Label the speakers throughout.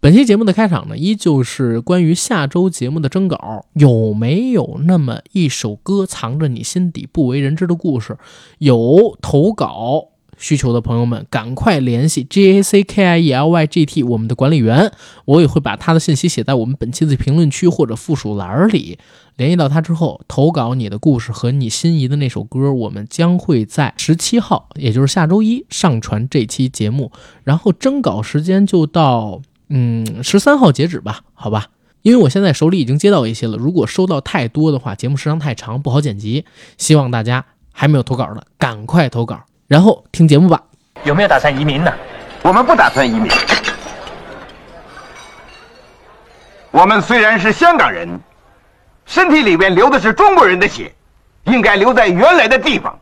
Speaker 1: 本期节目的开场呢，依旧是关于下周节目的征稿。有没有那么一首歌藏着你心底不为人知的故事？有投稿需求的朋友们，赶快联系 J A C K I E L Y G T 我们的管理员，我也会把他的信息写在我们本期的评论区或者附属栏儿里。联系到他之后，投稿你的故事和你心仪的那首歌，我们将会在十七号，也就是下周一上传这期节目。然后征稿时间就到嗯十三号截止吧，好吧。因为我现在手里已经接到一些了，如果收到太多的话，节目时长太长不好剪辑。希望大家还没有投稿的赶快投稿，然后听节目吧。
Speaker 2: 有没有打算移民呢？
Speaker 3: 我们不打算移民。我们虽然是香港人，身体里面流的是中国人的血，应该留在原来的地方。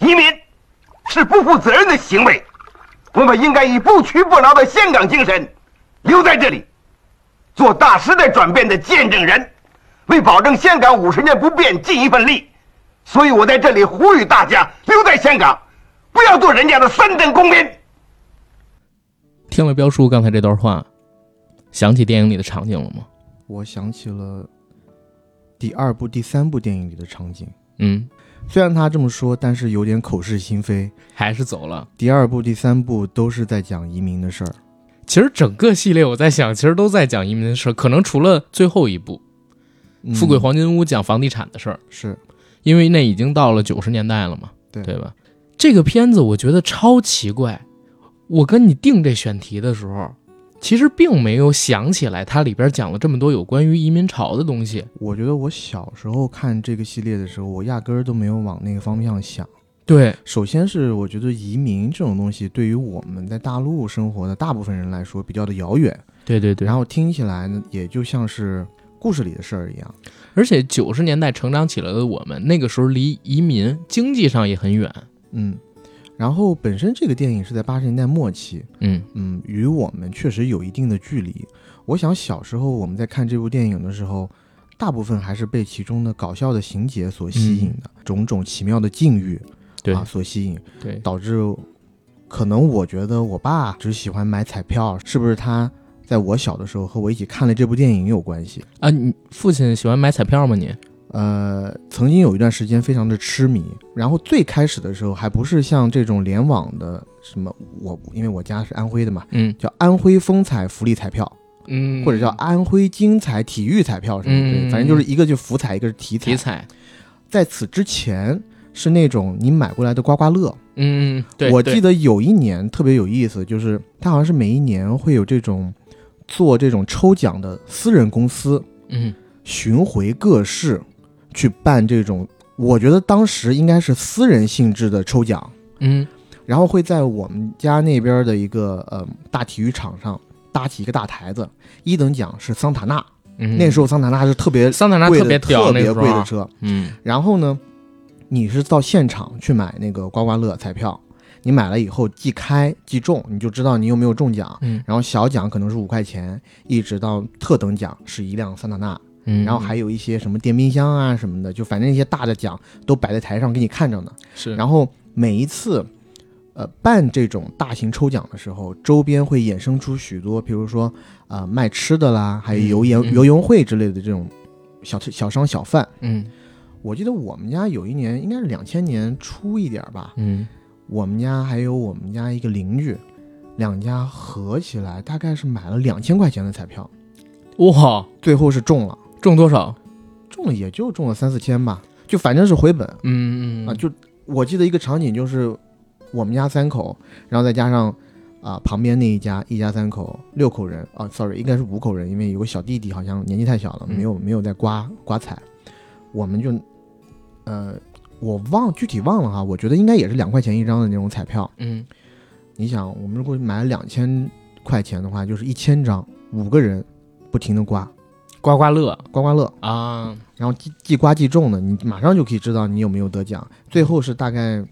Speaker 3: 移民是不负责任的行为，我们应该以不屈不挠的香港精神留在这里，做大时代转变的见证人，为保证香港五十年不变尽一份力。所以我在这里呼吁大家留在香港，不要做人家的三等公民。
Speaker 1: 听了彪叔刚才这段话，想起电影里的场景了吗？
Speaker 4: 我想起了第二部、第三部电影里的场景。
Speaker 1: 嗯，
Speaker 4: 虽然他这么说，但是有点口是心非。
Speaker 1: 还是走了。
Speaker 4: 第二部、第三部都是在讲移民的事儿。
Speaker 1: 其实整个系列我在想，其实都在讲移民的事儿，可能除了最后一部
Speaker 4: 嗯
Speaker 1: 《富贵黄金屋》讲房地产的事儿，
Speaker 4: 是
Speaker 1: 因为那已经到了九十年代了嘛，
Speaker 4: 对
Speaker 1: 吧？这个片子我觉得超奇怪。我跟你定这选题的时候，其实并没有想起来它里边讲了这么多有关于移民潮的东西。
Speaker 4: 我觉得我小时候看这个系列的时候，我压根儿都没有往那个方向想。
Speaker 1: 对，
Speaker 4: 首先是我觉得移民这种东西对于我们在大陆生活的大部分人来说比较的遥远，
Speaker 1: 对对对。
Speaker 4: 然后听起来呢也就像是故事里的事儿一样。
Speaker 1: 而且九十年代成长起来的我们，那个时候离移民经济上也很远。
Speaker 4: 嗯，然后本身这个电影是在八十年代末期，
Speaker 1: 嗯
Speaker 4: 嗯，与我们确实有一定的距离。我想小时候我们在看这部电影的时候，大部分还是被其中的搞笑的情节所吸引的，种种奇妙的境遇，
Speaker 1: 对
Speaker 4: 啊，所吸引，
Speaker 1: 对
Speaker 4: 导致可能我觉得我爸只喜欢买彩票，是不是他在我小的时候和我一起看了这部电影有关系？
Speaker 1: 啊，你父亲喜欢买彩票吗你？
Speaker 4: 呃，曾经有一段时间非常的痴迷，然后最开始的时候还不是像这种联网的什么，我因为我家是安徽的嘛，
Speaker 1: 嗯
Speaker 4: 叫安徽风彩福利彩票，
Speaker 1: 嗯
Speaker 4: 或者叫安徽精彩体育彩票什么之类的，
Speaker 1: 嗯
Speaker 4: 反正就是一个就福彩，一个是体彩。
Speaker 1: 体彩。
Speaker 4: 在此之前是那种你买过来的刮刮乐，
Speaker 1: 嗯，对，
Speaker 4: 我
Speaker 1: 对
Speaker 4: 记得有一年特别有意思，就是它好像是每一年会有这种做这种抽奖的私人公司
Speaker 1: 嗯，
Speaker 4: 巡回各市去办这种，我觉得当时应该是私人性质的抽奖，
Speaker 1: 嗯
Speaker 4: 然后会在我们家那边的一个呃大体育场上搭起一个大台子，一等奖是桑塔纳，
Speaker 1: 嗯，
Speaker 4: 那时候桑塔纳是特别
Speaker 1: 桑塔纳
Speaker 4: 贵
Speaker 1: 特
Speaker 4: 的
Speaker 1: 别屌，
Speaker 4: 特
Speaker 1: 那时
Speaker 4: 别
Speaker 1: 候
Speaker 4: 贵的
Speaker 1: 啊，
Speaker 4: 车。
Speaker 1: 嗯
Speaker 4: 然后呢，你是到现场去买那个刮刮乐彩票，你买了以后即开即中，你就知道你有没有中奖。
Speaker 1: 嗯
Speaker 4: 然后小奖可能是五块钱，一直到特等奖是一辆桑塔纳，
Speaker 1: 嗯，
Speaker 4: 然后还有一些什么电冰箱啊什么的，就反正一些大的奖都摆在台上给你看着呢。
Speaker 1: 是，
Speaker 4: 然后每一次，呃，办这种大型抽奖的时候，周边会衍生出许多，比如说呃卖吃的啦，还有游
Speaker 1: 嗯嗯
Speaker 4: 园游园会之类的这种小吃小商小贩。
Speaker 1: 嗯
Speaker 4: 我记得我们家有一年，应该是两千年初一点儿吧，
Speaker 1: 嗯
Speaker 4: 我们家还有我们家一个邻居，两家合起来大概是买了两千块钱的彩票，
Speaker 1: 哇，
Speaker 4: 最后是中了，
Speaker 1: 中多少？
Speaker 4: 中了也就中了三四千吧，就反正是回本。
Speaker 1: 嗯嗯
Speaker 4: 啊，就我记得一个场景就是我们家三口，然后再加上啊、旁边那一家一家三口六口人啊，sorry 应该是五口人，因为有个小弟弟好像年纪太小了，
Speaker 1: 嗯
Speaker 4: 没有没有在刮刮彩，我们就呃我忘具体忘了哈，我觉得应该也是两块钱一张的那种彩票，
Speaker 1: 嗯
Speaker 4: 你想我们如果买两千块钱的话，就是一千张，五个人不停的刮
Speaker 1: 刮刮乐
Speaker 4: 刮刮乐，
Speaker 1: 啊，
Speaker 4: 然后即即刮即中的，你马上就可以知道你有没有得奖。最后是大概，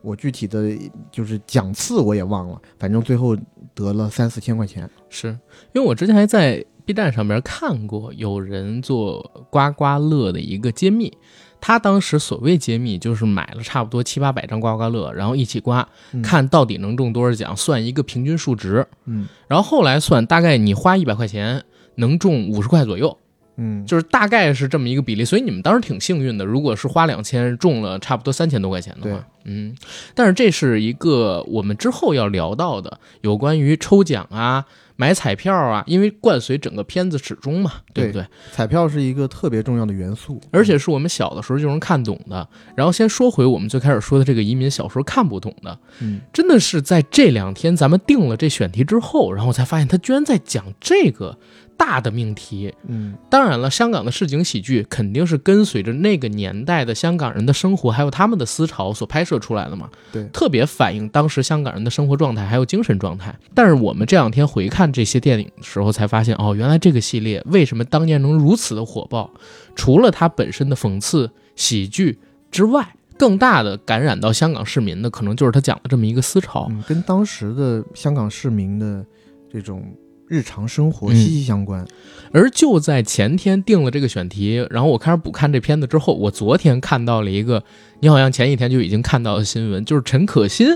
Speaker 4: 我具体的就是奖次我也忘了，反正最后得了三四千块钱。
Speaker 1: 是因为我之前还在 B 站上面看过有人做刮刮乐的一个揭秘，他当时所谓解密，就是买了差不多七八百张刮刮乐，然后一起刮，
Speaker 4: 嗯
Speaker 1: 看到底能中多少奖，算一个平均数值。
Speaker 4: 嗯
Speaker 1: 然后后来算，大概你花一百块钱能中五十块左右，
Speaker 4: 嗯，
Speaker 1: 就是大概是这么一个比例。所以你们当时挺幸运的，如果是花两千中了差不多三千多块钱的
Speaker 4: 对
Speaker 1: 话，嗯。但是这是一个我们之后要聊到的有关于抽奖啊、买彩票啊，因为伴随整个片子始终嘛，对不对？
Speaker 4: 彩票是一个特别重要的元素，
Speaker 1: 而且是我们小的时候就能看懂的。然后先说回我们最开始说的这个移民小时候看不懂的，
Speaker 4: 嗯
Speaker 1: 真的是在这两天咱们定了这选题之后，然后才发现他居然在讲这个大的命题。
Speaker 4: 嗯
Speaker 1: 当然了，香港的市井喜剧肯定是跟随着那个年代的香港人的生活，还有他们的思潮所拍摄出来的嘛。
Speaker 4: 对
Speaker 1: 特别反映当时香港人的生活状态还有精神状态。但是我们这两天回看这些电影的时候，才发现哦，原来这个系列为什么当年能如此的火爆，除了它本身的讽刺喜剧之外，更大的感染到香港市民的，可能就是他讲的这么一个思潮。
Speaker 4: 嗯，跟当时的香港市民的这种日常生活
Speaker 1: 嗯
Speaker 4: 息息相关。
Speaker 1: 而就在前天定了这个选题，然后我开始补看这片子之后，我昨天看到了一个，你好像前几天就已经看到的新闻，就是陈可辛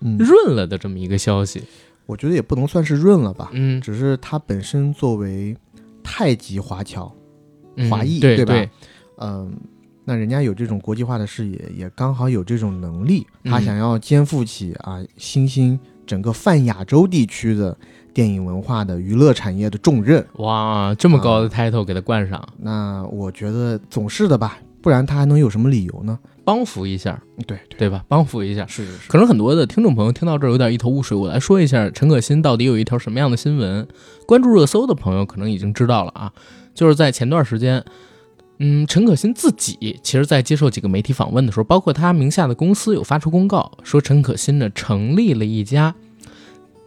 Speaker 4: 嗯，
Speaker 1: 润了的这么一个消息。
Speaker 4: 我觉得也不能算是润了吧，
Speaker 1: 嗯，
Speaker 4: 只是他本身作为太极华侨，
Speaker 1: 嗯
Speaker 4: 华裔
Speaker 1: 对
Speaker 4: 对吧
Speaker 1: 对
Speaker 4: 嗯，那人家有这种国际化的视野，也刚好有这种能力，
Speaker 1: 嗯
Speaker 4: 他想要肩负起啊新兴整个泛亚洲地区的电影文化的娱乐产业的重任。
Speaker 1: 哇，这么高的
Speaker 4: 啊
Speaker 1: title 给他冠上，
Speaker 4: 那我觉得总是的吧，不然他还能有什么理由呢？
Speaker 1: 帮扶一下，
Speaker 4: 对对，
Speaker 1: 对吧？帮扶一下。
Speaker 4: 是是是，
Speaker 1: 可能很多的听众朋友听到这儿有点一头雾水，我来说一下陈可辛到底有一条什么样的新闻。关注热搜的朋友可能已经知道了啊，就是在前段时间，嗯，陈可辛自己其实在接受几个媒体访问的时候，包括他名下的公司有发出公告，说陈可辛呢成立了一家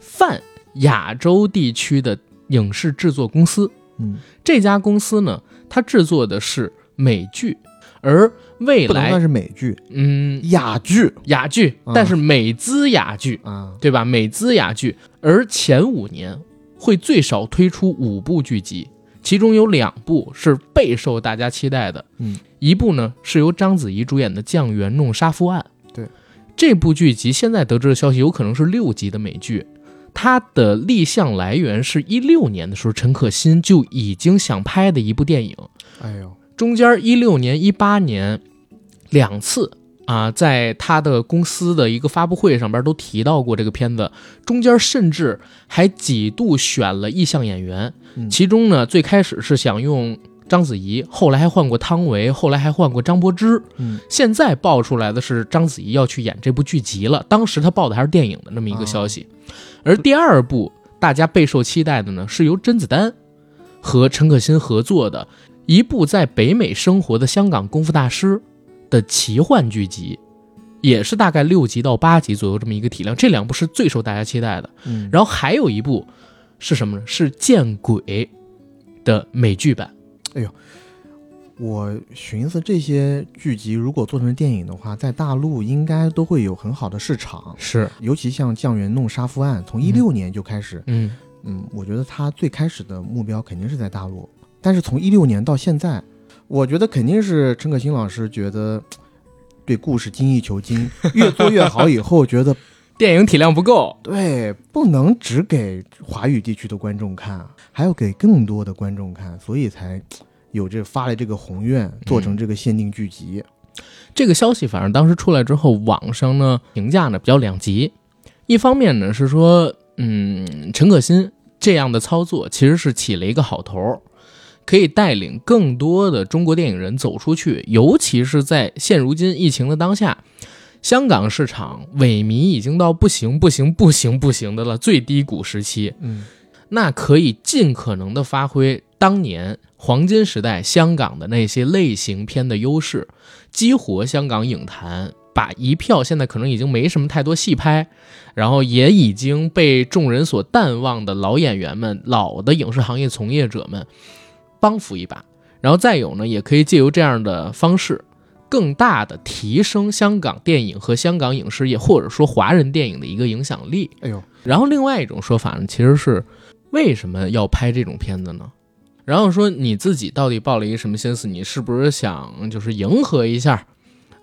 Speaker 1: 泛亚洲地区的影视制作公司。
Speaker 4: 嗯，
Speaker 1: 这家公司呢，它制作的是美剧，而未
Speaker 4: 不能算
Speaker 1: 来
Speaker 4: 是美剧，
Speaker 1: 嗯
Speaker 4: 亚剧
Speaker 1: 雅剧，
Speaker 4: 嗯
Speaker 1: 但是美资雅剧。
Speaker 4: 啊，
Speaker 1: 对吧？美资雅剧，而前五年会最少推出五部剧集，其中有两部是备受大家期待的，
Speaker 4: 嗯，
Speaker 1: 一部呢是由章子怡主演的《酱园弄杀夫案》，
Speaker 4: 对，
Speaker 1: 这部剧集现在得知的消息有可能是六集的美剧。它的立项来源是一六年的时候，陈可辛就已经想拍的一部电影，
Speaker 4: 哎呦，
Speaker 1: 中间一六年、一八年两次啊，在他的公司的一个发布会上边都提到过这个片子，中间甚至还几度选了意向演员，
Speaker 4: 嗯
Speaker 1: 其中呢最开始是想用。章子怡，后来还换过汤唯，后来还换过张柏芝，
Speaker 4: 嗯，
Speaker 1: 现在爆出来的是章子怡要去演这部剧集了。当时她报的还是电影的那么一个消息，而第二部大家备受期待的呢，是由甄子丹和陈可辛合作的一部在北美生活的香港功夫大师的奇幻剧集，也是大概六集到八集左右这么一个体量。这两部是最受大家期待的。
Speaker 4: 嗯，
Speaker 1: 然后还有一部是什么呢？是《见鬼》的美剧版。
Speaker 4: 我寻思这些剧集如果做成电影的话，在大陆应该都会有很好的市场，
Speaker 1: 是，
Speaker 4: 尤其像《酱园弄杀夫案》，从一六年就开始，
Speaker 1: 嗯，
Speaker 4: 嗯，我觉得他最开始的目标肯定是在大陆，但是从一六年到现在，我觉得肯定是陈可辛老师觉得对故事精益求精，越做越好以后，觉得
Speaker 1: 电影体量不够。
Speaker 4: 对不能只给华语地区的观众看，还要给更多的观众看，所以才有这发了这个宏愿，做成这个限定剧集。
Speaker 1: 这个消息反正当时出来之后，网上呢评价呢比较两极。一方面呢是说，嗯，陈可辛这样的操作其实是起了一个好头儿，可以带领更多的中国电影人走出去，尤其是在现如今疫情的当下，香港市场萎靡已经到不行不行不行不行的了最低谷时期。
Speaker 4: 嗯
Speaker 1: 那可以尽可能的发挥当年黄金时代香港的那些类型片的优势，激活香港影坛，把一票现在可能已经没什么太多戏拍，然后也已经被众人所淡忘的老演员们、老的影视行业从业者们帮扶一把。然后再有呢，也可以借由这样的方式，更大的提升香港电影和香港影视业，或者说华人电影的一个影响力。
Speaker 4: 哎呦，
Speaker 1: 然后另外一种说法呢，其实是为什么要拍这种片子呢？然后说你自己到底抱了一个什么心思？你是不是想就是迎合一下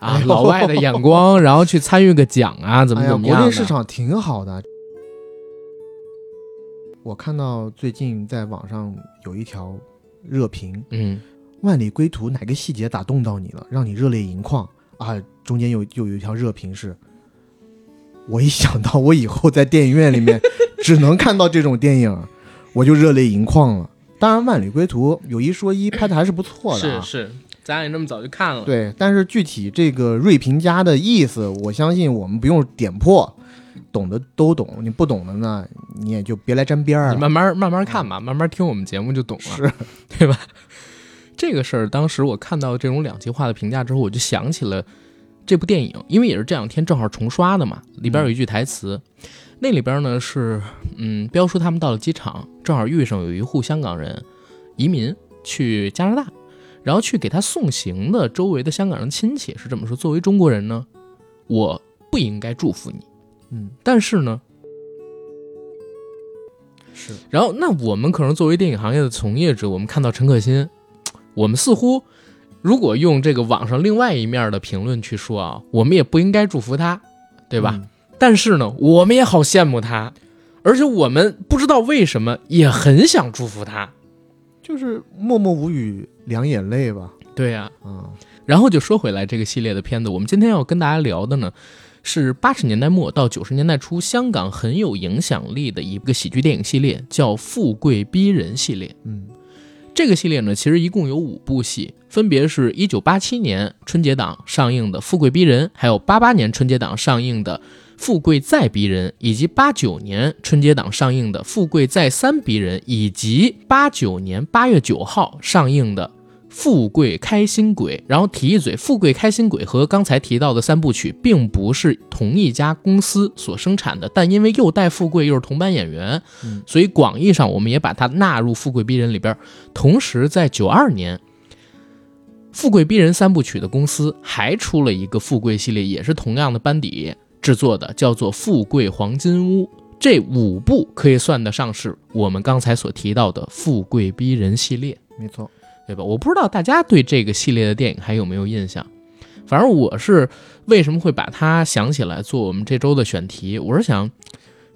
Speaker 1: 啊、
Speaker 4: 哎呦
Speaker 1: 老外的眼光， 然后去参与个奖啊，怎么怎么
Speaker 4: 哎呀
Speaker 1: 样、的
Speaker 4: 国内市场挺好的。我看到最近在网上有一条热评，
Speaker 1: 嗯
Speaker 4: 《万里归途》哪个细节打动到你了，让你热泪盈眶啊？中间有就有一条热评是，我一想到我以后在电影院 里面只能看到这种电影，我就热泪盈眶了。当然，《万里归途》有一说一，拍的还是不错的、
Speaker 1: 是
Speaker 4: 啊。
Speaker 1: 是，咱俩也那么早就看了，
Speaker 4: 对，但是具体这个锐评家的意思，我相信我们不用点破，懂的都懂，你不懂的呢，你也就别来沾边
Speaker 1: 你
Speaker 4: 儿了。嗯
Speaker 1: 慢慢慢慢看吧，慢慢听我们节目就懂了，是，对吧？ 这个事儿，当时我看到这种两极化的评价之后，我就想起了这部电影，因为也是这两天正好重刷的嘛，里
Speaker 4: 嗯
Speaker 1: 边有一句台词，那里边呢是，嗯，彪叔他们到了机场，正好遇上有一户香港人移民去加拿大，然后去给他送行的周围的香港人亲戚是这么说：作为中国人呢，我不应该祝福你，
Speaker 4: 嗯，
Speaker 1: 但是呢，
Speaker 4: 是
Speaker 1: 然后，那我们可能作为电影行业的从业者，我们看到陈可辛，我们似乎如果用这个网上另外一面的评论去说啊，我们也不应该祝福他，对吧？？但是呢，我们也好羡慕他，而且我们不知道为什么也很想祝福他。
Speaker 4: 就是默默无语，两眼泪吧。
Speaker 1: 对呀、
Speaker 4: 啊、
Speaker 1: 然后就说回来，这个系列的片子，我们今天要跟大家聊的呢，是八十年代末到九十年代初香港很有影响力的一个喜剧电影系列，叫《富贵逼人》系列。
Speaker 4: 嗯，
Speaker 1: 这个系列呢，其实一共有五部戏，分别是一九八七年春节档上映的《富贵逼人》，还有八八年春节档上映的《富贵再逼人》，以及八九年春节档上映的《富贵再三逼人》，以及八九年八月九号上映的。富贵开心鬼，然后提一嘴，富贵开心鬼和刚才提到的三部曲并不是同一家公司所生产的，但因为又带富贵又是同班演员，
Speaker 4: 嗯
Speaker 1: 所以广义上我们也把它纳入《富贵逼人》里边。同时，在九二年，《富贵逼人》三部曲的公司还出了一个富贵系列，也是同样的班底制作的，叫做《富贵黄金屋》。这五部可以算得上是我们刚才所提到的《富贵逼人》系列。
Speaker 4: 没错。
Speaker 1: 对吧？我不知道大家对这个系列的电影还有没有印象，反正我是为什么会把它想起来做我们这周的选题？我是想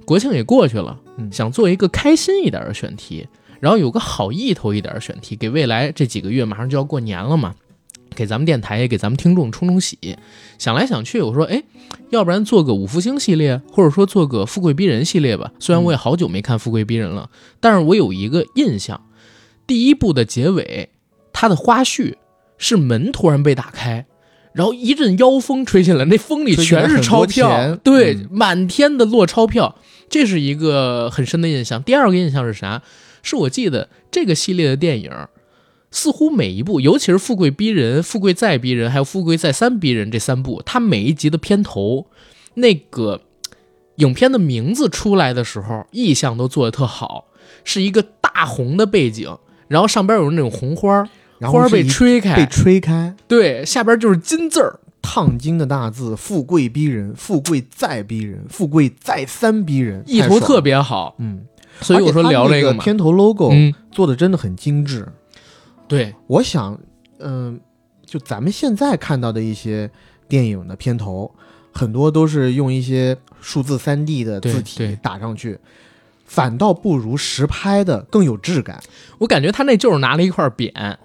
Speaker 1: 国庆也过去了，
Speaker 4: 嗯
Speaker 1: 想做一个开心一点的选题，然后有个好意头一点的选题，给未来这几个月马上就要过年了嘛，给咱们电台也给咱们听众冲冲喜。想来想去，我说，哎，要不然做个五福星系列，或者说做个富贵逼人系列吧。虽然我也好久没看富贵逼人了，但是我有一个印象，第一部的结尾，它的花絮是门突然被打开。然后一阵妖风吹进来，那风里
Speaker 4: 吹进来
Speaker 1: 全是
Speaker 4: 很
Speaker 1: 钞
Speaker 4: 多
Speaker 1: 票
Speaker 4: 钱，
Speaker 1: 对，
Speaker 4: 嗯
Speaker 1: 满天的落钞票，这是一个很深的印象。第二个印象是啥？是我记得这个系列的电影，似乎每一部，尤其是《富贵逼人》《富贵再逼人》还有《富贵再三逼人》这三部，它每一集的片头，那个影片的名字出来的时候，意象都做得特好，是一个大红的背景，然后上边有那种红花儿，
Speaker 4: 然
Speaker 1: 花
Speaker 4: 后
Speaker 1: 儿
Speaker 4: 是
Speaker 1: 被
Speaker 4: 一
Speaker 1: 吹开，
Speaker 4: 被吹开，
Speaker 1: 对，下边就是金字儿，
Speaker 4: 烫金的大字，富贵逼人，富贵再逼人，富贵再三逼人，
Speaker 1: 意
Speaker 4: 太
Speaker 1: 头
Speaker 4: 爽
Speaker 1: 特
Speaker 4: 了。
Speaker 1: 别好，
Speaker 4: 嗯，
Speaker 1: 所以我说聊
Speaker 4: 了
Speaker 1: 这
Speaker 4: 一
Speaker 1: 嘛，
Speaker 4: 片头 logo
Speaker 1: 嗯，
Speaker 4: 做的真的很精致。
Speaker 1: 对，
Speaker 4: 我想，嗯、就咱们现在看到的一些电影的片头，很多都是用一些数字三 D 的
Speaker 1: 对
Speaker 4: 字
Speaker 1: 对
Speaker 4: 体打上去，反倒不如实拍的更有质感。
Speaker 1: 我感觉他那就是拿了一块匾，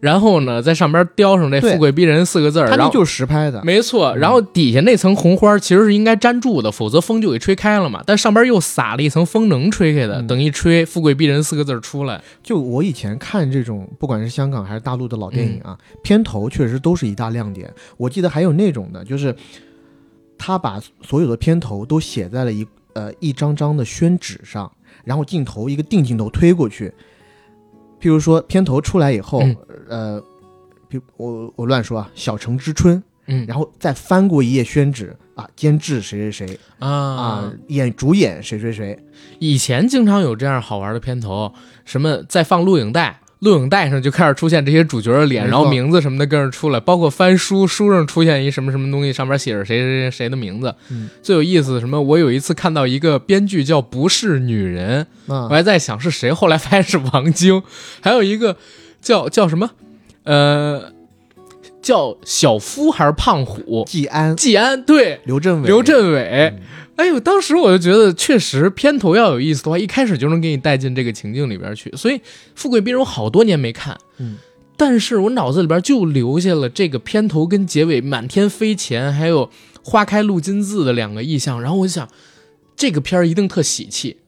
Speaker 1: 然后呢，在上边雕上这“
Speaker 4: 对
Speaker 1: 富贵逼人”四个字儿，
Speaker 4: 它
Speaker 1: 然
Speaker 4: 那
Speaker 1: 后
Speaker 4: 就是实拍的，
Speaker 1: 没错，然后底下那层红花其实是应该粘住的，否则风就给吹开了嘛。但上边又撒了一层风能吹开的，
Speaker 4: 嗯
Speaker 1: 等一吹“富贵逼人”四个字儿出来，
Speaker 4: 就我以前看这种，不管是香港还是大陆的老电影
Speaker 1: 嗯
Speaker 4: 啊，片头确实都是一大亮点。我记得还有那种的，就是他把所有的片头都写在了一呃一张张的宣纸上，然后镜头一个定镜头推过去。譬如说片头出来以后，
Speaker 1: 嗯
Speaker 4: 呃，比如我我乱说啊，《小城之春》，
Speaker 1: 嗯
Speaker 4: 然后再翻过一页宣纸啊，监制谁谁谁
Speaker 1: 啊
Speaker 4: 啊，演主演谁谁谁，
Speaker 1: 以前经常有这样好玩的片头，什么在放录影带，录影带上就开始出现这些主角的脸，
Speaker 4: 没
Speaker 1: 然
Speaker 4: 错
Speaker 1: 后名字什么的跟着出来，包括翻书，书上出现一什么什么东西，上面写着谁谁谁谁的名字。
Speaker 4: 嗯
Speaker 1: 最有意思的什么？我有一次看到一个编剧叫不是女人，我
Speaker 4: 啊，
Speaker 1: 还在想是谁，后来发现是王晶， 还有一个叫叫什么，呃，叫小夫还是胖虎，
Speaker 4: 季安、
Speaker 1: 季安对。
Speaker 4: 刘镇伟、嗯
Speaker 1: 刘镇伟，哎呦，当时我就觉得，确实片头要有意思的话，一开始就能给你带进这个情境里边去。所以《富贵逼人》我好多年没看，
Speaker 4: 嗯，
Speaker 1: 但是我脑子里边就留下了这个片头跟结尾满天飞钱，还有花开露金字的两个意象。然后我就想，这个片儿一定特喜气，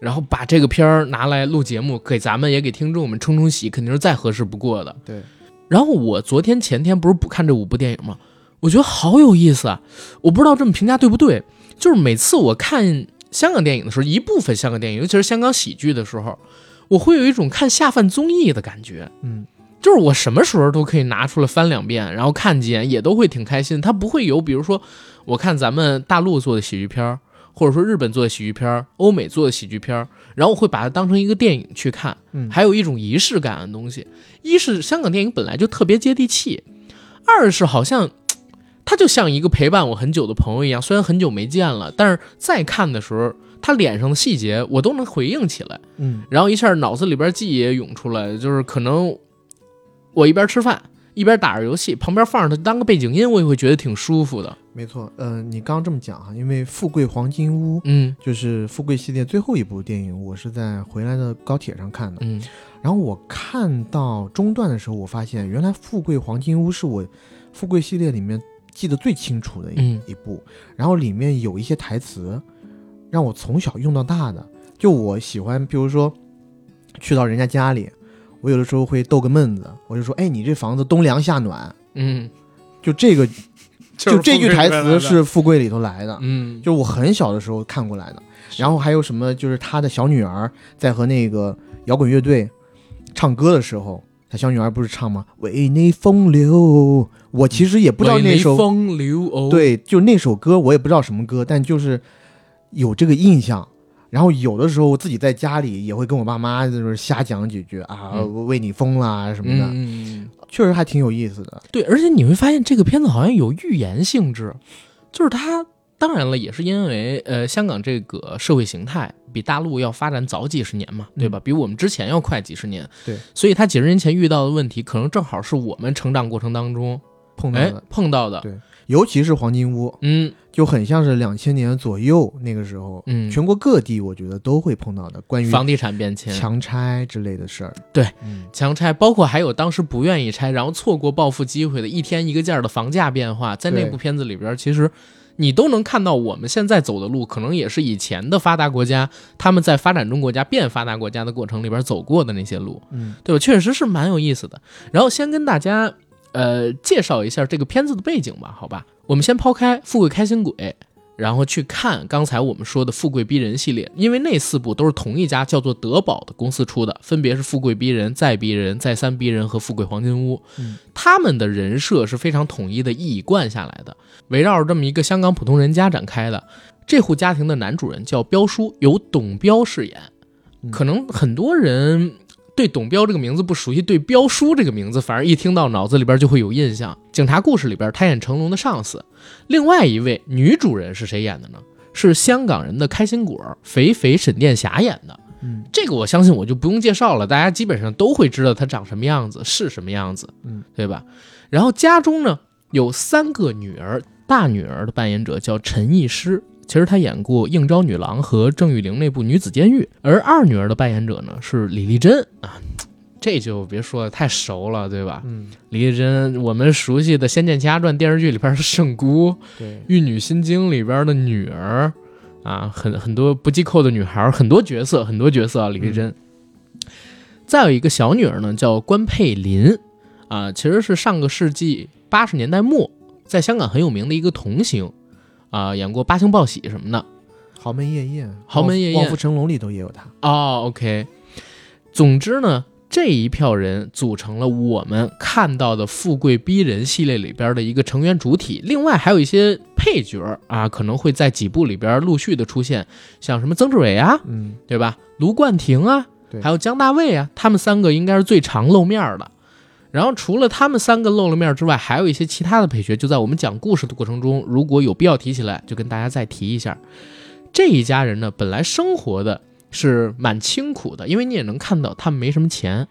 Speaker 1: 然后把这个片儿拿来录节目，给咱们也给听众们冲冲喜，肯定是再合适不过的。
Speaker 4: 对，
Speaker 1: 然后我昨天前天不是补看这五部电影吗？我觉得好有意思啊！我不知道这么评价对不对，就是每次我看香港电影的时候，一部分香港电影，尤其是香港喜剧的时候，我会有一种看下饭综艺的感觉。
Speaker 4: 嗯，
Speaker 1: 就是我什么时候都可以拿出来翻两遍，然后看几眼，也都会挺开心。它不会有，比如说我看咱们大陆做的喜剧片儿，或者说日本做的喜剧片儿，欧美做的喜剧片儿，然后我会把它当成一个电影去看，
Speaker 4: 嗯
Speaker 1: 还有一种仪式感的东西。一是香港电影本来就特别接地气，二是好像他就像一个陪伴我很久的朋友一样，虽然很久没见了，但是再看的时候，他脸上的细节我都能回应起来，
Speaker 4: 嗯
Speaker 1: 然后一下脑子里边记忆也涌出来，就是可能我一边吃饭一边打着游戏，旁边放着它当个背景音，我也会觉得挺舒服的。
Speaker 4: 没错，呃，你刚刚这么讲哈，因为《富贵黄金屋》
Speaker 1: 嗯
Speaker 4: 就是富贵系列最后一部电影，我是在回来的高铁上看的。
Speaker 1: 嗯
Speaker 4: 然后我看到中段的时候，我发现原来《富贵黄金屋》是我富贵系列里面记得最清楚的一、
Speaker 1: 嗯
Speaker 4: 一部。然后里面有一些台词，让我从小用到大的。就我喜欢，比如说去到人家家里，我有的时候会逗个闷子，我就说：“哎，你这房子冬凉夏暖。
Speaker 1: 嗯，”
Speaker 4: 就这个，
Speaker 1: 就
Speaker 4: 就这句台词是《富贵》里头来的。
Speaker 1: 嗯
Speaker 4: 就是我很小的时候看过来的。然后还有什么，就是他的小女儿在和那个摇滚乐队唱歌的时候，他小女儿不是唱吗？为你风流，我其实也不知道那首
Speaker 1: 风流哦，，
Speaker 4: 对，就那首歌我也不知道什么歌，但就是有这个印象。然后有的时候我自己在家里也会跟我爸妈就是瞎讲几句啊，
Speaker 1: 嗯
Speaker 4: 我为你疯啦什么的，
Speaker 1: 嗯。
Speaker 4: 确实还挺有意思的。
Speaker 1: 对，而且你会发现这个片子好像有预言性质，就是它当然了，也是因为呃，香港这个社会形态比大陆要发展早几十年嘛，对吧？比我们之前要快几十年，
Speaker 4: 嗯对，
Speaker 1: 所以它几十年前遇到的问题，可能正好是我们成长过程当中
Speaker 4: 碰到
Speaker 1: 哎
Speaker 4: 的，
Speaker 1: 碰到的
Speaker 4: 对，尤其是黄金屋，
Speaker 1: 嗯
Speaker 4: 就很像是两千年左右那个时候，
Speaker 1: 嗯，
Speaker 4: 全国各地我觉得都会碰到的关于
Speaker 1: 房地产变迁。
Speaker 4: 强拆之类的事儿。
Speaker 1: 对
Speaker 4: 嗯，
Speaker 1: 强拆，包括还有当时不愿意拆，然后错过暴富机会的，一天一个价儿的房价变化，在那
Speaker 4: 对
Speaker 1: 部片子里边儿，其实你都能看到我们现在走的路，可能也是以前的发达国家他们在发展中国家变发达国家的过程里边儿走过的那些路，
Speaker 4: 嗯，
Speaker 1: 对吧？确实是蛮有意思的。然后先跟大家呃介绍一下这个片子的背景吧，好吧？我们先抛开《富贵开心鬼》。然后去看刚才我们说的《富贵逼人》系列，因为那四部都是同一家叫做德宝的公司出的，分别是《富贵逼人》、《再逼人》、《再三逼人》和《富贵黄金屋》
Speaker 4: 嗯
Speaker 1: 他们的人设是非常统一的一以贯下来的，围绕着这么一个香港普通人家展开的。这户家庭的男主人叫彪叔，由董彪饰演。
Speaker 4: 嗯
Speaker 1: 可能很多人对董彪这个名字不熟悉，对彪叔这个名字反而一听到脑子里边就会有印象。警察故事里边，他演成龙的上司。另外一位女主人是谁演的呢？是香港人的开心果肥肥沈殿霞演的。
Speaker 4: 嗯，
Speaker 1: 这个我相信我就不用介绍了，大家基本上都会知道她长什么样子，是什么样子，
Speaker 4: 嗯，
Speaker 1: 对吧？然后家中呢有三个女儿，大女儿的扮演者叫陈艺师，其实她演过《应招女郎》和郑裕玲那部《女子监狱》，而二女儿的扮演者呢是李丽珍啊。这就别说了，太熟了，对吧？
Speaker 4: 嗯，
Speaker 1: 李丽珍，我们熟悉的《仙剑奇侠传》电视剧里边的圣姑，
Speaker 4: 对
Speaker 1: 《玉女心经》里边的女儿啊，很很多不系扣的女孩儿，很多角色，很多角色啊，李丽珍。再有一个小女儿呢，叫关佩林，啊，其实是上个世纪八十年代末在香港很有名的一个童星，啊，演过《八星报喜》什么的。
Speaker 4: 豪门夜宴，
Speaker 1: 豪门夜宴
Speaker 4: 望夫成龙里头也有他。
Speaker 1: 哦，OK。总之呢，这一票人组成了我们看到的《富贵逼人》系列里边的一个成员主体。另外还有一些配角儿啊，可能会在几部里边陆续的出现，像什么曾志伟啊，
Speaker 4: 嗯
Speaker 1: 对吧？卢冠廷啊，
Speaker 4: 对
Speaker 1: 还有姜大卫啊，他们三个应该是最常露面儿的。然后除了他们三个露了面之外，还有一些其他的配角，就在我们讲故事的过程中，如果有必要提起来，就跟大家再提一下。这一家人呢，本来生活的是蛮清苦的，因为你也能看到他们没什么钱，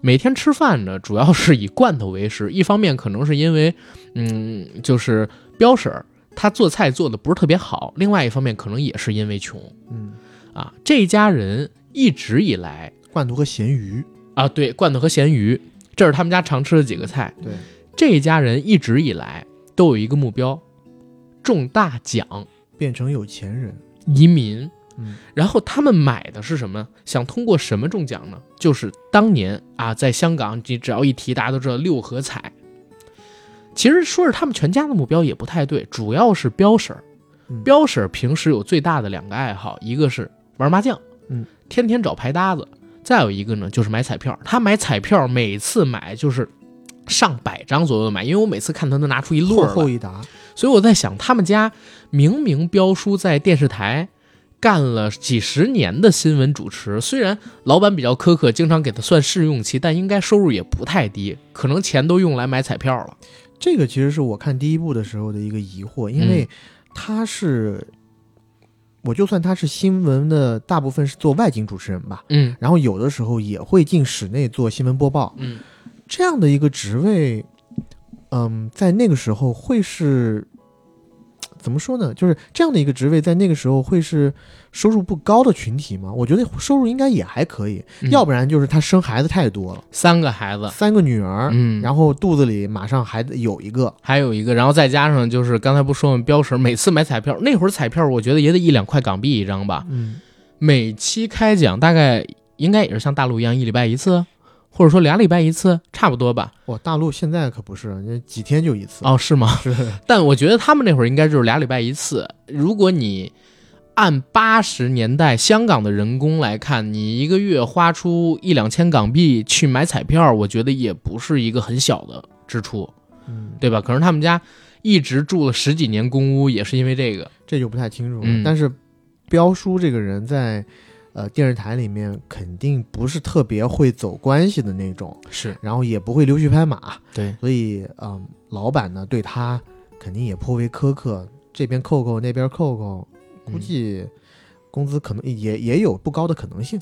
Speaker 1: 每天吃饭呢，主要是以罐头为食。一方面可能是因为，嗯，就是彪婶儿她做菜做的不是特别好，另外一方面可能也是因为穷
Speaker 4: 嗯，
Speaker 1: 啊。这一家人一直以来
Speaker 4: 罐头和咸鱼，
Speaker 1: 啊，对，罐头和咸鱼，这是他们家常吃的几个菜。
Speaker 4: 对，
Speaker 1: 这一家人一直以来都有一个目标，中大奖
Speaker 4: 变成有钱人，
Speaker 1: 移民。
Speaker 4: 嗯，
Speaker 1: 然后他们买的是什么？想通过什么中奖呢？就是当年啊，在香港，你只要一提，大家都知道六合彩。其实说是他们全家的目标也不太对，主要是彪婶儿
Speaker 4: 嗯。
Speaker 1: 彪婶儿平时有最大的两个爱好，一个是玩麻将，
Speaker 4: 嗯，
Speaker 1: 天天找牌搭子；再有一个呢，就是买彩票。他买彩票，每次买就是上百张左右的买，因为我每次看他都拿出一摞
Speaker 4: 厚
Speaker 1: 儿来
Speaker 4: 厚一沓，
Speaker 1: 所以我在想，他们家明明彪叔在电视台干了几十年的新闻主持，虽然老板比较苛刻，经常给他算试用期，但应该收入也不太低，可能钱都用来买彩票了。
Speaker 4: 这个其实是我看第一部的时候的一个疑惑，
Speaker 1: 嗯
Speaker 4: 因为他是，我就算他是新闻的大部分是做外景主持人吧，
Speaker 1: 嗯
Speaker 4: 然后有的时候也会进室内做新闻播报
Speaker 1: 嗯，
Speaker 4: 这样的一个职位，嗯，在那个时候会是。嗯怎么说呢？就是这样的一个职位，在那个时候会是收入不高的群体吗？我觉得收入应该也还可以，要
Speaker 1: 不
Speaker 4: 不然就是他生孩子太多了，
Speaker 1: 嗯三个孩子，
Speaker 4: 三个女儿，
Speaker 1: 嗯，后
Speaker 4: 然后肚子里马上还得有一个，
Speaker 1: 还有一个，然后再加上就是刚才不说吗？彪婶每次买彩票，那会儿彩票我觉得也得一两块港币一张吧，
Speaker 4: 嗯，
Speaker 1: 每期开奖大概应该也是像大陆一样一礼拜一次，或者说俩礼拜一次，差不多吧。
Speaker 4: 哇，大陆现在可不是，那几天就一次。
Speaker 1: 哦，是吗？
Speaker 4: 是，
Speaker 1: 但我觉得他们那会儿应该就是俩礼拜一次。如果你按八十年代香港的人工来看，你一个月花出一两千港币去买彩票，我觉得也不是一个很小的支出，
Speaker 4: 嗯，
Speaker 1: 对吧？可能他们家一直住了十几年公屋，也是因为这个。
Speaker 4: 这就不太清楚了。
Speaker 1: 嗯
Speaker 4: 但是，彪叔这个人在，呃，电视台里面肯定不是特别会走关系的那种，
Speaker 1: 是
Speaker 4: 然后也不会溜须拍马，
Speaker 1: 对，
Speaker 4: 所以，嗯、老板呢对他肯定也颇为苛刻，这边扣扣，那边扣扣，估计工资可能也也有不高的可能性。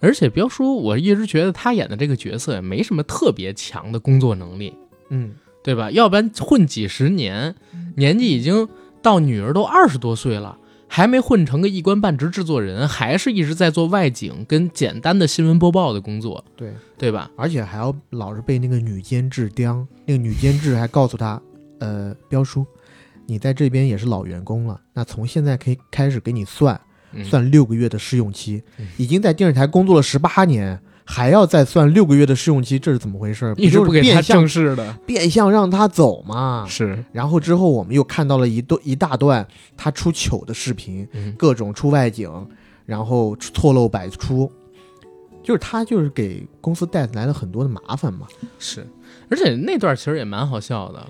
Speaker 1: 而且彪叔，我一直觉得他演的这个角色也没什么特别强的工作能力，
Speaker 4: 嗯，
Speaker 1: 对吧？要不然混几十年，年纪已经到女儿都二十多岁了，还没混成个一官半职制作人，还是一直在做外景跟简单的新闻播报的工作，
Speaker 4: 对。
Speaker 1: 对吧？
Speaker 4: 而且还要老是被那个女监制刁，那个女监制还告诉他，呃，彪叔，你在这边也是老员工了，那从现在可以开始给你算
Speaker 1: 嗯
Speaker 4: 算六个月的试用期
Speaker 1: 嗯，
Speaker 4: 已经在电视台工作了十八年，还要再算六个月的试用期，这是怎么回事？
Speaker 1: 一直
Speaker 4: 就是
Speaker 1: 不给他啊
Speaker 4: 变相
Speaker 1: 正式的，
Speaker 4: 变相让他走嘛。
Speaker 1: 是，
Speaker 4: 然后之后我们又看到了一段一大段他出糗的视频，
Speaker 1: 嗯，
Speaker 4: 各种出外景，然后错漏百出，就是他就是给公司带来了很多的麻烦嘛。
Speaker 1: 是。而且那段其实也蛮好笑的，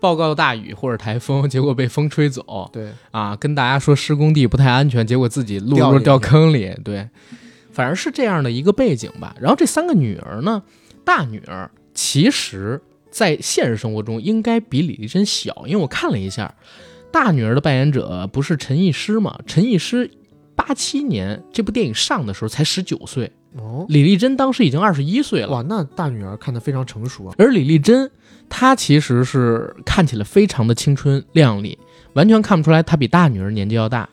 Speaker 1: 报告大雨或者台风，结果被风吹走，
Speaker 4: 对，
Speaker 1: 啊，跟大家说施工地不太安全，结果自己落
Speaker 4: 掉
Speaker 1: 入
Speaker 4: 进
Speaker 1: 掉
Speaker 4: 去
Speaker 1: 坑里，对，反正是这样的一个背景吧。然后这三个女儿呢，大女儿其实在现实生活中应该比李丽珍小，因为我看了一下，大女儿的扮演者不是陈艺师嘛？陈艺师八七年这部电影上的时候才十九岁，
Speaker 4: 哦，
Speaker 1: 李丽珍当时已经二十一岁了。
Speaker 4: 哇，那大女儿看得非常成熟啊。
Speaker 1: 而李丽珍，她其实是看起来非常的青春靓丽，完全看不出来她比大女儿年纪要大。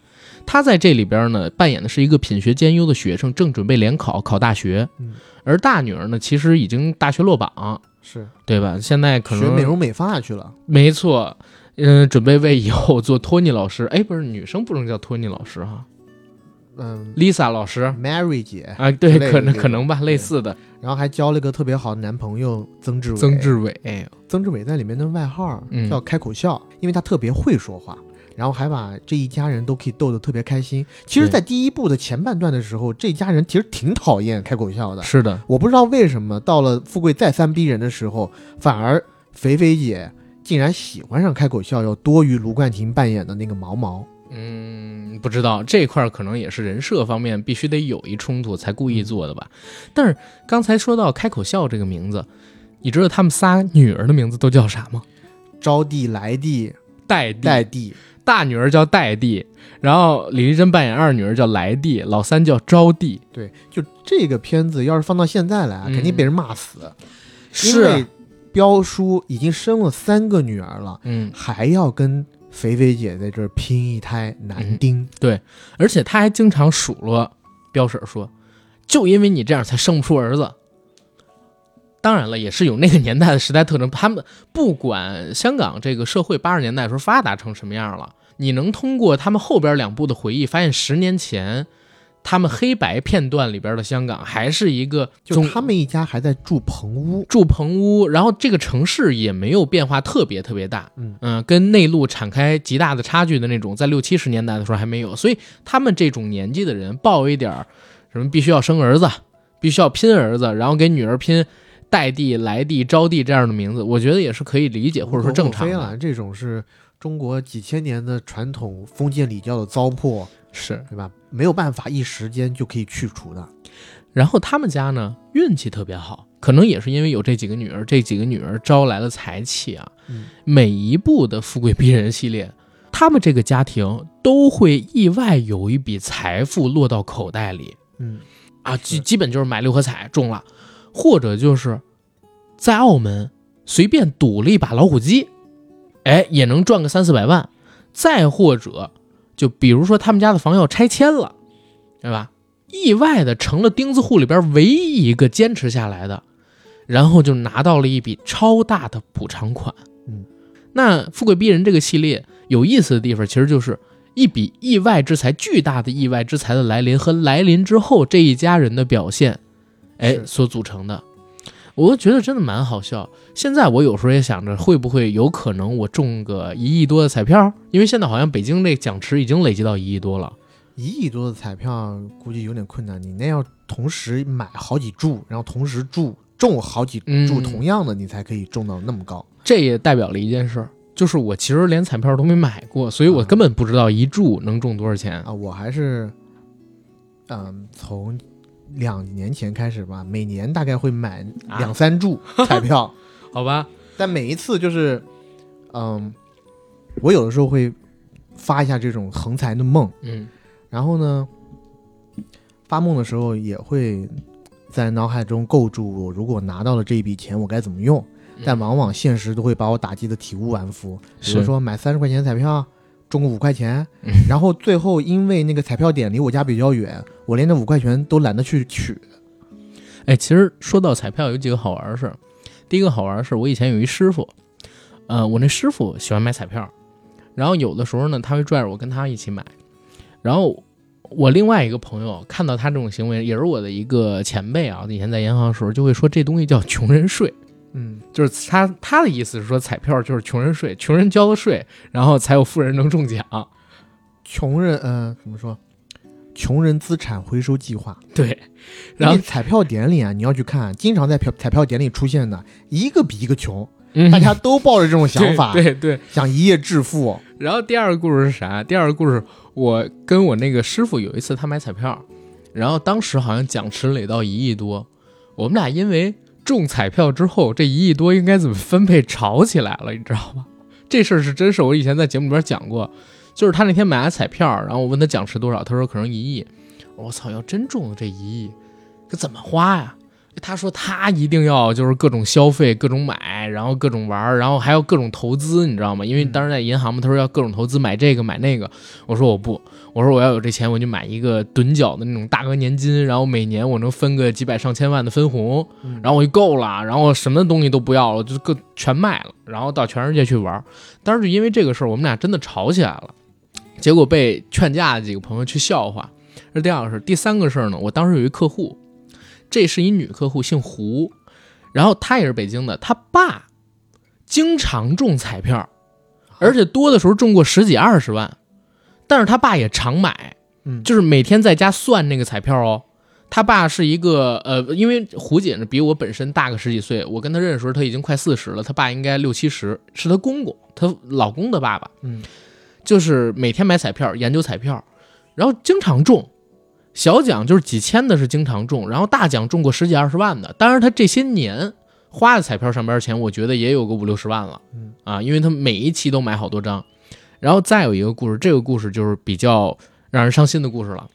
Speaker 1: 她在这里边呢，扮演的是一个品学兼优的学生，正准备联考考大学。
Speaker 4: 嗯
Speaker 1: 而大女儿呢，其实已经大学落榜，
Speaker 4: 是
Speaker 1: 对吧？现在可
Speaker 4: 学
Speaker 1: 能
Speaker 4: 美容美发去了，
Speaker 1: 没错，嗯、准备为以后做托尼老师。哎，不是，女生不能叫托尼老师哈
Speaker 4: 嗯
Speaker 1: ，Lisa 老师
Speaker 4: ，Mary 姐，
Speaker 1: 啊，
Speaker 4: 之
Speaker 1: 对，
Speaker 4: 类的
Speaker 1: 可能
Speaker 4: 这
Speaker 1: 可能吧，类似的。
Speaker 4: 然后还交了一个特别好的男朋友曾志伟。
Speaker 1: 曾志伟，
Speaker 4: 曾志伟在里面的外号
Speaker 1: 嗯
Speaker 4: 叫开口笑，因为他特别会说话。然后还把这一家人都可以逗得特别开心。其实，
Speaker 1: 对
Speaker 4: 在第一部的前半段的时候，这家人其实挺讨厌开口笑的。
Speaker 1: 是的，
Speaker 4: 我不知道为什么到了富贵再三逼人的时候，反而肥肥姐竟然喜欢上开口笑，要多于卢冠廷扮演的那个毛毛。
Speaker 1: 嗯，不知道这块儿可能也是人设方面必须得有一冲突才故意做的吧。但是刚才说到开口笑这个名字，你知道他们仨女儿的名字都叫啥吗？
Speaker 4: 招娣、来娣、
Speaker 1: 戴娣，
Speaker 4: 带娣，
Speaker 1: 大女儿叫戴娣，然后李丽珍扮演二女儿叫来娣，老三叫招娣。
Speaker 4: 对，就这个片子要是放到现在来啊，
Speaker 1: 嗯
Speaker 4: 肯定被人骂死，因为
Speaker 1: 是，
Speaker 4: 彪叔已经生了三个女儿了，
Speaker 1: 嗯，
Speaker 4: 还要跟肥肥姐在这儿拼一胎男丁。
Speaker 1: 而且他还经常数落彪婶儿说，就因为你这样才生不出儿子。当然了，也是有那个年代的时代特征。他们不管香港这个社会八十年代时候发达成什么样了，你能通过他们后边两部的回忆，发现十年前他们黑白片段里边的香港还是一个
Speaker 4: 就
Speaker 1: 总
Speaker 4: 他们一家还在住棚屋，
Speaker 1: 住棚屋，然后这个城市也没有变化特别特别大，
Speaker 4: 嗯
Speaker 1: 跟内陆产开极大的差距的那种，在六七十年代的时候还没有，所以他们这种年纪的人抱一点儿什么必须要生儿子，必须要拼儿子，然后给女儿拼代地、来地、招地这样的名字，我觉得也是可以理解或者说正常
Speaker 4: 无可厚非
Speaker 1: 的，
Speaker 4: 了。这种是呃中国几千年的传统封建礼教的糟粕，
Speaker 1: 是。
Speaker 4: 对吧？没有办法一时间就可以去除的。
Speaker 1: 然后他们家呢运气特别好，可能也是因为有这几个女儿，这几个女儿招来了财气啊。
Speaker 4: 嗯
Speaker 1: 每一部的《富贵逼人》系列，他们这个家庭都会意外有一笔财富落到口袋里
Speaker 4: 嗯，
Speaker 1: 啊，基基本就是买六合彩中了，或者就是在澳门随便赌了一把老虎机，哎，也能赚个三四百万。再或者，就比如说他们家的房要拆迁了，对吧？意外的成了钉子户里边唯一一个坚持下来的，然后就拿到了一笔超大的补偿款。
Speaker 4: 嗯，
Speaker 1: 那《富贵逼人》这个系列有意思的地方，其实就是一笔意外之财、巨大的意外之财的来临和来临之后这一家人的表现，哎，
Speaker 4: 是
Speaker 1: 所组成的。我觉得真的蛮好笑。现在我有时候也想着，会不会有可能我中个一亿多的彩票？因为现在好像北京这奖池已经累积到一亿多了。
Speaker 4: 一亿多的彩票估计有点困难，你那要同时买好几注，然后同时注中好几
Speaker 1: 嗯
Speaker 4: 注同样的，你才可以中到那么高。
Speaker 1: 这也代表了一件事儿，就是我其实连彩票都没买过，所以我根本不知道一注能中多少钱。
Speaker 4: 啊，我还是，嗯、从两年前开始吧，每年大概会买
Speaker 1: 啊
Speaker 4: 两三注彩票，
Speaker 1: 好吧，
Speaker 4: 但每一次就是，嗯，我有的时候会发一下这种横财的梦，
Speaker 1: 嗯
Speaker 4: 然后呢，发梦的时候也会在脑海中构筑我如果拿到了这一笔钱，我该怎么用。但往往现实都会把我打击的体无完肤，比
Speaker 1: 嗯是
Speaker 4: 如
Speaker 1: 嗯
Speaker 4: 说买三十块钱彩票中个五块钱，然后最后因为那个彩票点离我家比较远，我连那五块钱都懒得去取。
Speaker 1: 哎，其实说到彩票，有几个好玩儿的事儿。第一个好玩儿的是，我以前有一师傅，呃，我那师傅喜欢买彩票，然后有的时候呢，他会拽着我跟他一起买。然后我另外一个朋友看到他这种行为，也是我的一个前辈啊，以前在银行的时候就会说这东西叫穷人税。
Speaker 4: 嗯，
Speaker 1: 就是他他的意思是说，彩票就是穷人税，穷人交的税，然后才有富人能中奖。
Speaker 4: 穷人，呃，怎么说？穷人资产回收计划，
Speaker 1: 对，
Speaker 4: 因
Speaker 1: 然后
Speaker 4: 为彩票点里啊，你要去看，经常在票彩票点里出现的，一个比一个穷，
Speaker 1: 嗯
Speaker 4: 大家都抱着这种 想法，
Speaker 1: 对对对。
Speaker 4: 想一夜致富。
Speaker 1: 然后第二个故事是啥？第二个故事，我跟我那个师傅有一次他买彩票，然后当时好像奖池累到一亿多，我们俩因为中彩票之后这一亿多应该怎么分配吵起来了，你知道吗？这事儿是真是我以前在节目里边讲过，就是他那天买了彩票，然后我问他奖池多少，他说可能一亿。我操，要真中了这一亿，可怎么花呀？他说他一定要就是各种消费、各种买，然后各种玩儿，然后还要各种投资，你知道吗？因为当时在银行嘛，他说要各种投资，买这个买那个。我说我不，我说我要有这钱，我就买一个趸缴的那种大额年金，然后每年我能分个几百上千万的分红，然后我就够了，然后什么东西都不要了，就各全卖了，然后到全世界去玩儿。当时就因为这个事儿，我们俩真的吵起来了，结果被劝架的几个朋友去笑话。这是第二个事儿，第三个事儿呢，我当时有一客户，这是一女客户，姓胡，然后她也是北京的，她爸经常中彩票，
Speaker 4: 啊
Speaker 1: 而且多的时候中过十几二十万，但是她爸也常买，
Speaker 4: 嗯
Speaker 1: 就是每天在家算那个彩票哦。他爸是一个呃，因为胡姐呢比我本身大个十几岁，我跟她认识的时候她已经快四十了，她爸应该六七十，是她公公，她老公的爸爸。
Speaker 4: 嗯，
Speaker 1: 就是每天买彩票，研究彩票，然后经常中。小奖就是几千的，是经常中，然后大奖中过十几二十万的。当然，他这些年花在彩票上边的钱，我觉得也有个五六十万了，啊，因为他每一期都买好多张。然后再有一个故事，这个故事就是比较让人伤心的故事了。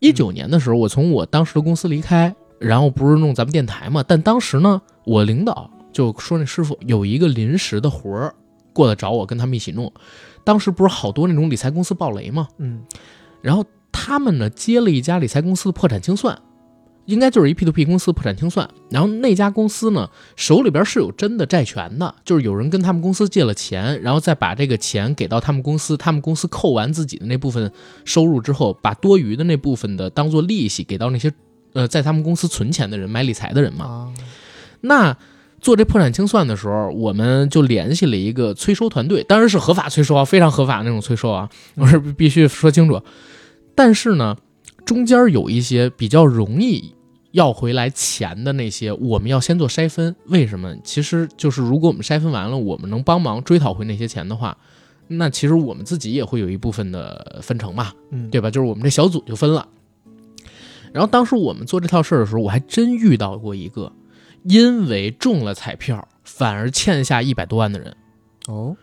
Speaker 1: 一九年的时候，我从我当时的公司离开，然后不是弄咱们电台嘛，但当时呢，我领导就说那师傅有一个临时的活儿过来找我，跟他们一起弄。当时不是好多那种理财公司暴雷嘛，
Speaker 4: 嗯
Speaker 1: 然后他们呢接了一家理财公司的破产清算，应该就是一 P to P 公司破产清算。然后那家公司呢手里边是有真的债权的，就是有人跟他们公司借了钱，然后再把这个钱给到他们公司，他们公司扣完自己的那部分收入之后，把多余的那部分的当做利息给到那些呃在他们公司存钱的人、买理财的人嘛。
Speaker 4: 啊，
Speaker 1: 那做这破产清算的时候，我们就联系了一个催收团队，当然是合法催收啊，非常合法那种催收啊，我是必须说清楚。但是呢，中间有一些比较容易要回来钱的那些，我们要先做筛分。为什么？其实就是如果我们筛分完了，我们能帮忙追讨回那些钱的话，那其实我们自己也会有一部分的分成嘛。
Speaker 4: 嗯，
Speaker 1: 对吧？就是我们这小组就分了。然后当时我们做这套事儿的时候，我还真遇到过一个，因为中了彩票反而欠下一百多万的人。
Speaker 4: 哦，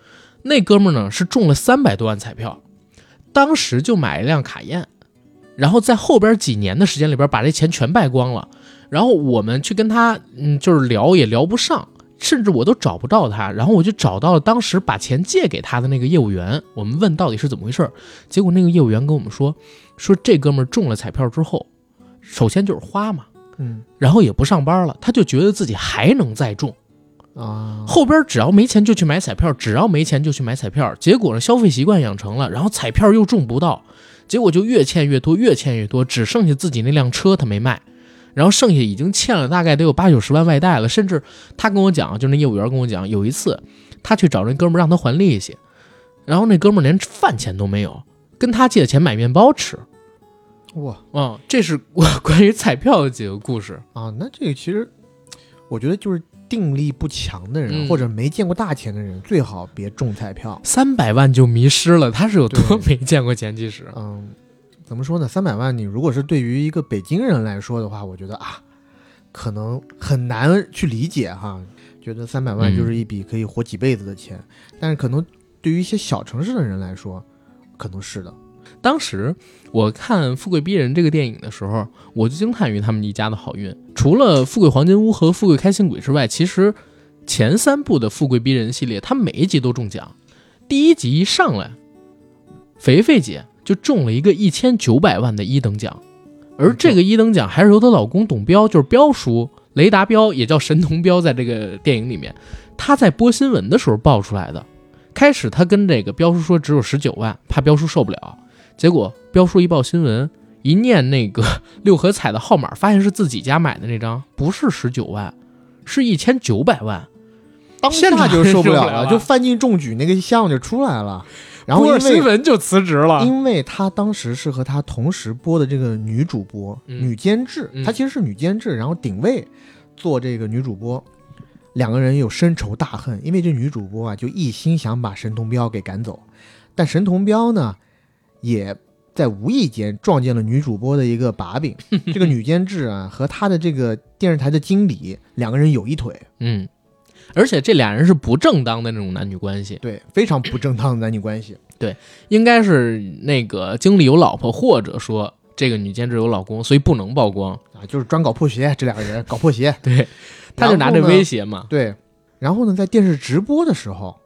Speaker 1: 那哥们儿呢是中了三百多万彩票，当时就买了一辆卡宴，然后在后边几年的时间里边把这钱全败光了。然后我们去跟他，嗯，就是聊也聊不上，甚至我都找不到他。然后我就找到了当时把钱借给他的那个业务员，我们问到底是怎么回事儿。结果那个业务员跟我们说，说这哥们儿中了彩票之后，首先就是花嘛，
Speaker 4: 嗯
Speaker 1: 然后也不上班了，他就觉得自己还能再中。
Speaker 4: 啊，
Speaker 1: 后边只要没钱就去买彩票，只要没钱就去买彩票，结果呢，消费习惯养成了，然后彩票又中不到，结果就越欠越多，越欠越多，只剩下自己那辆车他没卖，然后剩下已经欠了大概得有八九十万外贷了，甚至他跟我讲，就那业务员跟我讲，有一次他去找那哥们儿让他还利息，然后那哥们儿连饭钱都没有，跟他借钱买面包吃。
Speaker 4: 哇
Speaker 1: 嗯，这是我 关于彩票的几个故事。
Speaker 4: 啊，那这个其实我觉得就是定力不强的人、
Speaker 1: 嗯
Speaker 4: 或者没见过大钱的人，最好别中彩票。
Speaker 1: 三百万就迷失了，他是有多没
Speaker 4: 对
Speaker 1: 见过钱？其实，
Speaker 4: 嗯，怎么说呢？三百万，你如果是对于一个北京人来说的话，我觉得啊，可能很难去理解哈，觉得三百万就是一笔可以活几辈子的钱，但是可能对于一些小城市的人来说，可能是的。
Speaker 1: 当时我看《富贵逼人》这个电影的时候，我就惊叹于他们一家的好运。除了《富贵黄金屋》和《富贵开心鬼》之外，其实前三部的《富贵逼人》系列，它每一集都中奖。第一集一上来，肥肥姐就中了一个一千九百万的一等奖，而这个一等奖还是由她老公董彪，就是彪叔雷达彪，也叫神童彪，在这个电影里面，他在播新闻的时候爆出来的。开始他跟这个彪叔说只有十九万，怕彪叔受不了，结果彪叔一报新闻，一念那个 六合彩的号码，发现是自己家买的那张，不是十九万，是一千九百万。
Speaker 4: 当
Speaker 1: 现
Speaker 4: 下
Speaker 1: 场
Speaker 4: 就
Speaker 1: 就
Speaker 4: 受不
Speaker 1: 受
Speaker 4: 了
Speaker 1: 不了了
Speaker 4: 就范进中举那个项就出来了。然后
Speaker 1: 不
Speaker 4: 因
Speaker 1: 是新
Speaker 4: 为
Speaker 1: 闻就辞职了。
Speaker 4: 因为他当时是和他同时播的这个女主播、
Speaker 1: 嗯
Speaker 4: 女监制，
Speaker 1: 嗯
Speaker 4: 她其实是女监制，然后顶位做这个女主播，两个人有深仇大恨，因为这女主播啊就一心想把神童彪给赶走，但神童彪呢也在无意间撞见了女主播的一个 把柄，这个女监制啊和她的这个电视台的经理两个人有一腿，
Speaker 1: 嗯，而且这俩人是不正当的那种男女关系，
Speaker 4: 对，非常不正当的男女关系。
Speaker 1: 应该是那个经理有老婆，或者说这个女监制有老公，所以不能曝光。
Speaker 4: 啊，就是专搞破鞋，这两个人搞破 鞋，
Speaker 1: 对，他就拿这
Speaker 4: 然后呢
Speaker 1: 威胁嘛。
Speaker 4: 对，然后呢，在电视直播的时候，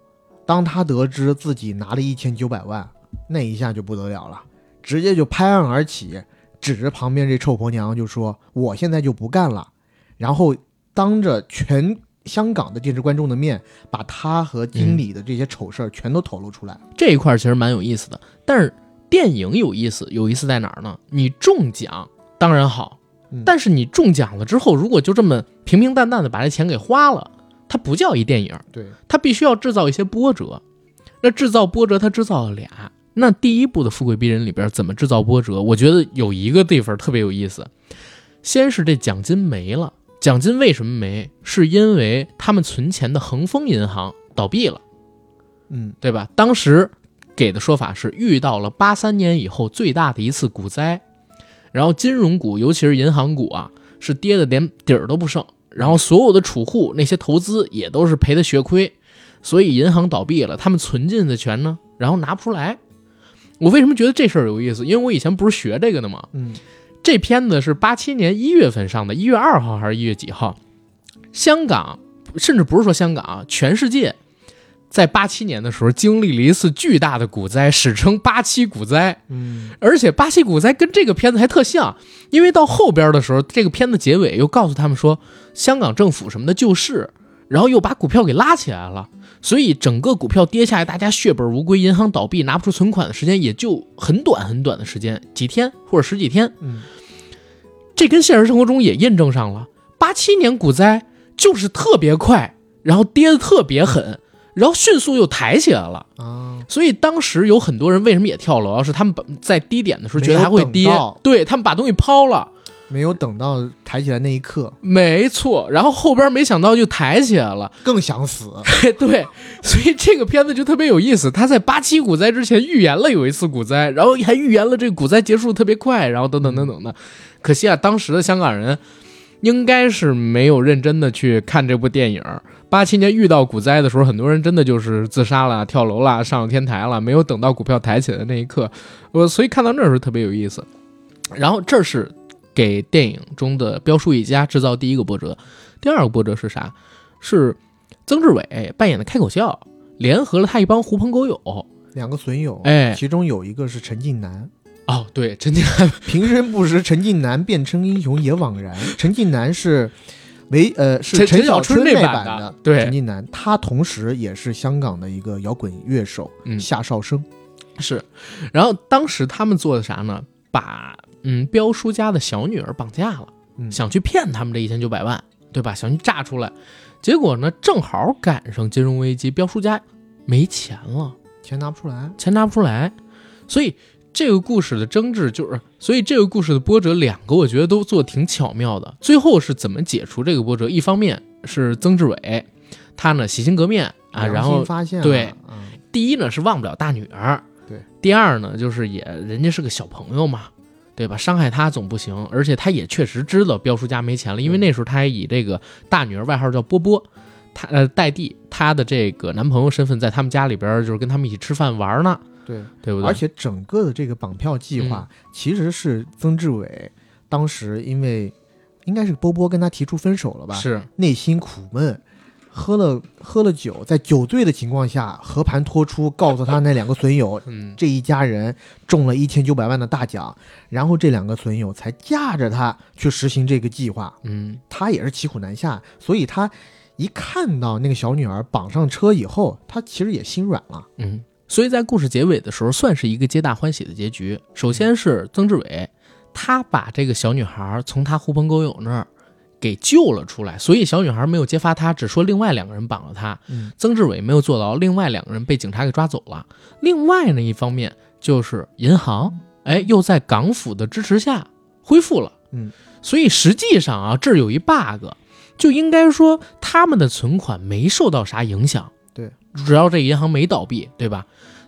Speaker 4: 当他得知自己拿了一千九百万，那一下就不得了了，直接就拍案而起，指着旁边这臭婆娘就说：“我现在就不干了。”然后当着全香港的电视观众的面，把他和经理的这些丑事儿全都透露出来。
Speaker 1: 这一块儿其实蛮有意思的。但是电影有意思，有意思在哪儿呢？你中奖当然好
Speaker 4: 嗯，
Speaker 1: 但是你中奖了之后，如果就这么平平淡淡的把这钱给花了，它不叫一电影，
Speaker 4: 对，
Speaker 1: 它必须要制造一些波折。那制造波折，它制造了俩。那第一部的《富贵逼人》里边怎么制造波折？我觉得有一个地方特别有意思，先是这奖金没了。奖金为什么没？是因为他们存钱的恒丰银行倒闭了。
Speaker 4: 嗯
Speaker 1: 对吧？当时给的说法是遇到了八三年以后最大的一次股灾，然后金融股，尤其是银行股啊，是跌的连底儿都不剩，然后所有的储户那些投资也都是赔的血亏，所以银行倒闭了，他们存进的钱呢，然后拿不出来。我为什么觉得这事儿有意思？因为我以前不是学这个的嘛，
Speaker 4: 嗯，
Speaker 1: 这片子是八七年一月份上的，一月二号还是一月几号？香港，甚至不是说香港啊，全世界在八七年的时候经历了一次巨大的股灾，史称八七股灾。
Speaker 4: 嗯，
Speaker 1: 而且巴西股灾跟这个片子还特像，因为到后边的时候，这个片子结尾又告诉他们说，香港政府什么的救市，然后又把股票给拉起来了，所以整个股票跌下来，大家血本无归，银行倒闭，拿不出存款的时间也就很短很短的时间，几天或者十几天。
Speaker 4: 嗯，
Speaker 1: 这跟现实生活中也印证上了，八七年股灾就是特别快，然后跌得特别狠，然后迅速又抬起来了。
Speaker 4: 啊，
Speaker 1: 所以当时有很多人为什么也跳楼啊？是他们把在低点的时候觉得
Speaker 4: 没有
Speaker 1: 还会
Speaker 4: 等
Speaker 1: 跌
Speaker 4: 到，
Speaker 1: 对他们把东西抛了，
Speaker 4: 没有等到抬起来那一刻，
Speaker 1: 没错。然后后边没想到就抬起来了，
Speaker 4: 更想死。
Speaker 1: 对。所以这个片子就特别有意思，他在八七股灾之前预言了有一次股灾，然后还预言了这个股灾结束特别快，然后等等等等的。可惜啊，当时的香港人应该是没有认真的去看这部电影。八七年遇到股灾的时候，很多人真的就是自杀了、跳楼了、上了天台了，没有等到股票抬起来的那一刻。我所以看到那儿的时候特别有意思。然后这是给电影中的《标叔一家》制造第一个波折，第二个波折是啥？是曾志伟扮演的开口笑联合了他一帮狐朋狗友。
Speaker 4: 两个损友，
Speaker 1: 哎
Speaker 4: 其中有一个是陈近南，
Speaker 1: 哦，对，陈建
Speaker 4: 平生不识陈近南，便称英雄也枉 然。陈近南是为呃是
Speaker 1: 陈
Speaker 4: 陈
Speaker 1: 陈小春
Speaker 4: 春
Speaker 1: 那版
Speaker 4: 版
Speaker 1: 的对
Speaker 4: 陈近南，他同时也是香港的一个摇滚乐手、
Speaker 1: 嗯
Speaker 4: 夏绍生。
Speaker 1: 是，然后当时他们做的啥呢？把嗯彪叔家的小女儿绑架了，
Speaker 4: 嗯
Speaker 1: 想去骗他们这一千九百万，对吧？想去炸出来，结果呢，正好赶上金融危机，彪叔家没钱了，
Speaker 4: 钱拿不出来，
Speaker 1: 钱拿不出来，所以这个故事的争执就是，所以这个故事的波折两个，我觉得都做得挺巧妙的。最后是怎么解除这个波折？一方面是曾志伟，他呢洗心革面啊，
Speaker 4: 良
Speaker 1: 然
Speaker 4: 哎心
Speaker 1: 后
Speaker 4: 发现了
Speaker 1: 对
Speaker 4: 啊
Speaker 1: 第一呢是忘不了大女儿，
Speaker 4: 对；
Speaker 1: 第二呢就是也人家是个小朋友嘛，对吧？伤害她总不行，而且她也确实知道彪叔家没钱了，因为
Speaker 4: 嗯
Speaker 1: 那时候她还以这个大女儿外号叫波波，她呃代替她的这个男朋友身份在他们家里边儿就是跟他们一起吃饭玩呢，
Speaker 4: 对，
Speaker 1: 对不对？
Speaker 4: 而且整个的这个绑票计划
Speaker 1: 嗯
Speaker 4: 其实是曾志伟当时因为应该是波波跟他提出分手了吧，
Speaker 1: 是
Speaker 4: 内心苦闷，喝了喝了酒，在酒醉的情况下和盘托出，告诉他那两个损友，
Speaker 1: 嗯
Speaker 4: 这一家人中了一千九百万的大奖，然后这两个损友才架着他去实行这个计划。
Speaker 1: 嗯
Speaker 4: 他也是骑虎难下，所以他一看到那个小女儿绑上车以后，他其实也心软了。
Speaker 1: 嗯，所以在故事结尾的时候，算是一个皆大欢喜的结局。首先是曾志伟，他把这个小女孩从他狐朋狗友那儿给救了出来，所以小女孩没有揭发他，只说另外两个人绑了他。
Speaker 4: 嗯，
Speaker 1: 曾志伟没有坐牢，另外两个人被警察给抓走了。另外呢，一方面就是银行，哎，又在港府的支持下恢复了。
Speaker 4: 嗯，
Speaker 1: 所以实际上啊，这儿有一 bug，就应该说他们的存款没受到啥影响。
Speaker 4: 对，
Speaker 1: 只要这银行没倒闭，对吧？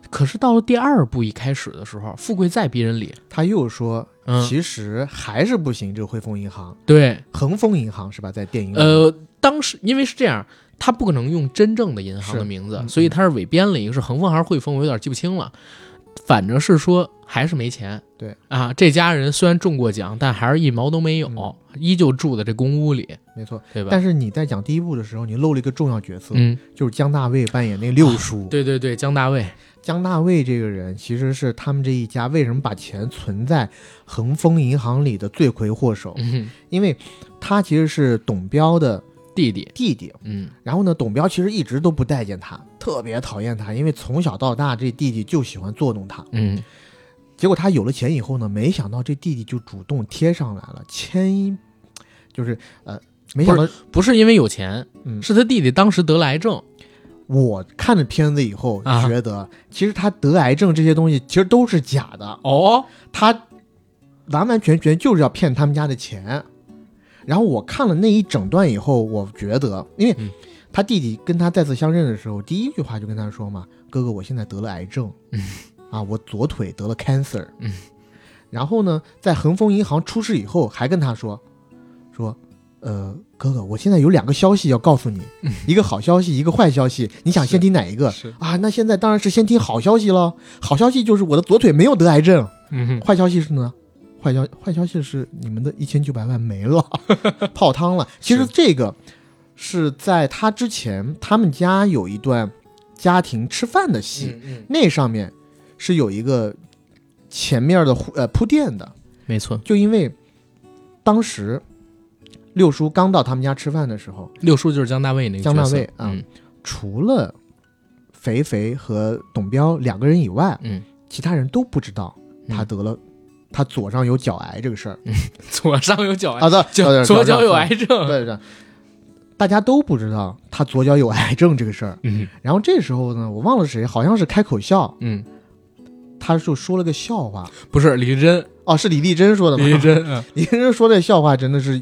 Speaker 1: 可是到了第二部一开始的时候，富贵再逼人里，
Speaker 4: 他又说，
Speaker 1: 嗯，
Speaker 4: 其实还是不行，这个汇丰银行、
Speaker 1: 对，
Speaker 4: 恒丰银行是吧？在电影里，
Speaker 1: 呃，当时因为是这样，他不可能用真正的银行的
Speaker 4: 是
Speaker 1: 名字，
Speaker 4: 嗯
Speaker 1: 所以他是伪编了一个是恒丰还是汇丰，我有点记不清了。反正是说还是没钱。
Speaker 4: 对
Speaker 1: 啊，这家人虽然中过奖，但还是一毛都没有，
Speaker 4: 嗯
Speaker 1: 依旧住在这公屋里，
Speaker 4: 没错。
Speaker 1: 对吧？
Speaker 4: 但是你在讲第一部的时候，你漏了一个重要角色，
Speaker 1: 嗯，
Speaker 4: 就是江大卫扮演那六叔。
Speaker 1: 啊对对对，江大卫，
Speaker 4: 江大卫这个人其实是他们这一家为什么把钱存在恒丰银行里的罪魁祸首，
Speaker 1: 嗯，
Speaker 4: 因为他其实是董彪的
Speaker 1: 弟弟，
Speaker 4: 弟弟。
Speaker 1: 嗯，
Speaker 4: 然后呢，董彪其实一直都不待见他，特别讨厌他，因为从小到大这弟弟就喜欢作弄他。
Speaker 1: 嗯，
Speaker 4: 结果他有了钱以后呢，没想到这弟弟就主动贴上来了，牵一就是呃，没想到
Speaker 1: 不是因为有钱，
Speaker 4: 嗯
Speaker 1: 是他弟弟当时得了癌症，
Speaker 4: 我看了片子以后
Speaker 1: 啊
Speaker 4: 觉得，其实他得癌症这些东西其实都是假的。
Speaker 1: 哦，
Speaker 4: 他完完全全就是要骗他们家的钱。然后我看了那一整段以后，我觉得，因为
Speaker 1: 嗯
Speaker 4: 他弟弟跟他再次相认的时候，第一句话就跟他说嘛：“哥哥，我现在得了癌症，啊，我左腿得了 cancer。”
Speaker 1: 嗯，
Speaker 4: 然后呢，在恒丰银行出事以后，还跟他说：“说，呃，哥哥，我现在有两个消息要告诉你，一个好消息，一个坏消息，你想
Speaker 1: 嗯是
Speaker 4: 先听哪一个
Speaker 1: 是，
Speaker 4: 啊？那现在当然是先听好消息喽。好消息就是我的左腿没有得癌症，
Speaker 1: 嗯哼，
Speaker 4: 坏消息是呢，坏消坏消息是你们的一千九百万没 了，泡汤了。其实
Speaker 1: 是
Speaker 4: 这个是在他之前，他们家有一段家庭吃饭的戏，
Speaker 1: 嗯，
Speaker 4: 那上面是有一个前面的呃铺垫的，
Speaker 1: 没错，
Speaker 4: 就因为当时六叔刚到他们家吃饭的时候，
Speaker 1: 六叔就是江大卫那个
Speaker 4: 江大
Speaker 1: 角色
Speaker 4: 卫啊
Speaker 1: 嗯
Speaker 4: 除了肥肥和董彪两个人以外，
Speaker 1: 嗯，
Speaker 4: 其他人都不知道他得了。他左上有脚癌这个事儿，
Speaker 1: 左上有脚癌，
Speaker 4: 啊，对，
Speaker 1: 就
Speaker 4: 对
Speaker 1: 左脚有癌，
Speaker 4: 对
Speaker 1: 症，
Speaker 4: 对对，大家都不知道他左脚有癌症这个事儿。
Speaker 1: 嗯
Speaker 4: 然后这时候呢，我忘了谁，好像是开口笑，
Speaker 1: 嗯，
Speaker 4: 他就说了个笑话，
Speaker 1: 不是李丽珍，
Speaker 4: 哦，是李丽珍说的吗？
Speaker 1: 李丽珍，嗯
Speaker 4: 李丽珍说的笑话真的是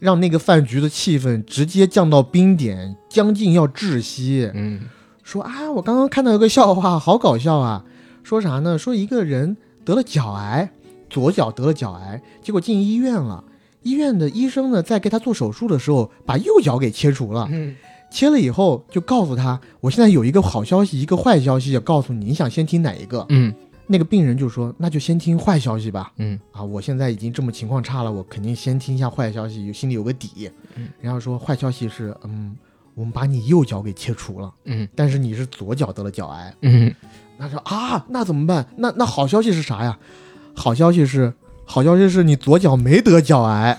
Speaker 4: 让那个饭局的气氛直接降到冰点，将近要窒息。
Speaker 1: 嗯
Speaker 4: 说啊，我刚刚看到有个笑话，好搞笑啊！说啥呢？说一个人得了脚癌，左脚得了脚癌，结果进医院了。医院的医生呢，在给他做手术的时候，把右脚给切除了。
Speaker 1: 嗯
Speaker 4: 切了以后，就告诉他，我现在有一个好消息，一个坏消息，要告诉你，你想先听哪一个？
Speaker 1: 嗯
Speaker 4: 那个病人就说，那就先听坏消息吧。
Speaker 1: 嗯
Speaker 4: 啊，我现在已经这么情况差了，我肯定先听一下坏消息，有心里有个底
Speaker 1: 嗯。
Speaker 4: 然后说坏消息是，嗯，我们把你右脚给切除了，
Speaker 1: 嗯
Speaker 4: 但是你是左脚得了脚癌。
Speaker 1: 嗯，
Speaker 4: 他说啊，那怎么办？那那好消息是啥呀？好消息是，好消息是你左脚没得脚癌。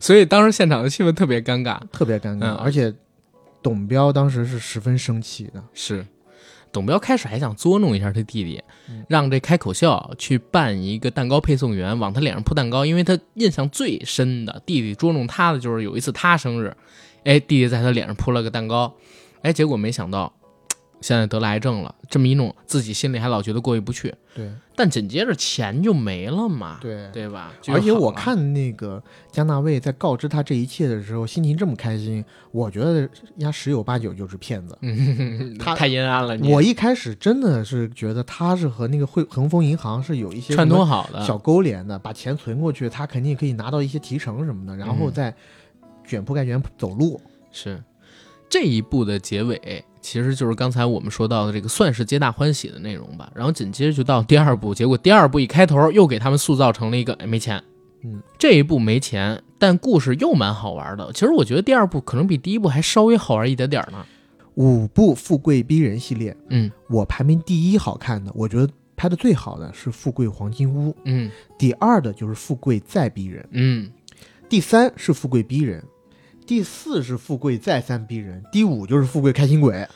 Speaker 1: 所以当时现场的气氛特别尴尬，
Speaker 4: 特别尴尬，
Speaker 1: 嗯
Speaker 4: 而且董彪当时是十分生气的。
Speaker 1: 是。董彪开始还想捉弄一下他弟弟
Speaker 4: 嗯，
Speaker 1: 让这开口笑去扮一个蛋糕配送员，往他脸上铺蛋糕，因为他印象最深的弟弟捉弄他的就是有一次他生日，哎，弟弟在他脸上铺了个蛋糕，哎，结果没想到现在得了癌症了，这么一弄，自己心里还老觉得过意不去，
Speaker 4: 对
Speaker 1: 但紧接着钱就没了嘛，
Speaker 4: 对
Speaker 1: 对吧？
Speaker 4: 而且
Speaker 1: 就好啊
Speaker 4: 我
Speaker 1: 了
Speaker 4: 看那个加纳卫在告知他这一切的时候，心情这么开心，我觉得丫十有八九就是骗子。
Speaker 1: 嗯
Speaker 4: 他
Speaker 1: 太阴暗了，你
Speaker 4: 我一开始真的是觉得他是和那个汇恒丰银行是有一些
Speaker 1: 串
Speaker 4: 什么
Speaker 1: 通好的，
Speaker 4: 小勾连的，把钱存过去，他肯定可以拿到一些提成什么的，然后
Speaker 1: 嗯
Speaker 4: 再卷铺盖卷走路。
Speaker 1: 是这一部的结尾，其实就是刚才我们说到的这个算是皆大欢喜的内容吧。然后紧接着就到第二部，结果第二部一开头又给他们塑造成了一个哎没钱，
Speaker 4: 嗯，
Speaker 1: 这一部没钱，但故事又蛮好玩的。其实我觉得第二部可能比第一部还稍微好玩一点点呢。
Speaker 4: 五部《富贵逼人》系列，
Speaker 1: 嗯
Speaker 4: 我排名第一好看的，我觉得拍的最好的是《富贵黄金屋》。
Speaker 1: 嗯
Speaker 4: 第二的就是富贵再逼人，
Speaker 1: 嗯，
Speaker 4: 第三是富贵逼人，第四是富贵再三逼人，第五就是富贵开心鬼。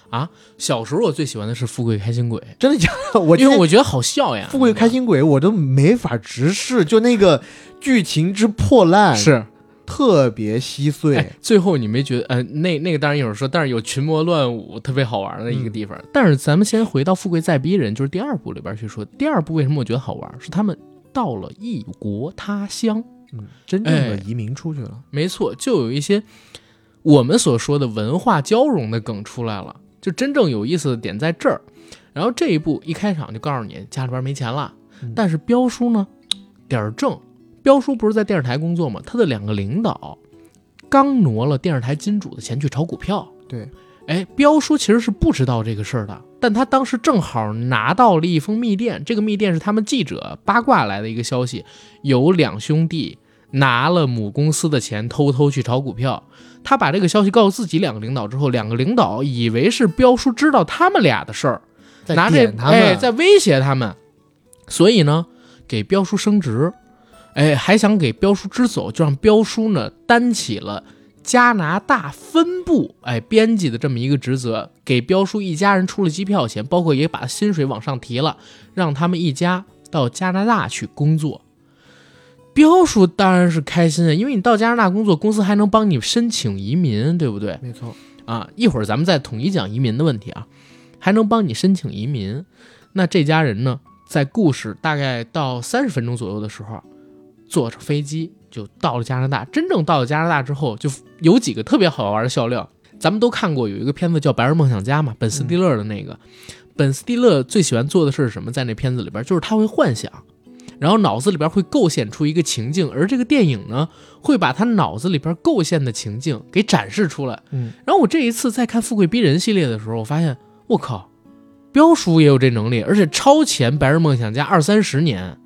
Speaker 1: 小时候我最喜欢的是《富贵开心鬼
Speaker 4: 真的假的？我》，
Speaker 1: 因为
Speaker 4: 今
Speaker 1: 我觉得好笑呀，
Speaker 4: 富贵开
Speaker 1: 心
Speaker 4: 心鬼我都没法直视，就那个剧情之破烂
Speaker 1: 是。
Speaker 4: 特别稀碎。
Speaker 1: 哎，最后你没觉得？呃，那那个当然一会儿说，但是有群魔乱舞特别好玩的一个地方。但是咱们先回到《富贵再逼人》，就是第二部里边去说。第二部为什么我觉得好玩？是他们到了异国他乡，
Speaker 4: 嗯，真正的
Speaker 1: 哎
Speaker 4: 移民出去了。
Speaker 1: 没错，就有一些我们所说的文化交融的梗出来了。就真正有意思的点在这儿。然后这一部一开场就告诉你家里边没钱了，
Speaker 4: 嗯
Speaker 1: 但是彪叔呢点儿正，彪叔不是在电视台工作吗？他的两个领导刚挪了电视台金主的钱去炒股票。
Speaker 4: 对，
Speaker 1: 哎，彪叔其实是不知道这个事儿的，但他当时正好拿到了一封密电，这个密电是他们记者八卦来的一个消息，有两兄弟拿了母公司的钱偷偷去炒股票。他把这个消息告诉自己两个领导之后，两个领导以为是彪叔知道他们俩的事儿，
Speaker 4: 在
Speaker 1: 拿这
Speaker 4: 点他们，啊
Speaker 1: 哎在威胁他们，所以呢，给彪叔升职，哎，还想给彪叔支走，就让彪叔呢担起了加拿大分部哎编辑的这么一个职责，给彪叔一家人出了机票钱，包括也把薪水往上提了，让他们一家到加拿大去工作。彪叔当然是开心啊的，因为你到加拿大工作，公司还能帮你申请移民，对不对？
Speaker 4: 没错，
Speaker 1: 啊，一会儿咱们再统一讲移民的问题啊，还能帮你申请移民。那这家人呢，在故事大概到三十分钟左右的时候，坐着飞机就到了加拿大。真正到了加拿大之后，就有几个特别好玩的笑料。咱们都看过有一个片子叫《白日梦想家》嘛，本·斯蒂勒的那个。本·斯蒂勒最喜欢做的事是什么？在那片子里边，就是他会幻想，然后脑子里边会构陷出一个情境，而这个电影呢，会把他脑子里边构陷的情境给展示出来。
Speaker 4: 嗯，
Speaker 1: 然后我这一次在看《富贵逼人》系列的时候，我发现，我靠，彪叔也有这能力，而且超前《白日梦想家》二三十年。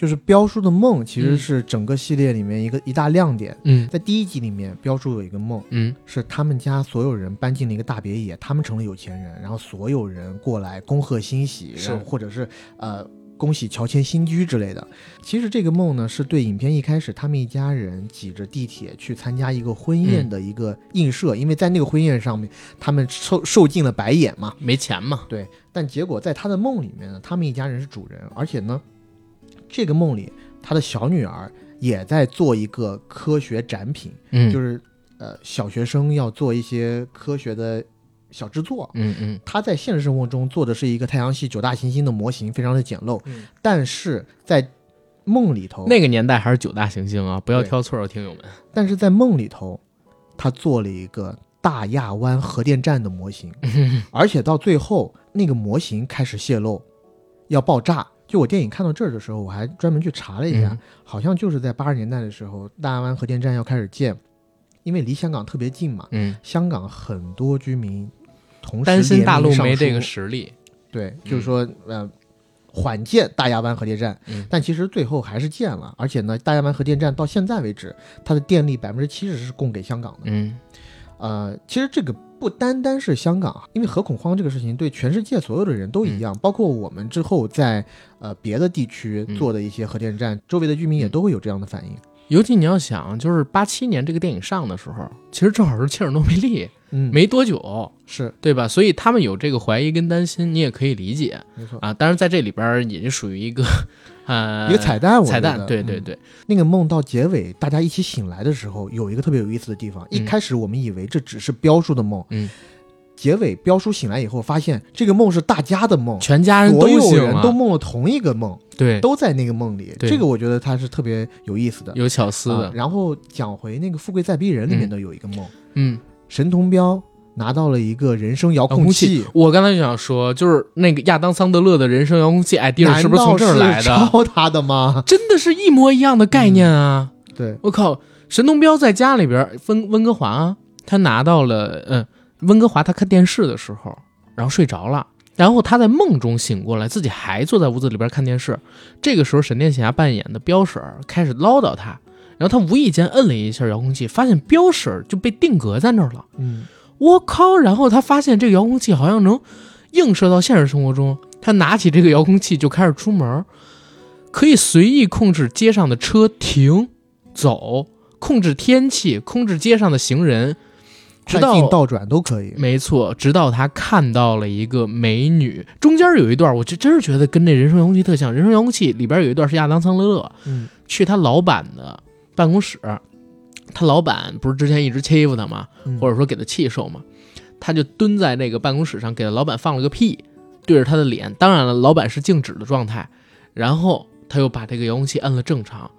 Speaker 4: 就是彪叔的梦其实
Speaker 1: 嗯
Speaker 4: 是整个系列里面一个一大亮点。
Speaker 1: 嗯
Speaker 4: 在第一集里面，彪叔有一个梦，
Speaker 1: 嗯
Speaker 4: 是他们家所有人搬进了一个大别野，他们成了有钱人，然后所有人过来恭贺新喜，
Speaker 1: 是
Speaker 4: 然后或者是呃恭喜乔迁新居之类的。其实这个梦呢，是对影片一开始他们一家人挤着地铁去参加一个婚
Speaker 1: 嗯
Speaker 4: 宴的一个映射，因为在那个婚宴上面，他们受受尽了白眼嘛。
Speaker 1: 没钱嘛，
Speaker 4: 对，但结果在他的梦里面呢，他们一家人是主人，而且呢，这个梦里他的小女儿也在做一个科学展品。
Speaker 1: 嗯
Speaker 4: 就是是呃小学生要做一些科学的小制作。
Speaker 1: 嗯嗯
Speaker 4: 他在现实生活中做的是一个太阳系九大行星的模型，非常的简陋，
Speaker 1: 嗯
Speaker 4: 但是在梦里头，
Speaker 1: 那个年代还是九大行星啊，不要
Speaker 4: 对
Speaker 1: 挑错了，听友 们。
Speaker 4: 但是在梦里头，他做了一个大亚湾核电站的模型，而且到最后那个模型开始泄露，要爆炸。就我电影看到这儿的时候，我还专门去查了一下，
Speaker 1: 嗯
Speaker 4: 好像就是在八十年代的时候，大亚湾核电站要开始建，因为离香港特别近嘛，
Speaker 1: 嗯，
Speaker 4: 香港很多居民同 时
Speaker 1: 担心大陆
Speaker 4: 联名上
Speaker 1: 没这
Speaker 4: 书
Speaker 1: 个嗯实力。
Speaker 4: 对，就是说呃缓建大亚湾核电站，
Speaker 1: 嗯
Speaker 4: 但其实最后还是建了，而且呢，大亚湾核电站到现在为止，它的电力百分之七十是供给香港的。
Speaker 1: 嗯
Speaker 4: 呃，其实这个不单单是香港，啊因为核恐慌这个事情对全世界所有的人都
Speaker 1: 嗯
Speaker 4: 一样，包括我们之后在呃别的地区
Speaker 1: 嗯
Speaker 4: 做的一些核电站，周围的居民也都会有这样的反应。
Speaker 1: 尤其你要想，就是八七年这个电影上的时候，其实正好是切尔诺贝利
Speaker 4: 嗯，
Speaker 1: 没多久，
Speaker 4: 是
Speaker 1: 对吧？所以他们有这个怀疑跟担心，你也可以理解
Speaker 4: 没错，
Speaker 1: 啊。当然，在这里边儿也就属于一个，呃，
Speaker 4: 一个彩蛋我觉
Speaker 1: 彩
Speaker 4: 得，
Speaker 1: 蛋，对对
Speaker 4: 嗯
Speaker 1: 对，
Speaker 4: 那个梦到结尾，大家一起醒来的时候，有一个特别有意思的地方。一
Speaker 1: 嗯
Speaker 4: 开始我们以为这只是彪叔的梦，
Speaker 1: 嗯，
Speaker 4: 结尾彪叔醒来以后，发现这个梦是大家的梦，
Speaker 1: 全家人都
Speaker 4: 所有
Speaker 1: 醒
Speaker 4: 人
Speaker 1: 了，
Speaker 4: 都梦了同一个梦，
Speaker 1: 对，
Speaker 4: 都在那个梦里。
Speaker 1: 对
Speaker 4: 这个我觉得它是特别有意思的。
Speaker 1: 有巧思
Speaker 4: 啊
Speaker 1: 的，
Speaker 4: 然后讲回那个《富贵在逼人》里面的有一个梦，
Speaker 1: 嗯。
Speaker 4: 神童彪拿到了一个人生遥
Speaker 1: 遥控
Speaker 4: 控
Speaker 1: 器，我刚才就想说，就是那个亚当·桑德勒的人生遥控器 idea
Speaker 4: 难
Speaker 1: 是不是从
Speaker 4: 道
Speaker 1: 这儿来的？
Speaker 4: 抄他的吗？
Speaker 1: 真的是一模一样的概念啊！
Speaker 4: 对，
Speaker 1: 我靠，神童彪在家里边，温温哥华啊，他拿到了，嗯，温哥华他看电视的时候，然后睡着了，然后他在梦中醒过来，自己还坐在屋子里边看电视。这个时候，沈殿霞扮演的彪婶儿开始唠叨他，然后他无意间摁了一下遥控器，发现彪婶儿就被定格在那儿了。
Speaker 4: 嗯，
Speaker 1: 我靠！然后他发现这个遥控器好像能映射到现实生活中，他拿起这个遥控器就开始出门，可以随意控制街上的车停、走，控制天气，控制街上的行人，直
Speaker 4: 快进
Speaker 1: 到。
Speaker 4: 倒转都可以。
Speaker 1: 没错，直到他看到了一个美女，中间有一段，我这真是觉得跟那人生遥控器特像。人生遥控器里边有一段是亚当·桑德勒，
Speaker 4: 嗯
Speaker 1: 去他老板的办公室，他老板不是之前一直欺负他吗？
Speaker 4: 嗯，
Speaker 1: 或者说给他气受嘛，他就蹲在那个办公室上，给老板放了个屁，对着他的脸。当然了，老板是静止的状态，然后他又把这个遥控器摁了正常。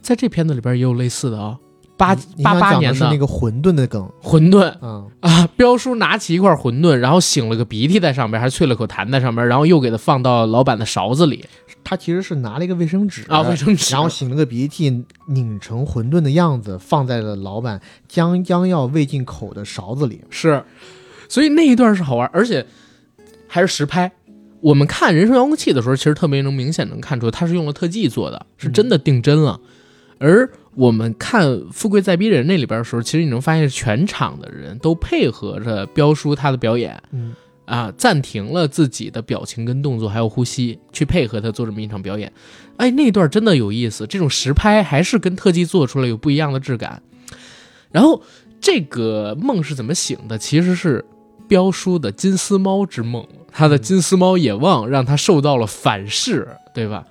Speaker 1: 在这片子里边也有类似的啊、八
Speaker 4: 你
Speaker 1: 八
Speaker 4: 刚
Speaker 1: 八
Speaker 4: 讲
Speaker 1: 年
Speaker 4: 的是那
Speaker 1: 的
Speaker 4: 个馄饨的梗
Speaker 1: 馄饨
Speaker 4: 啊。
Speaker 1: 啊，彪叔拿起一块馄饨，然后擤了个鼻涕在上边，还啐了口痰在上边，然后又给他放到老板的勺子里
Speaker 4: 他其实是拿了一个卫生纸
Speaker 1: 啊，卫生纸，
Speaker 4: 然后擤了个鼻涕，拧成馄饨的样子，放在了老板将将要喂进口的勺子里。
Speaker 1: 是，所以那一段是好玩，而且还是实拍。我们看《人生遥控器》的时候，其实特别能明显能看出，它是用了特技做的，是真的定真了。而我们看《富贵再逼人》那里边的时候，其实你能发现，全场的人都配合着彪叔他的表演
Speaker 4: 嗯，
Speaker 1: 啊，暂停了自己的表情跟动作，还有呼吸，去配合他做这么一场表演。哎，那段真的有意思，这种实拍还是跟特技做出来有不一样的质感。然后这个梦是怎么醒的？其实是彪叔的金丝猫之梦，他的金丝猫野望让他受到了反噬，对吧？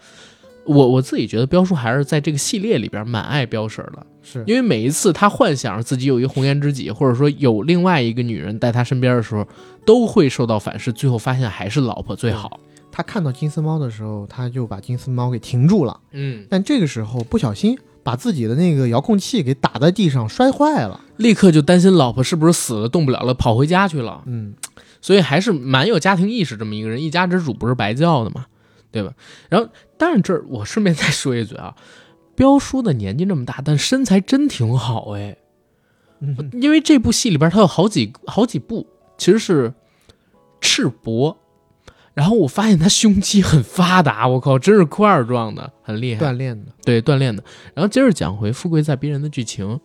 Speaker 1: 我我自己觉得彪叔还是在这个系列里边蛮爱彪婶儿的，
Speaker 4: 是
Speaker 1: 因为每一次他幻想自己有一个红颜知己，或者说有另外一个女人在他身边的时候，都会受到反噬，最后发现还是老婆最好。
Speaker 4: 他看到金丝猫的时候，他就把金丝猫给停住了。
Speaker 1: 嗯
Speaker 4: 但这个时候不小心把自己的那个遥控器给打在地上摔坏了。
Speaker 1: 立刻就担心老婆是不是死了动不了了，跑回家去了。
Speaker 4: 嗯，
Speaker 1: 所以还是蛮有家庭意识这么一个人，一家之主不是白叫的嘛，对吧？然后，但是这儿我顺便再说一嘴啊，彪叔的年纪这么大，但身材真挺好哎。
Speaker 4: 嗯
Speaker 1: 因为这部戏里边它有好几好几部其实是赤膊，然后我发现他胸肌很发达，我靠，真是块状的，很厉害。
Speaker 4: 锻炼的，
Speaker 1: 对，锻炼的。然后接着讲回《富贵在逼人》的剧情，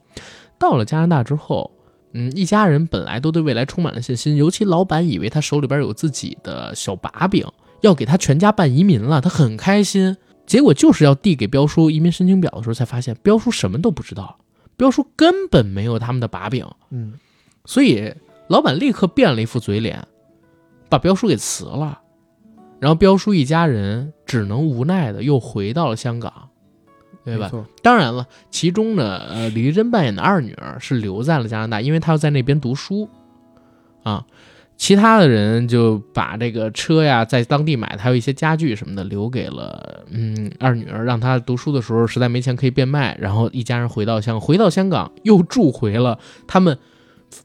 Speaker 1: 到了加拿大之后，嗯，一家人本来都对未来充满了信心，尤其老板以为他手里边有自己的小把柄，要给他全家办移民了，他很开心。结果就是要递给彪叔移民申请表的时候，才发现彪叔什么都不知道，彪叔根本没有他们的把柄，
Speaker 4: 嗯，
Speaker 1: 所以老板立刻变了一副嘴脸，把彪叔给辞了。然后彪叔一家人只能无奈的又回到了香港，对吧
Speaker 4: 没？错？
Speaker 1: 当然了，其中呢，呃，李丽珍扮演的二女儿是留在了加拿大，因为她要在那边读书，啊，其他的人就把这个车呀，在当地买的，还有一些家具什么的，留给了嗯二女儿，让她读书的时候实在没钱可以变卖，然后一家人回到香，回到香港又住回了他们。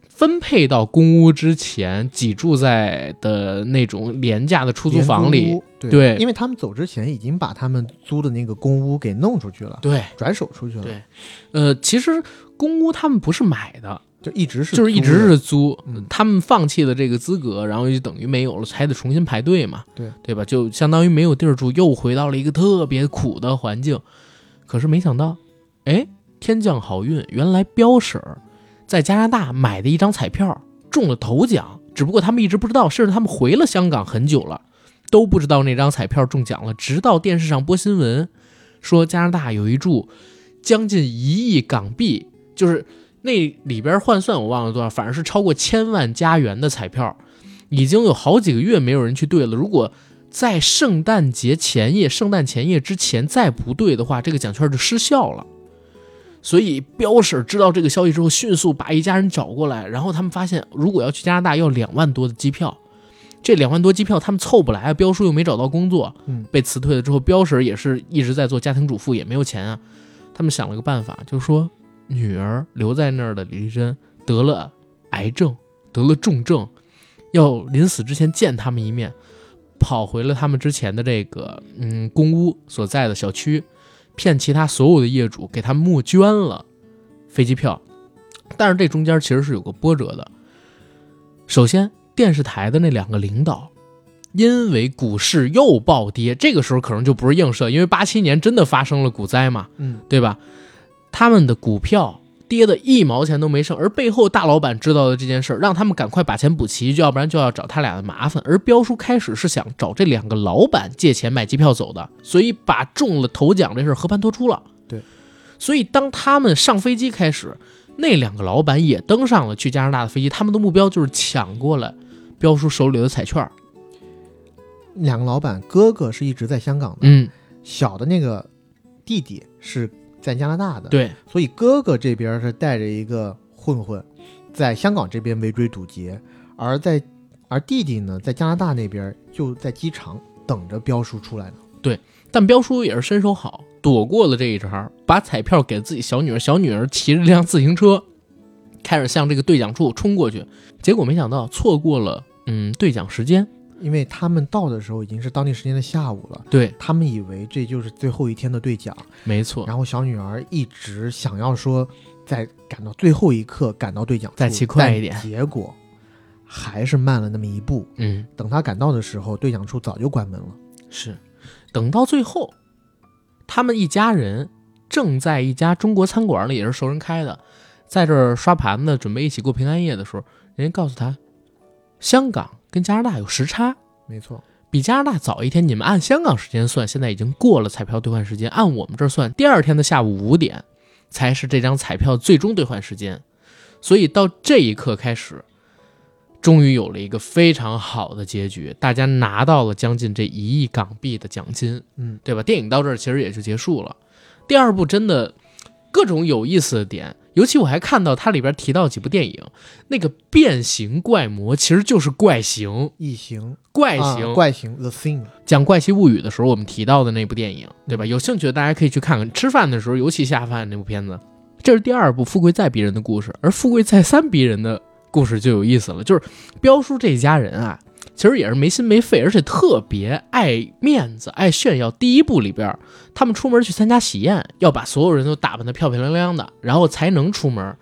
Speaker 1: 分配到公屋之前，挤住在的那种廉价的出租房
Speaker 4: 廉
Speaker 1: 里
Speaker 4: 租，屋，对
Speaker 1: 对
Speaker 4: 因为他们走之前已经把他们租的那个公屋给弄出去了，
Speaker 1: 对，
Speaker 4: 转手出去了，
Speaker 1: 对呃，其实公屋他们不是买的，
Speaker 4: 就一直是
Speaker 1: 就是一
Speaker 4: 租
Speaker 1: 直
Speaker 4: 的
Speaker 1: 是租，
Speaker 4: 嗯
Speaker 1: 他们放弃了这个资格，然后就等于没有了，还得重新排队嘛，
Speaker 4: 对
Speaker 1: 对吧？就相当于没有地儿住，又回到了一个特别苦的环境。可是没想到，哎，天降好运，原来彪婶儿在加拿大买的一张彩票中了头奖，只不过他们一直不知道，甚至他们回了香港很久了，都不知道那张彩票中奖了，直到电视上播新闻说加拿大有一注将近一亿港币，就是那里边换算我忘了多少，反正是超过千万加元的彩票，已经有好几个月没有人去兑了。如果在圣诞节前夜、圣诞前夜之前再不兑的话，这个奖券就失效了。所以彪婶知道这个消息之后，迅速把一家人找过来，然后他们发现，如果要去加拿大，要两万多的机票。这两万多机票他们凑不来啊，彪叔又没找到工作，
Speaker 4: 嗯
Speaker 1: 被辞退了之后，彪婶也是一直在做家庭主妇，也没有钱啊。他们想了个办法，就说女儿留在那儿的李丽珍得了癌症，得了重症，要临死之前见他们一面，跑回了他们之前的这个嗯公屋所在的小区，骗其他所有的业主给他们募捐了飞机票，但是这中间其实是有个波折的。首先，电视台的那两个领导。因为股市又暴跌，这个时候可能就不是映射，因为八七年真的发生了股灾嘛，
Speaker 4: 嗯，
Speaker 1: 对吧？他们的股票跌的一毛钱都没剩，而背后大老板知道了这件事儿，让他们赶快把钱补齐，要不然就要找他俩的麻烦。而彪叔开始是想找这两个老板借钱买机票走的，所以把中了头奖这事儿和盘托出了。
Speaker 4: 对，
Speaker 1: 所以当他们上飞机开始，那两个老板也登上了去加拿大的飞机，他们的目标就是抢过来彪叔手里的彩券儿。
Speaker 4: 两个老板，哥哥是一直在香港的，
Speaker 1: 嗯，
Speaker 4: 小的那个弟弟是在加拿大的，，
Speaker 1: 对，
Speaker 4: 所以哥哥这边是带着一个混混，在香港这边围追堵截，而在而弟弟呢，在加拿大那边就在机场等着彪叔出来呢。
Speaker 1: 但彪叔也是身手好，躲过了这一茬，把彩票给自己小女儿，小女儿骑着辆自行车，开始向这个兑奖处冲过去。结果没想到错过了，嗯，兑奖时间。
Speaker 4: 因为他们到的时候已经是当地时间的下午了，
Speaker 1: 对，
Speaker 4: 他们以为这就是最后一天的兑奖，
Speaker 1: 没错，
Speaker 4: 然后小女儿一直想要说，在赶到最后一刻赶到兑奖处，
Speaker 1: 再骑快一点
Speaker 4: 但结果还是慢了那么一步。
Speaker 1: 嗯，
Speaker 4: 等她赶到的时候，兑奖处早就关门了。
Speaker 1: 是。等到最后，他们一家人正在一家中国餐馆里，也是熟人开的，在这儿刷盘子，准备一起过平安夜的时候，人家告诉他，香港跟加拿大有时差，
Speaker 4: 没错，
Speaker 1: 比加拿大早一天，你们按香港时间算，现在已经过了彩票兑换时间，按我们这儿算，第二天的下午五点才是这张彩票最终兑换时间。所以到这一刻开始，终于有了一个非常好的结局，大家拿到了将近这一亿港币的奖金，
Speaker 4: 嗯，
Speaker 1: 对吧？电影到这儿其实也就结束了。第二部真的各种有意思的点，尤其我还看到它里边提到几部电影，那个变形怪魔其实就是怪形，
Speaker 4: 异形，
Speaker 1: 怪
Speaker 4: 啊
Speaker 1: 形。
Speaker 4: 怪形，The Thing，
Speaker 1: 讲《怪奇物语》的时候，我们提到的那部电影，对吧？有兴趣的大家可以去看看。吃饭的时候尤其下饭那部片子，这是第二部《富贵再逼人》的故事，而《富贵再三逼人》的故事就有意思了，就是彪叔这一家人啊，其实也是没心没肺，而且特别爱面子、爱炫耀。第一部里边，他们出门去参加喜宴，要把所有人都打扮得漂漂亮亮的，然后才能出门。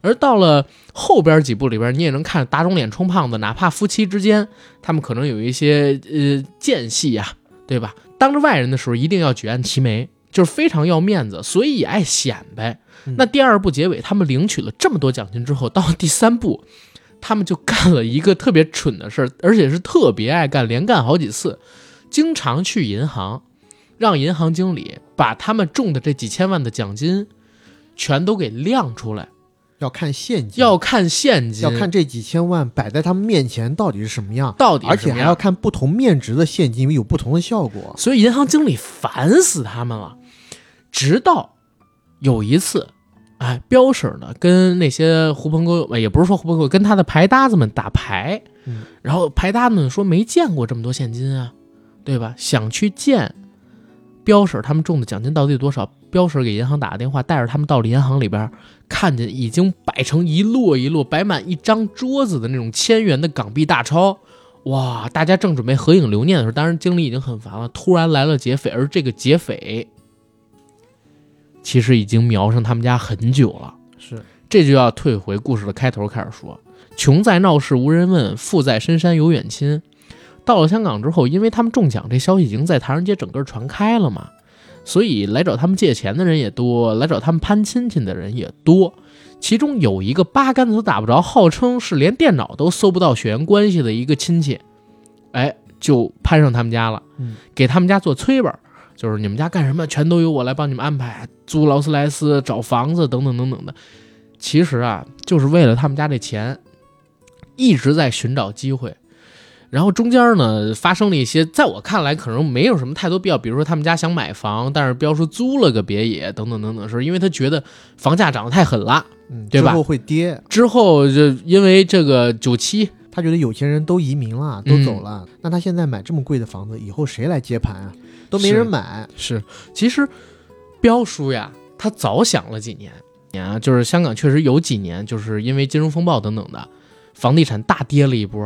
Speaker 1: 而到了后边几部里边，你也能看打肿脸充胖子，哪怕夫妻之间，他们可能有一些呃间隙呀、对吧？当着外人的时候，一定要举案齐眉，就是非常要面子，所以也爱显摆。
Speaker 4: 嗯
Speaker 1: 那第二部结尾，他们领取了这么多奖金之后，到第三部，他们就干了一个特别蠢的事儿，而且是特别爱干，连干好几次，经常去银行，让银行经理把他们中的这几千万的奖金全都给亮出来。
Speaker 4: 要看现金，
Speaker 1: 要看现金，
Speaker 4: 嗯要看这几千万摆在他们面前到底是什么样，
Speaker 1: 到底
Speaker 4: 而
Speaker 1: 是什
Speaker 4: 且
Speaker 1: 么
Speaker 4: 还
Speaker 1: 样
Speaker 4: 要看不同面值的现金有不同的效果。
Speaker 1: 所以银行经理烦死他们了。直到有一次，哎，彪婶儿呢跟那些狐朋狗友，哎也不是说狐朋狗友，跟他的牌搭子们打牌，
Speaker 4: 嗯
Speaker 1: 然后牌搭子们说没见过这么多现金啊，对吧？想去见彪婶儿他们中的奖金到底有多少？彪婶儿给银行打个电话，带着他们到了银行里边儿，看见已经摆成一摞一摞、摆满一张桌子的那种千元的港币大钞。哇！大家正准备合影留念的时候，当然经理已经很烦了。突然来了劫匪，而这个劫匪其实已经瞄上他们家很久了。
Speaker 4: 是，
Speaker 1: 这就要退回故事的开头开始说：穷在闹市无人问，富在深山有远亲。到了香港之后，因为他们中奖，这消息已经在唐人街整个传开了嘛，所以来找他们借钱的人也多，来找他们攀亲戚的人也多。其中有一个八竿子都打不着，号称是连电脑都搜不到血缘关系的一个亲戚，哎，就攀上他们家了，
Speaker 4: 嗯
Speaker 1: 给他们家做催本儿，就是你们家干什么全都由我来帮你们安排，租劳斯莱斯、找房子等等等等的。其实啊，就是为了他们家这钱，一直在寻找机会。然后中间呢，发生了一些在我看来可能没有什么太多必要，比如说他们家想买房，但是彪叔租了个别野等等等等的事儿，是因为他觉得房价涨得太狠了。
Speaker 4: 嗯，
Speaker 1: 对吧
Speaker 4: 之后会跌。
Speaker 1: 之后就因为这个九七，
Speaker 4: 他觉得有钱人都移民了，都
Speaker 1: 嗯
Speaker 4: 走了，那他现在买这么贵的房子，以后谁来接盘啊？都没
Speaker 1: 是
Speaker 4: 人买。
Speaker 1: 是，其实彪叔呀，他早想了几年，年啊，就是香港确实有几年，就是因为金融风暴等等的，房地产大跌了一波，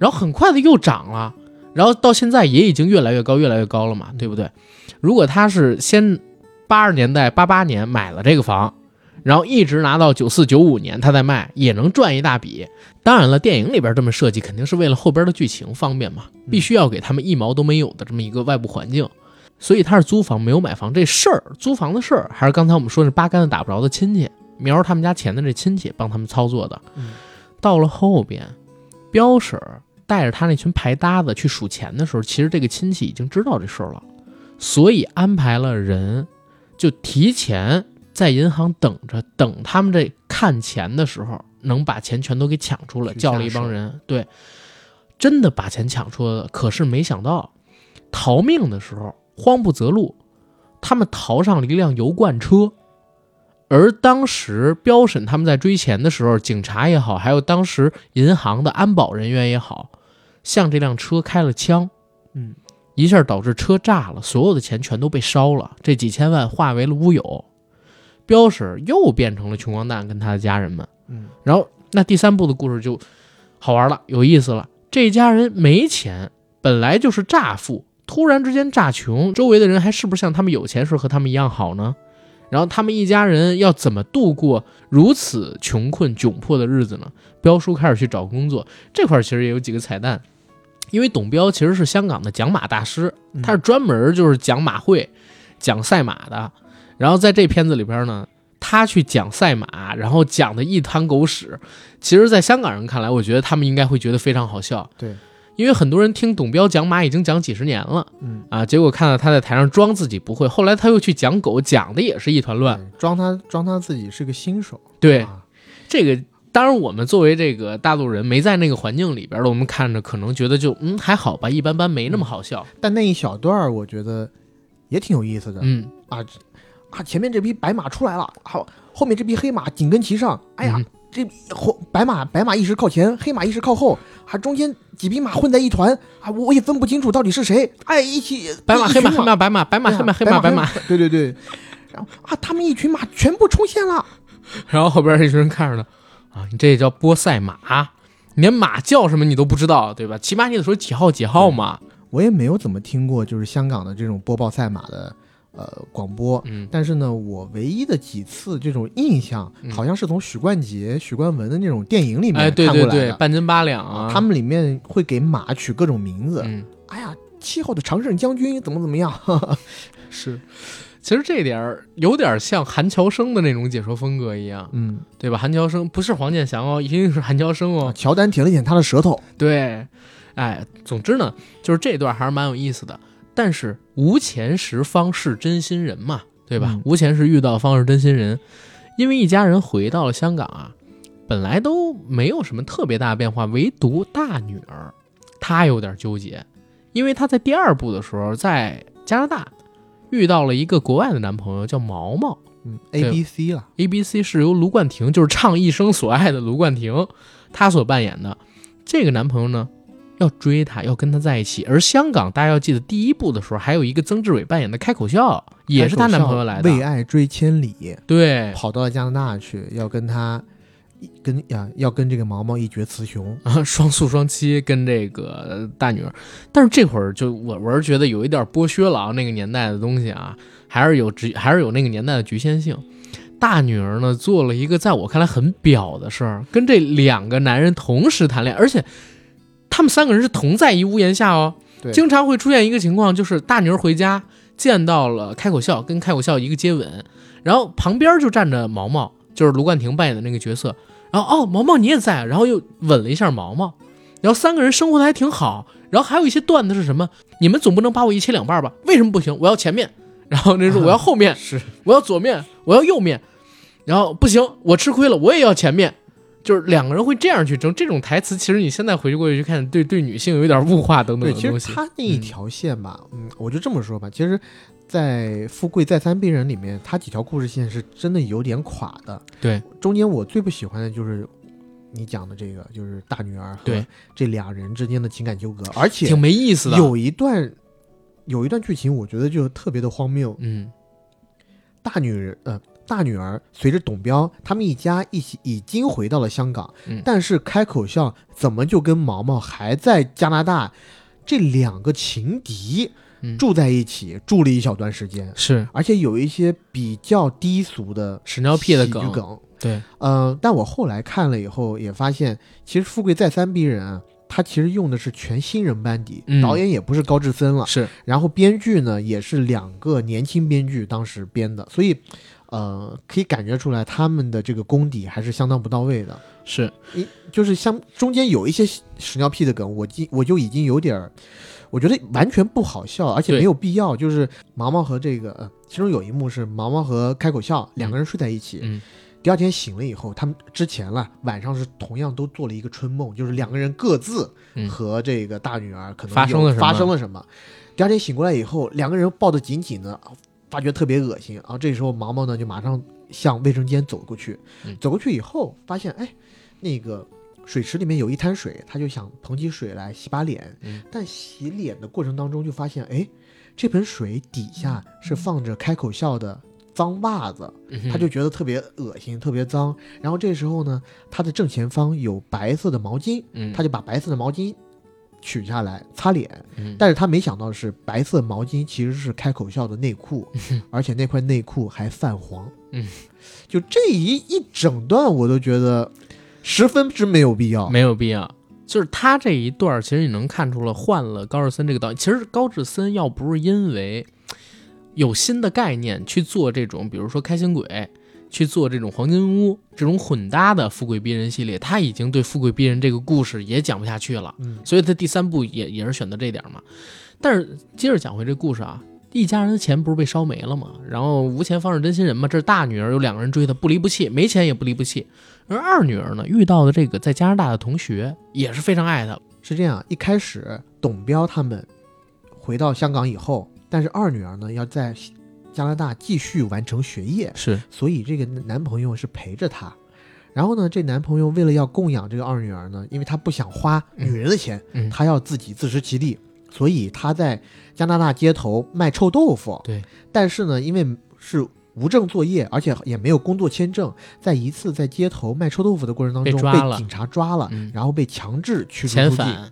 Speaker 1: 然后很快的又涨了，然后到现在也已经越来越高，越来越高了嘛，对不对？如果他是先八十年代八八年买了这个房。然后一直拿到九四九五年，他再卖也能赚一大笔。当然了，电影里边这么设计肯定是为了后边的剧情方便嘛，必须要给他们一毛都没有的这么一个外部环境。所以他是租房没有买房这事儿，租房的事儿还是刚才我们说那八竿子打不着的亲戚，瞄着他们家钱的这亲戚帮他们操作的。
Speaker 4: 嗯
Speaker 1: 到了后边，彪婶儿带着他那群牌搭子去数钱的时候，其实这个亲戚已经知道这事儿了，所以安排了人，就提前在银行等着，等他们这看钱的时候，能把钱全都给抢出来，
Speaker 4: 去
Speaker 1: 叫
Speaker 4: 下
Speaker 1: 了一帮
Speaker 4: 手
Speaker 1: 人，对，真的把钱抢出来了。可是没想到，逃命的时候慌不择路，他们逃上了一辆油罐车。而当时彪婶他们在追钱的时候，警察也好，还有当时银行的安保人员也好，向这辆车开了枪，
Speaker 4: 嗯，
Speaker 1: 一下导致车炸了，所有的钱全都被烧了，这几千万化为了乌有。彪婶又变成了穷光蛋，跟他的家人们。
Speaker 4: 嗯，
Speaker 1: 然后那第三部的故事就好玩了，有意思了。这家人没钱，本来就是乍富，突然之间乍穷，周围的人还是不是像他们有钱时候和他们一样好呢？然后他们一家人要怎么度过如此穷困窘迫的日子呢？彪叔开始去找工作，这块儿其实也有几个彩蛋，因为董彪其实是香港的讲马大师，
Speaker 4: 嗯
Speaker 1: 他是专门就是讲马会、讲赛马的。然后在这片子里边呢，他去讲赛马，然后讲的一滩狗屎。其实，在香港人看来，我觉得他们应该会觉得非常好笑，
Speaker 4: 对，
Speaker 1: 因为很多人听董彪讲马已经讲几十年了
Speaker 4: 嗯，
Speaker 1: 啊，结果看到他在台上装自己不会，后来他又去讲狗，讲的也是一团乱。
Speaker 4: 对装他装他自己是个新手。
Speaker 1: 对，
Speaker 4: 啊，
Speaker 1: 这个当然，我们作为这个大陆人，没在那个环境里边的，我们看着可能觉得就嗯还好吧，一般般，没那么好笑。
Speaker 4: 但那一小段儿我觉得也挺有意思的、
Speaker 1: 嗯，
Speaker 4: 啊啊！前面这匹白马出来了，好、后面这匹黑马紧跟其上，哎呀
Speaker 1: 嗯，
Speaker 4: 这后白马白马一时靠前，黑马一时靠后，还中间几匹马混在一团啊，我我也分不清楚到底是谁，哎，一起
Speaker 1: 白马、
Speaker 4: 一
Speaker 1: 黑
Speaker 4: 群
Speaker 1: 马、黑马、白马、白马、
Speaker 4: 对啊
Speaker 1: 黑马、黑马、白马。，
Speaker 4: 对对对，然后啊，他们一群马全部冲线了，
Speaker 1: 然后后边这群人看着呢，啊，你这也叫波塞马，你连马叫什么你都不知道，对吧？骑马你得说几号几号嘛。
Speaker 4: 我也没有怎么听过就是香港的这种播报赛马的呃广播，
Speaker 1: 嗯
Speaker 4: 但是呢，我唯一的几次这种印象，
Speaker 1: 嗯
Speaker 4: 好像是从许冠杰、许冠文的那种电影里面
Speaker 1: 哎，
Speaker 4: 看过
Speaker 1: 对
Speaker 4: 来的。
Speaker 1: 对对，半斤八两啊，
Speaker 4: 他们里面会给马取各种名字。
Speaker 1: 嗯
Speaker 4: 哎呀，七号的常胜将军怎么怎么 样？嗯
Speaker 1: 是。其实这点儿有点像韩乔生的那种解说风格一样，
Speaker 4: 嗯，
Speaker 1: 对吧？韩乔生不是黄健翔哦，一定是韩乔生哦。
Speaker 4: 乔丹舔了舔他的舌头。
Speaker 1: 对，哎，总之呢，就是这段还是蛮有意思的。但是无钱时方是真心人嘛，对吧？
Speaker 4: 嗯
Speaker 1: 无钱时遇到方是真心人，因为一家人回到了香港啊，本来都没有什么特别大的变化，唯独大女儿她有点纠结，因为她在第二部的时候在加拿大遇到了一个国外的男朋友叫毛毛。
Speaker 4: 嗯
Speaker 1: 对
Speaker 4: ，A B C 了。
Speaker 1: A B C 是由卢冠廷，就是唱《一生所爱》的卢冠廷，他所扮演的这个男朋友呢，要追她，要跟她在一起。而香港大家要记得，第一部的时候还有一个曾志伟扮演的开口笑，也是她男朋友来
Speaker 4: 为
Speaker 1: 的。啊哎
Speaker 4: 爱追千里，
Speaker 1: 对，
Speaker 4: 跑到了加拿大去，要跟他，跟呀，要跟这个毛毛一决雌雄。
Speaker 1: 啊，双宿双栖跟这个大女儿，但是这会儿就我我是觉得有一点剥削了啊，那个年代的东西啊，还是有局，还是有那个年代的局限性。大女儿呢做了一个在我看来很表的事儿，跟这两个男人同时谈恋爱，而且他们三个人是同在一屋檐下哦。
Speaker 4: 对
Speaker 1: 经常会出现一个情况，就是大女儿回家见到了开口笑，跟开口笑一个接吻，然后旁边就站着毛毛，就是卢冠廷扮演的那个角色。然后哦，毛毛你也在，然后又吻了一下毛毛，然后三个人生活的还挺好。然后还有一些段子是什么？你们总不能把我一切两半吧？为什么不行？我要前面，然后那是我要后面，
Speaker 4: 是
Speaker 1: 我要左面，我要右面，然后不行，我吃亏了，我也要前面。就是两个人会这样去争，这种台词其实你现在回过去看，对对女性有一点物化等等
Speaker 4: 对，
Speaker 1: 的
Speaker 4: 其
Speaker 1: 东
Speaker 4: 实
Speaker 1: 西。
Speaker 4: 他那一条线吧，嗯，我就这么说吧，其实，在《富贵再三逼人》里面，他几条故事线是真的有点垮的。
Speaker 1: 对，
Speaker 4: 中间我最不喜欢的就是你讲的这个，就是大女儿和
Speaker 1: 对
Speaker 4: 这俩人之间的情感纠葛，而且
Speaker 1: 挺没意思的。，
Speaker 4: 有一段有一段剧情，我觉得就特别的荒谬。
Speaker 1: 嗯，
Speaker 4: 大女儿呃，大女儿随着董彪他们一家一起已经回到了香港，
Speaker 1: 嗯
Speaker 4: 但是开口笑怎么就跟毛毛还在加拿大？这两个情敌
Speaker 1: 嗯
Speaker 4: 住在一起，住了一小段时间，
Speaker 1: 是
Speaker 4: 而且有一些比较低俗的
Speaker 1: 屎尿屁的
Speaker 4: 喜剧
Speaker 1: 梗，
Speaker 4: 梗。
Speaker 1: 对，
Speaker 4: 嗯，但我后来看了以后也发现，其实《富贵再三逼人》啊，他其实用的是全新人班底，
Speaker 1: 嗯
Speaker 4: 导演也不是高志森了，
Speaker 1: 是
Speaker 4: 然后编剧呢也是两个年轻编剧当时编的，所以，呃，可以感觉出来他们的这个功底还是相当不到位的。
Speaker 1: 是，
Speaker 4: 就是像中间有一些屎尿屁的梗，我记我就已经有点儿，我觉得完全不好笑，而且
Speaker 1: 对
Speaker 4: 没有必要。就是毛毛和这个，呃，其中有一幕是毛毛和开口笑两个人睡在一起，
Speaker 1: 嗯
Speaker 4: 第二天醒了以后，他们之前了晚上是同样都做了一个春梦，就是两个人各自
Speaker 1: 嗯
Speaker 4: 和这个大女儿可能有
Speaker 1: 发生了什么
Speaker 4: 发生了什么。第二天醒过来以后，两个人抱得紧紧的，啊发觉特别恶心。然后这时候毛毛呢就马上向卫生间走过去，
Speaker 1: 嗯
Speaker 4: 走过去以后发现哎，那个水池里面有一滩水，他就想捧起水来洗把脸，
Speaker 1: 嗯
Speaker 4: 但洗脸的过程当中就发现哎，这盆水底下
Speaker 1: 嗯
Speaker 4: 是放着开口笑的脏袜子。他
Speaker 1: 嗯
Speaker 4: 就觉得特别恶心，特别脏。然后这时候呢，他的正前方有白色的毛巾，
Speaker 1: 嗯，
Speaker 4: 他就把白色的毛巾取下来擦脸。
Speaker 1: 嗯
Speaker 4: 但是他没想到的是，白色毛巾其实是开口笑的内裤，而且那块内裤还泛黄。
Speaker 1: 嗯，
Speaker 4: 就这一一整段，我都觉得十分之没有必要。
Speaker 1: 没有必要。就是他这一段儿，其实你能看出来换了高志森这个导演。其实高志森要不是因为有新的概念去做这种，比如说开心鬼，去做这种黄金屋这种混搭的富贵逼人系列，他已经对富贵逼人这个故事也讲不下去了。
Speaker 4: 嗯
Speaker 1: 所以他第三部也也是选择这点儿嘛。但是接着讲回这故事啊，一家人的钱不是被烧没了嘛，然后无钱方是真心人嘛，这是大女儿有两个人追她，不离不弃，没钱也不离不弃。而二女儿呢，遇到的这个在加拿大的同学也是非常爱她，
Speaker 4: 是这样，一开始董彪他们回到香港以后，但是二女儿呢要在加拿大继续完成学业，
Speaker 1: 是
Speaker 4: 所以这个男朋友是陪着她。然后呢，这男朋友为了要供养这个二女儿呢，因为他不想花女人的钱，
Speaker 1: 嗯
Speaker 4: 他要自己自食其力，所以他在加拿大街头卖臭豆腐。
Speaker 1: 对，
Speaker 4: 但是呢，因为是无证作业，而且也没有工作签证，在一次在街头卖臭豆腐的过程当中
Speaker 1: 被
Speaker 4: 被
Speaker 1: 抓了
Speaker 4: 警察抓了，
Speaker 1: 嗯
Speaker 4: 然后被强制驱逐
Speaker 1: 遣
Speaker 4: 出境。
Speaker 1: 返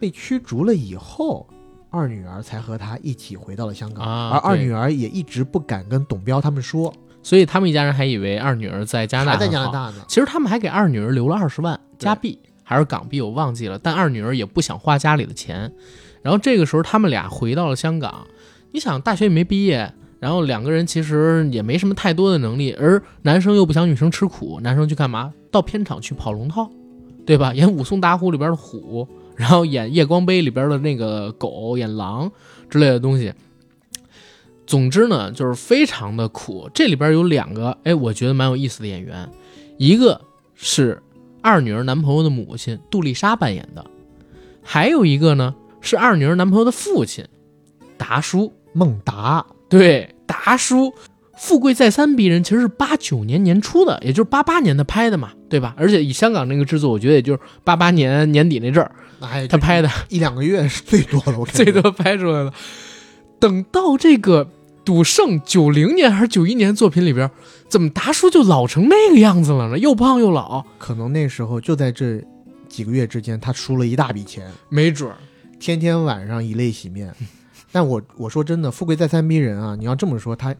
Speaker 4: 被驱逐了以后，二女儿才和他一起回到了香港，
Speaker 1: 啊
Speaker 4: 而二
Speaker 1: 对
Speaker 4: 女儿也一直不敢跟董彪他们说，
Speaker 1: 所以他们一家人还以为二女儿在加拿大，
Speaker 4: 还在加拿。大呢。
Speaker 1: 其实他们还给二女儿留了二十万加币还是港币，我忘记了。但二女儿也不想花家里的钱。然后这个时候他们俩回到了香港，你想大学也没毕业，然后两个人其实也没什么太多的能力，而男生又不想女生吃苦，男生去干嘛？到片场去跑龙套，对吧？演《武松打虎》里边的虎，然后演《夜光杯》里边的那个狗，演狼之类的东西。总之呢，就是非常的苦。这里边有两个，哎，我觉得蛮有意思的演员，一个是二女儿男朋友的母亲杜丽莎扮演的，还有一个呢是二女儿男朋友的父亲达叔。
Speaker 4: 孟达，
Speaker 1: 对，达叔，《富贵再三逼人》其实是八九年年初的，也就是八八年的拍的嘛，对吧？而且以香港那个制作，我觉得也就是八八年年底那阵儿
Speaker 4: 哎，
Speaker 1: 他拍的，
Speaker 4: 一两个月是最多的，我感 觉
Speaker 1: 最多拍出来的。等到这个赌圣九零年还是九一年作品里边，怎么达叔就老成那个样子了呢？又胖又老，
Speaker 4: 可能那时候就在这几个月之间，他输了一大笔钱，
Speaker 1: 没准儿
Speaker 4: 天天晚上以泪洗 面。但我我说真的，富贵再三逼人啊！你要这么说，他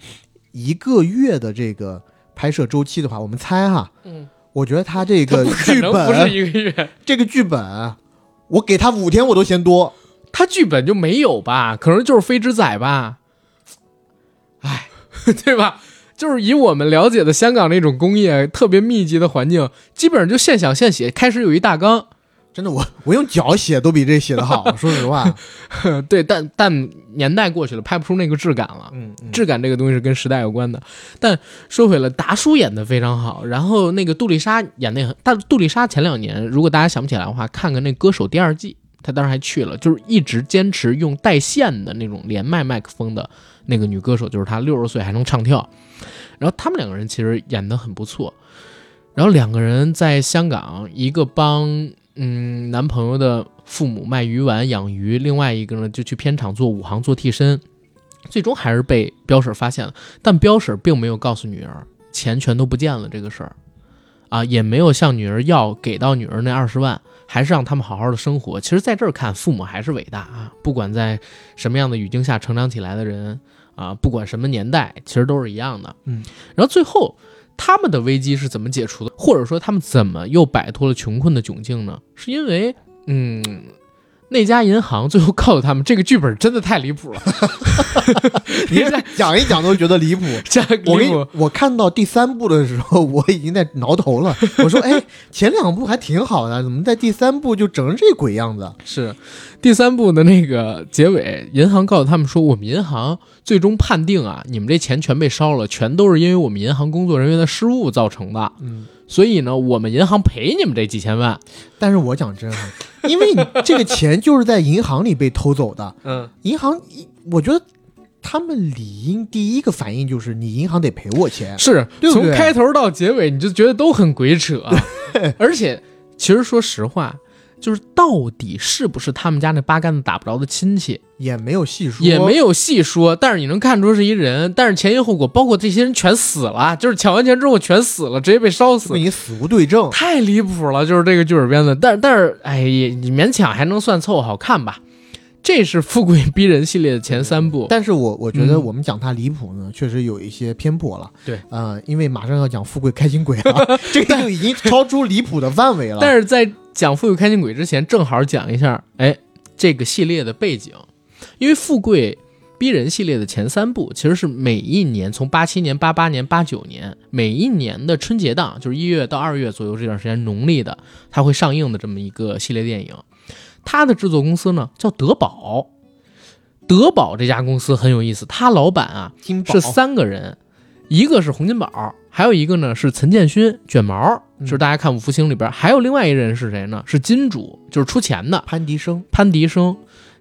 Speaker 4: 一个月的这个拍摄周期的话，我们猜哈，
Speaker 1: 嗯，
Speaker 4: 我觉得他这
Speaker 1: 他
Speaker 4: 个
Speaker 1: 不可
Speaker 4: 剧
Speaker 1: 能不
Speaker 4: 本
Speaker 1: 是一个月，
Speaker 4: 这个剧本，我给他五天我都嫌多。
Speaker 1: 他剧本就没有吧？可能就是飞之仔吧，哎， 对吧？就是以我们了解的香港那种工业特别密集的环境，基本上就现想现写，开始有一大纲，
Speaker 4: 真的，我我用脚写都比这写的好。说实话，
Speaker 1: 对，但但年代过去了，拍不出那个质感了。
Speaker 4: 嗯，嗯
Speaker 1: 质感这个东西是跟时代有关的。但说回来，达叔演的非常好，然后那个杜丽莎演的很，但杜丽莎前两年，如果大家想不起来的话，看看那《歌手》第二季，她当时还去了，就是一直坚持用带线的那种连麦麦克风的那个女歌手，就是她六十岁还能唱跳。然后他们两个人其实演的很不错，然后两个人在香港，一个帮嗯男朋友的父母卖鱼丸养鱼，另外一个呢就去片场做武行做替身，最终还是被彪婶发现了。但彪婶并没有告诉女儿钱全都不见了这个事儿，啊，也没有向女儿要给到女儿那二十万，还是让他们好好的生活。其实，在这儿看，父母还是伟大啊，不管在什么样的语境下成长起来的人啊，不管什么年代，其实都是一样的。
Speaker 4: 嗯，
Speaker 1: 然后最后。他们的危机是怎么解除的，或者说他们怎么又摆脱了穷困的窘境呢？是因为，嗯，那家银行最后告诉他们，这个剧本真的太离谱了。
Speaker 4: 你讲一讲都觉得离谱。
Speaker 1: 这
Speaker 4: 我
Speaker 1: 离
Speaker 4: 跟
Speaker 1: 谱
Speaker 4: 你，我看到第三部的时候，我已经在挠头了。 我说，哎，前两部还挺好的，怎么在第三部就整成这鬼样子？
Speaker 1: 是第三部的那个结尾，银行告诉他们说，我们银行最终判定啊，你们这钱全被烧了，全都是因为我们银行工作人员的失误造成的。
Speaker 4: 嗯，
Speaker 1: 所以呢，我们银行赔你们这几千万。
Speaker 4: 但是我讲真 哈，因为你这个钱就是在银行里被偷走的，
Speaker 1: 嗯，
Speaker 4: 银行，我觉得他们理应第一个反应就是你银行得赔我钱。
Speaker 1: 是
Speaker 4: 哎对不对
Speaker 1: 从开头到结尾，你就觉得都很鬼扯。而且，其实说实话，就是到底是不是他们家那八竿子打不着的亲戚，
Speaker 4: 也没有细说，
Speaker 1: 也没有细说，但是你能看出是一人，但是前因后果，包括这些人全死了，就是抢完钱之后全死了，直接被烧死
Speaker 4: 被，你死无对证。
Speaker 1: 太离谱了，就是这个剧本编的，但是但是，哎，也勉强还能算凑合好看吧。这是《富贵逼人》系列的前三部，
Speaker 4: 但是我我觉得
Speaker 1: 嗯
Speaker 4: 我们讲他离谱呢，确实有一些偏颇了。
Speaker 1: 对，
Speaker 4: 呃，因为马上要讲富贵开心鬼 了，这个就已经超出离谱的范围了。
Speaker 1: 但是在讲《富贵开心鬼》之前，正好讲一下，哎，这个系列的背景，因为《富贵逼人》系列的前三部其实是每一年从八七年、八八年、八九年每一年的春节档，就是一月到二月左右这段时间农历的，它会上映的这么一个系列电影。它的制作公司呢叫德宝，德宝这家公司很有意思，它老板啊
Speaker 4: 金宝
Speaker 1: 是三个人，一个是洪金宝，还有一个呢是陈建勋卷毛，
Speaker 4: 嗯
Speaker 1: 就是大家看五福星里边，还有另外一人是谁呢？是金主，就是出钱的
Speaker 4: 潘迪生，
Speaker 1: 潘迪生。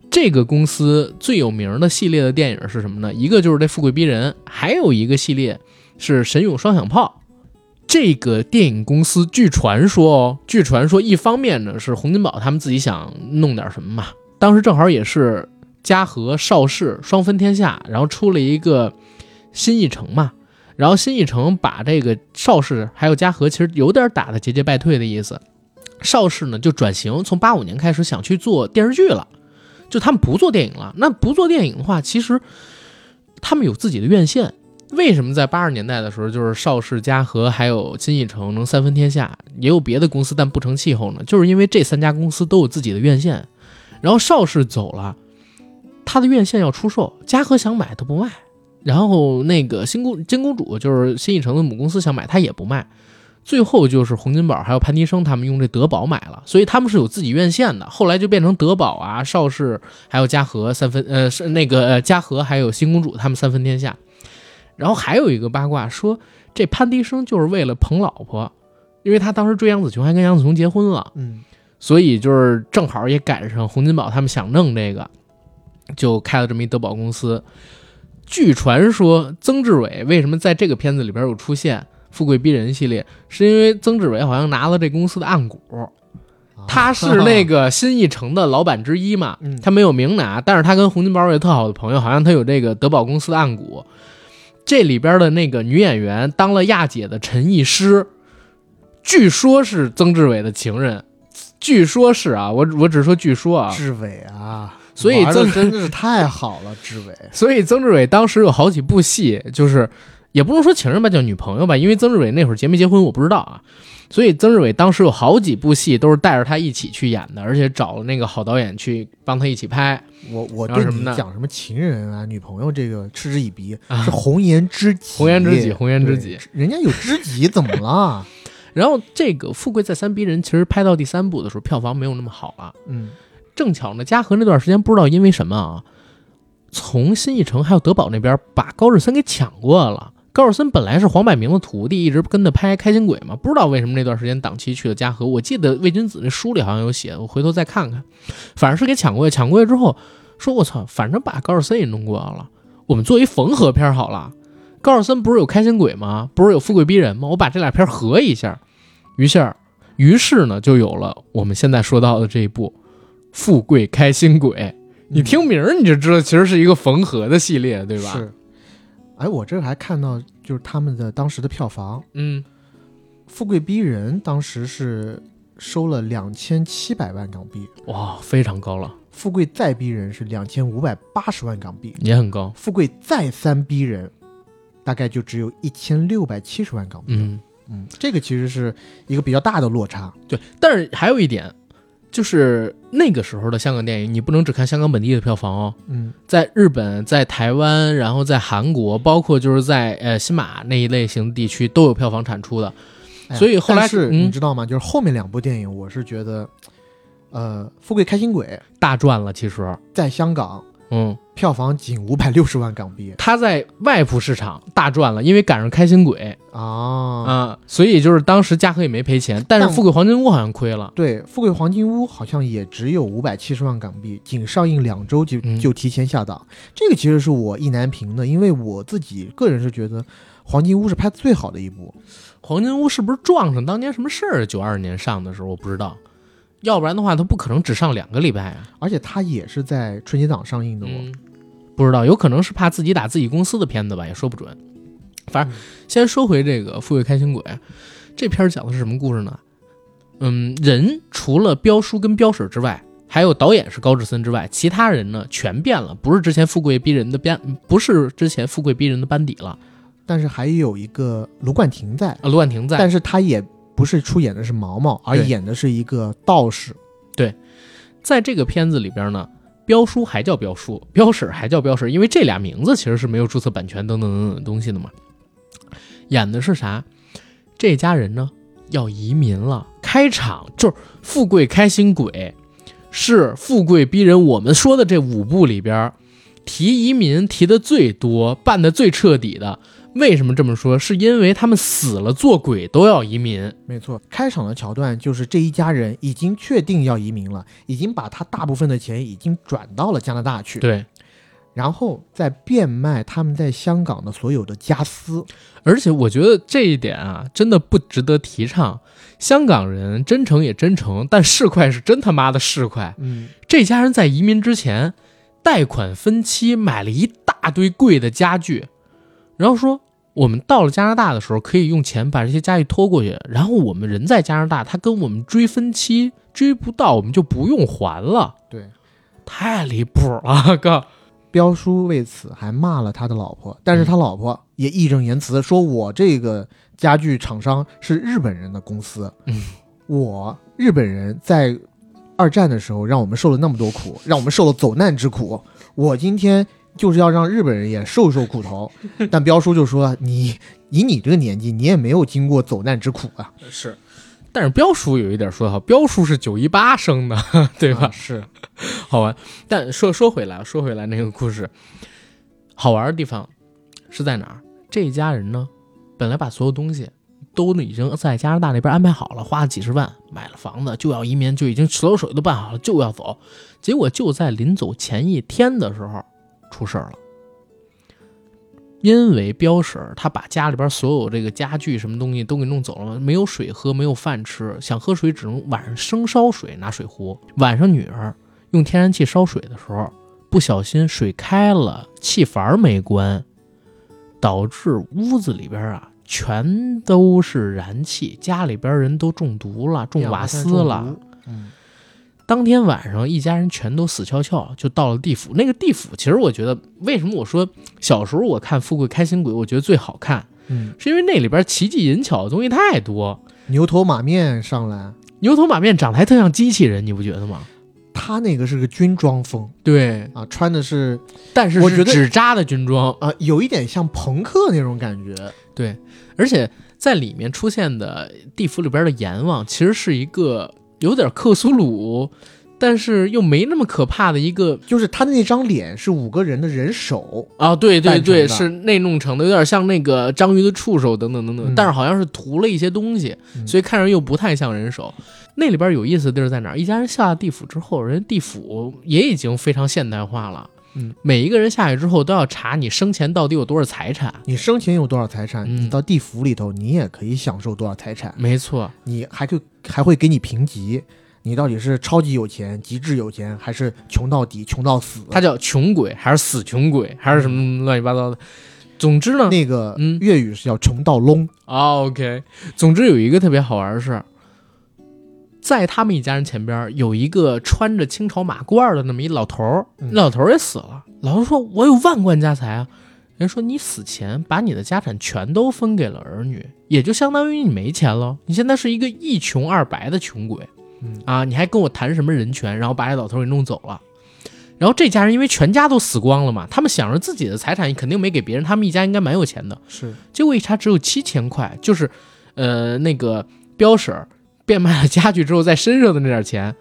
Speaker 1: 这个公司最有名的系列的电影是什么呢？一个就是这《富贵逼人》，还有一个系列是《神勇双响炮》。这个电影公司据传说哦，据传说一方面呢是洪金宝他们自己想弄点什么嘛，当时正好也是嘉禾邵氏双分天下，然后出了一个新艺城嘛，然后新艺城把这个邵氏还有嘉禾其实有点打的节节败退的意思，邵氏呢就转型，从八五年开始想去做电视剧了，就他们不做电影了。那不做电影的话，其实他们有自己的院线。为什么在八十年代的时候，就是邵氏、嘉禾还有金艺城能三分天下，也有别的公司但不成气候呢？就是因为这三家公司都有自己的院线，然后邵氏走了，他的院线要出售，嘉禾想买他不卖，然后那个新公金公主就是新艺城的母公司想买，他也不卖，最后就是洪金宝还有潘迪生他们用这德宝买了，所以他们是有自己院线的。后来就变成德宝啊、邵氏还有嘉禾三分，呃，是那个呃嘉禾还有新公主他们三分天下。然后还有一个八卦说，这潘迪生就是为了捧老婆，因为他当时追杨紫琼，还跟杨紫琼结婚了，
Speaker 4: 嗯，
Speaker 1: 所以就是正好也赶上洪金宝他们想弄这个，就开了这么一德宝公司。据传说，曾志伟为什么在这个片子里边有出现《富贵逼人》系列，是因为曾志伟好像拿了这公司的暗股，他是那个新艺城的老板之一嘛
Speaker 4: 嗯，
Speaker 1: 他没有明拿，但是他跟洪金宝也特好的朋友，好像他有这个德宝公司的暗股。这里边的那个女演员当了亚姐的陈艺师，据说是曾志伟的情人，据说是啊，我我只说据说啊，
Speaker 4: 志伟啊，
Speaker 1: 所以
Speaker 4: 玩
Speaker 1: 曾
Speaker 4: 的真的是太好了，志伟。
Speaker 1: 所以曾志伟当时有好几部戏，就是也不能说情人吧，叫女朋友吧，因为曾志伟那会儿结没结婚我不知道啊。所以曾志伟当时有好几部戏都是带着他一起去演的，而且找了那个好导演去帮他一起拍。
Speaker 4: 我我
Speaker 1: 然后
Speaker 4: 对
Speaker 1: 什么
Speaker 4: 你
Speaker 1: 呢
Speaker 4: 讲什么情人啊、女朋友这个嗤之以鼻，
Speaker 1: 啊
Speaker 4: 是红颜知己，
Speaker 1: 红颜知己红颜知己
Speaker 4: 对，人家有知己怎么了？
Speaker 1: 然后这个《富贵再三逼人》其实拍到第三部的时候，票房没有那么好了。
Speaker 4: 嗯，
Speaker 1: 正巧呢，嘉禾那段时间不知道因为什么啊，从新艺城还有德宝那边把高志森给抢过了。高志森本来是黄百鸣的徒弟，一直跟着拍《开心鬼》嘛，不知道为什么那段时间档期去了嘉禾。我记得魏君子那书里好像有写，我回头再看看。反正是给抢过去，抢过去之后说：“我操，反正把高志森也弄过来了，我们做一缝合片好了。”高志森不是有《开心鬼》吗？不是有《富贵逼人》吗？我把这俩片合一下，于是，于是呢，就有了我们现在说到的这一部富贵开心鬼。你听名儿你就知道，其实是一个缝合的系列， 对吧？
Speaker 4: 是。哎，我这还看到就是他们的当时的票房，《
Speaker 1: 嗯，
Speaker 4: 富贵逼人》当时是收了两千七百万港币，《
Speaker 1: 哇，非常高了，
Speaker 4: 富贵再逼人》是两千五百八十万港币，《
Speaker 1: 也很高。
Speaker 4: 富贵再三逼人》大概就只有一千六百七十万港币。
Speaker 1: 嗯，
Speaker 4: 嗯，这个其实是一个比较大的落差。
Speaker 1: 对。但是还有一点，就是那个时候的香港电影，你不能只看香港本地的票房哦。
Speaker 4: 嗯，
Speaker 1: 在日本、在台湾，然后在韩国，包括就是在呃新马那一类型地区都有票房产出的。
Speaker 4: 哎
Speaker 1: 所以后来
Speaker 4: 但是
Speaker 1: 嗯
Speaker 4: 你知道吗？就是后面两部电影，我是觉得，呃，《富贵开心鬼》
Speaker 1: 大赚了，其实，
Speaker 4: 在香港
Speaker 1: 嗯，
Speaker 4: 票房仅五百六十万港币
Speaker 1: 他在外部市场大赚了，因为赶上开心鬼啊、
Speaker 4: 啊。
Speaker 1: 所以就是当时嘉禾也没赔钱，但是
Speaker 4: 但
Speaker 1: 富贵黄金屋好像亏了。
Speaker 4: 对，《富贵黄金屋》好像也只有五百七十万港币，仅上映两周就
Speaker 1: 嗯
Speaker 4: 就提前下档，这个其实是我意难平的，因为我自己个人是觉得《黄金屋》是拍最好的一部，
Speaker 1: 黄金屋是不是撞上当年什么事儿？九二年上的时候我不知道，要不然的话他不可能只上两个礼拜啊。
Speaker 4: 而且它也是在春节档上映的哦。
Speaker 1: 嗯，不知道，有可能是怕自己打自己公司的片子吧，也说不准。反正先说回这个《富贵开心鬼》，这片儿讲的是什么故事呢？嗯，人除了彪叔跟彪婶之外，还有导演是高志森之外，其他人呢全变了，不是之前《富贵逼人》的班，不是之前《富贵逼人》的班底了。
Speaker 4: 但是还有一个卢冠廷在，
Speaker 1: 呃，卢冠廷在，
Speaker 4: 但是他也不是出演的是毛毛，而
Speaker 1: 对
Speaker 4: 演的是一个道士。
Speaker 1: 在这个片子里边呢，彪叔还叫彪叔，彪婶儿还叫彪婶儿，因为这俩名字其实是没有注册版权等等等等的东西的嘛。演的是啥？这家人呢要移民了，开场就是《富贵开心鬼》，是《富贵逼人》我们说的这五部里边提移民提的最多、办的最彻底的。为什么这么说？是因为他们死了做鬼都要移民。
Speaker 4: 没错，开场的桥段就是这一家人已经确定要移民了，已经把他大部分的钱已经转到了加拿大去，
Speaker 1: 对，
Speaker 4: 然后再变卖他们在香港的所有的家私。
Speaker 1: 而且我觉得这一点啊，真的不值得提倡。香港人真诚也真诚，但市侩是真他妈的市侩。
Speaker 4: 嗯，
Speaker 1: 这家人在移民之前，贷款分期买了一大堆贵的家具，然后说我们到了加拿大的时候可以用钱把这些家具拖过去，然后我们人在加拿大，他跟我们追分期追不到，我们就不用还了，
Speaker 4: 对。
Speaker 1: 太离谱了，哥！
Speaker 4: 彪叔为此还骂了他的老婆，但是
Speaker 1: 嗯
Speaker 4: 他老婆也义正言辞说：“我这个家具厂商是日本人的公司，
Speaker 1: 嗯
Speaker 4: 我日本人在二战的时候让我们受了那么多苦，让我们受了走难之苦，我今天就是要让日本人也受受 苦头。”但彪叔就说：“你以你这个年纪，你也没有经过走难之苦啊，
Speaker 1: 是，但是彪叔有一点说的好，彪叔是九一八生的，对吧？
Speaker 4: 啊是，
Speaker 1: 好玩。但说说回来，说回来那个故事，好玩的地方是在哪儿？这一家人呢，本来把所有东西都已经在加拿大那边安排好了，花了几十万买了房子，就要移民，就已经所有手续都办好了，就要走。结果就在临走前一天的时候，出事儿了。因为彪婶儿她把家里边所有这个家具什么东西都给弄走了，没有水喝，没有饭吃，想喝水只能晚上生烧水，拿水壶。晚上女儿用天然气烧水的时候，不小心水开了，气阀没关，导致屋子里边啊全都是燃气，家里边人都中毒了，
Speaker 4: 哎
Speaker 1: 中瓦斯了。
Speaker 4: 中毒。嗯，
Speaker 1: 当天晚上，一家人全都死翘翘，就到了地府。那个地府，其实我觉得，为什么我说小时候我看《富贵开心鬼》，我觉得最好看，
Speaker 4: 嗯，
Speaker 1: 是因为那里边奇技淫巧的东西太多，
Speaker 4: 牛头马面上来，
Speaker 1: 牛头马面长得还特像机器人，你不觉得吗？
Speaker 4: 他那个是个军装风
Speaker 1: 对，
Speaker 4: 啊，穿的是
Speaker 1: 但是
Speaker 4: 我
Speaker 1: 是
Speaker 4: 觉得
Speaker 1: 纸扎的军装，
Speaker 4: 啊、有一点像朋克那种感觉。
Speaker 1: 对，而且在里面出现的地府里边的阎王，其实是一个有点克苏鲁，但是又没那么可怕的一个
Speaker 4: 就是他那张脸是五个人的人手，
Speaker 1: 啊，对对
Speaker 4: 扮成
Speaker 1: 对，
Speaker 4: 的
Speaker 1: 是内弄成的，有点像那个章鱼的触手等等等等，
Speaker 4: 嗯
Speaker 1: 但是好像是涂了一些东西，
Speaker 4: 嗯
Speaker 1: 所以看着又不太像人手。那里边有意思的地儿在哪儿？一家人下了地府之后，人家地府也已经非常现代化了。
Speaker 4: 嗯，
Speaker 1: 每一个人下去之后都要查你生前到底有多少财产。
Speaker 4: 你生前有多少财产，
Speaker 1: 嗯
Speaker 4: 你到地府里头你也可以享受多少财产，
Speaker 1: 没错，
Speaker 4: 你还可以还会给你评级，你到底是超级有钱、极致有钱，还是穷到底、穷到死？
Speaker 1: 他叫穷鬼还是死穷鬼还是什么乱七八糟的。总之呢，
Speaker 4: 那个
Speaker 1: 嗯
Speaker 4: 粤语是叫穷到窿，
Speaker 1: 啊，OK。总之有一个特别好玩的事，在他们一家人前边儿有一个穿着清朝马褂的那么一老头儿，
Speaker 4: 嗯
Speaker 1: 那老头儿也死了。老头说：“我有万贯家财啊。”人说：“你死前把你的家产全都分给了儿女，也就相当于你没钱了。你现在是一个一穷二白的穷鬼，
Speaker 4: 嗯
Speaker 1: 啊，你还跟我谈什么人权？然后把这老头儿给弄走了。”然后这家人因为全家都死光了嘛，他们想着自己的财产肯定没给别人，他们一家应该蛮有钱的。
Speaker 4: 是
Speaker 1: 结果一查只有七千块，就是，呃，那个彪婶儿变卖了家具之后在身上的那点钱，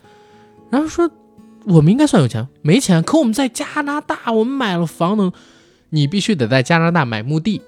Speaker 1: 然后说我们应该算有钱，没钱，可我们在加拿大，我们买了房呢，你必须得在加拿大买墓地，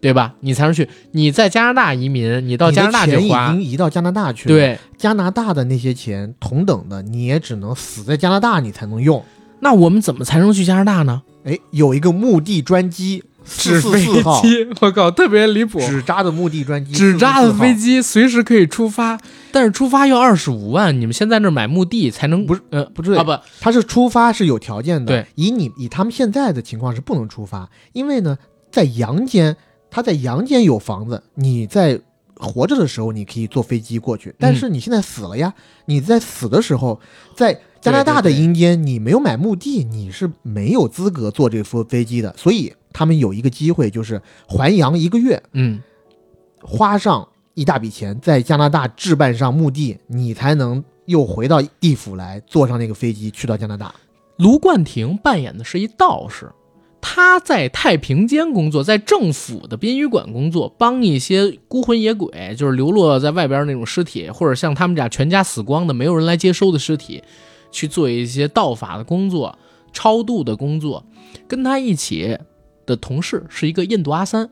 Speaker 1: 对吧？你才能去，你在加拿大移民，你到加拿大
Speaker 4: 你的
Speaker 1: 就
Speaker 4: 钱已
Speaker 1: 花，
Speaker 4: 经移到加拿大去了。，
Speaker 1: 对，
Speaker 4: 加拿大的那些钱同等的，你也只能死在加拿大你才能用。
Speaker 1: 那我们怎么才能去加拿大呢？
Speaker 4: 哎，有一个墓地专机四四四号，，
Speaker 1: 我靠，特别离谱
Speaker 4: 纸扎的墓地专机，
Speaker 1: 纸扎的飞
Speaker 4: 机
Speaker 1: 机随时可以出发，但是出发要二十五万，你们先在那儿买墓地才能
Speaker 4: 不是
Speaker 1: 呃
Speaker 4: 不对
Speaker 1: 啊不
Speaker 4: 它是出发是有条件的。
Speaker 1: 对，
Speaker 4: 以你以他们现在的情况是不能出发，因为呢，在阳间，他在阳间有房子，你在活着的时候你可以坐飞机过去，
Speaker 1: 嗯
Speaker 4: 但是你现在死了呀，你在死的时候，在加拿大的
Speaker 1: 对对对
Speaker 4: 阴间，你没有买墓地，你是没有资格坐这飞飞机的，所以他们有一个机会，就是还阳一个月，
Speaker 1: 嗯
Speaker 4: 花上一大笔钱在加拿大置办上墓地，你才能又回到地府来，坐上那个飞机去到加拿大。，
Speaker 1: 卢冠廷扮演的是一道士，他在太平间工作，在政府的殡仪馆工作，帮一些孤魂野鬼，就是流落在外边那种尸体，或者像他们俩全家死光的，没有人来接收的尸体，去做一些道法的工作、超度的工作。跟他一起的同事是一个印度阿三，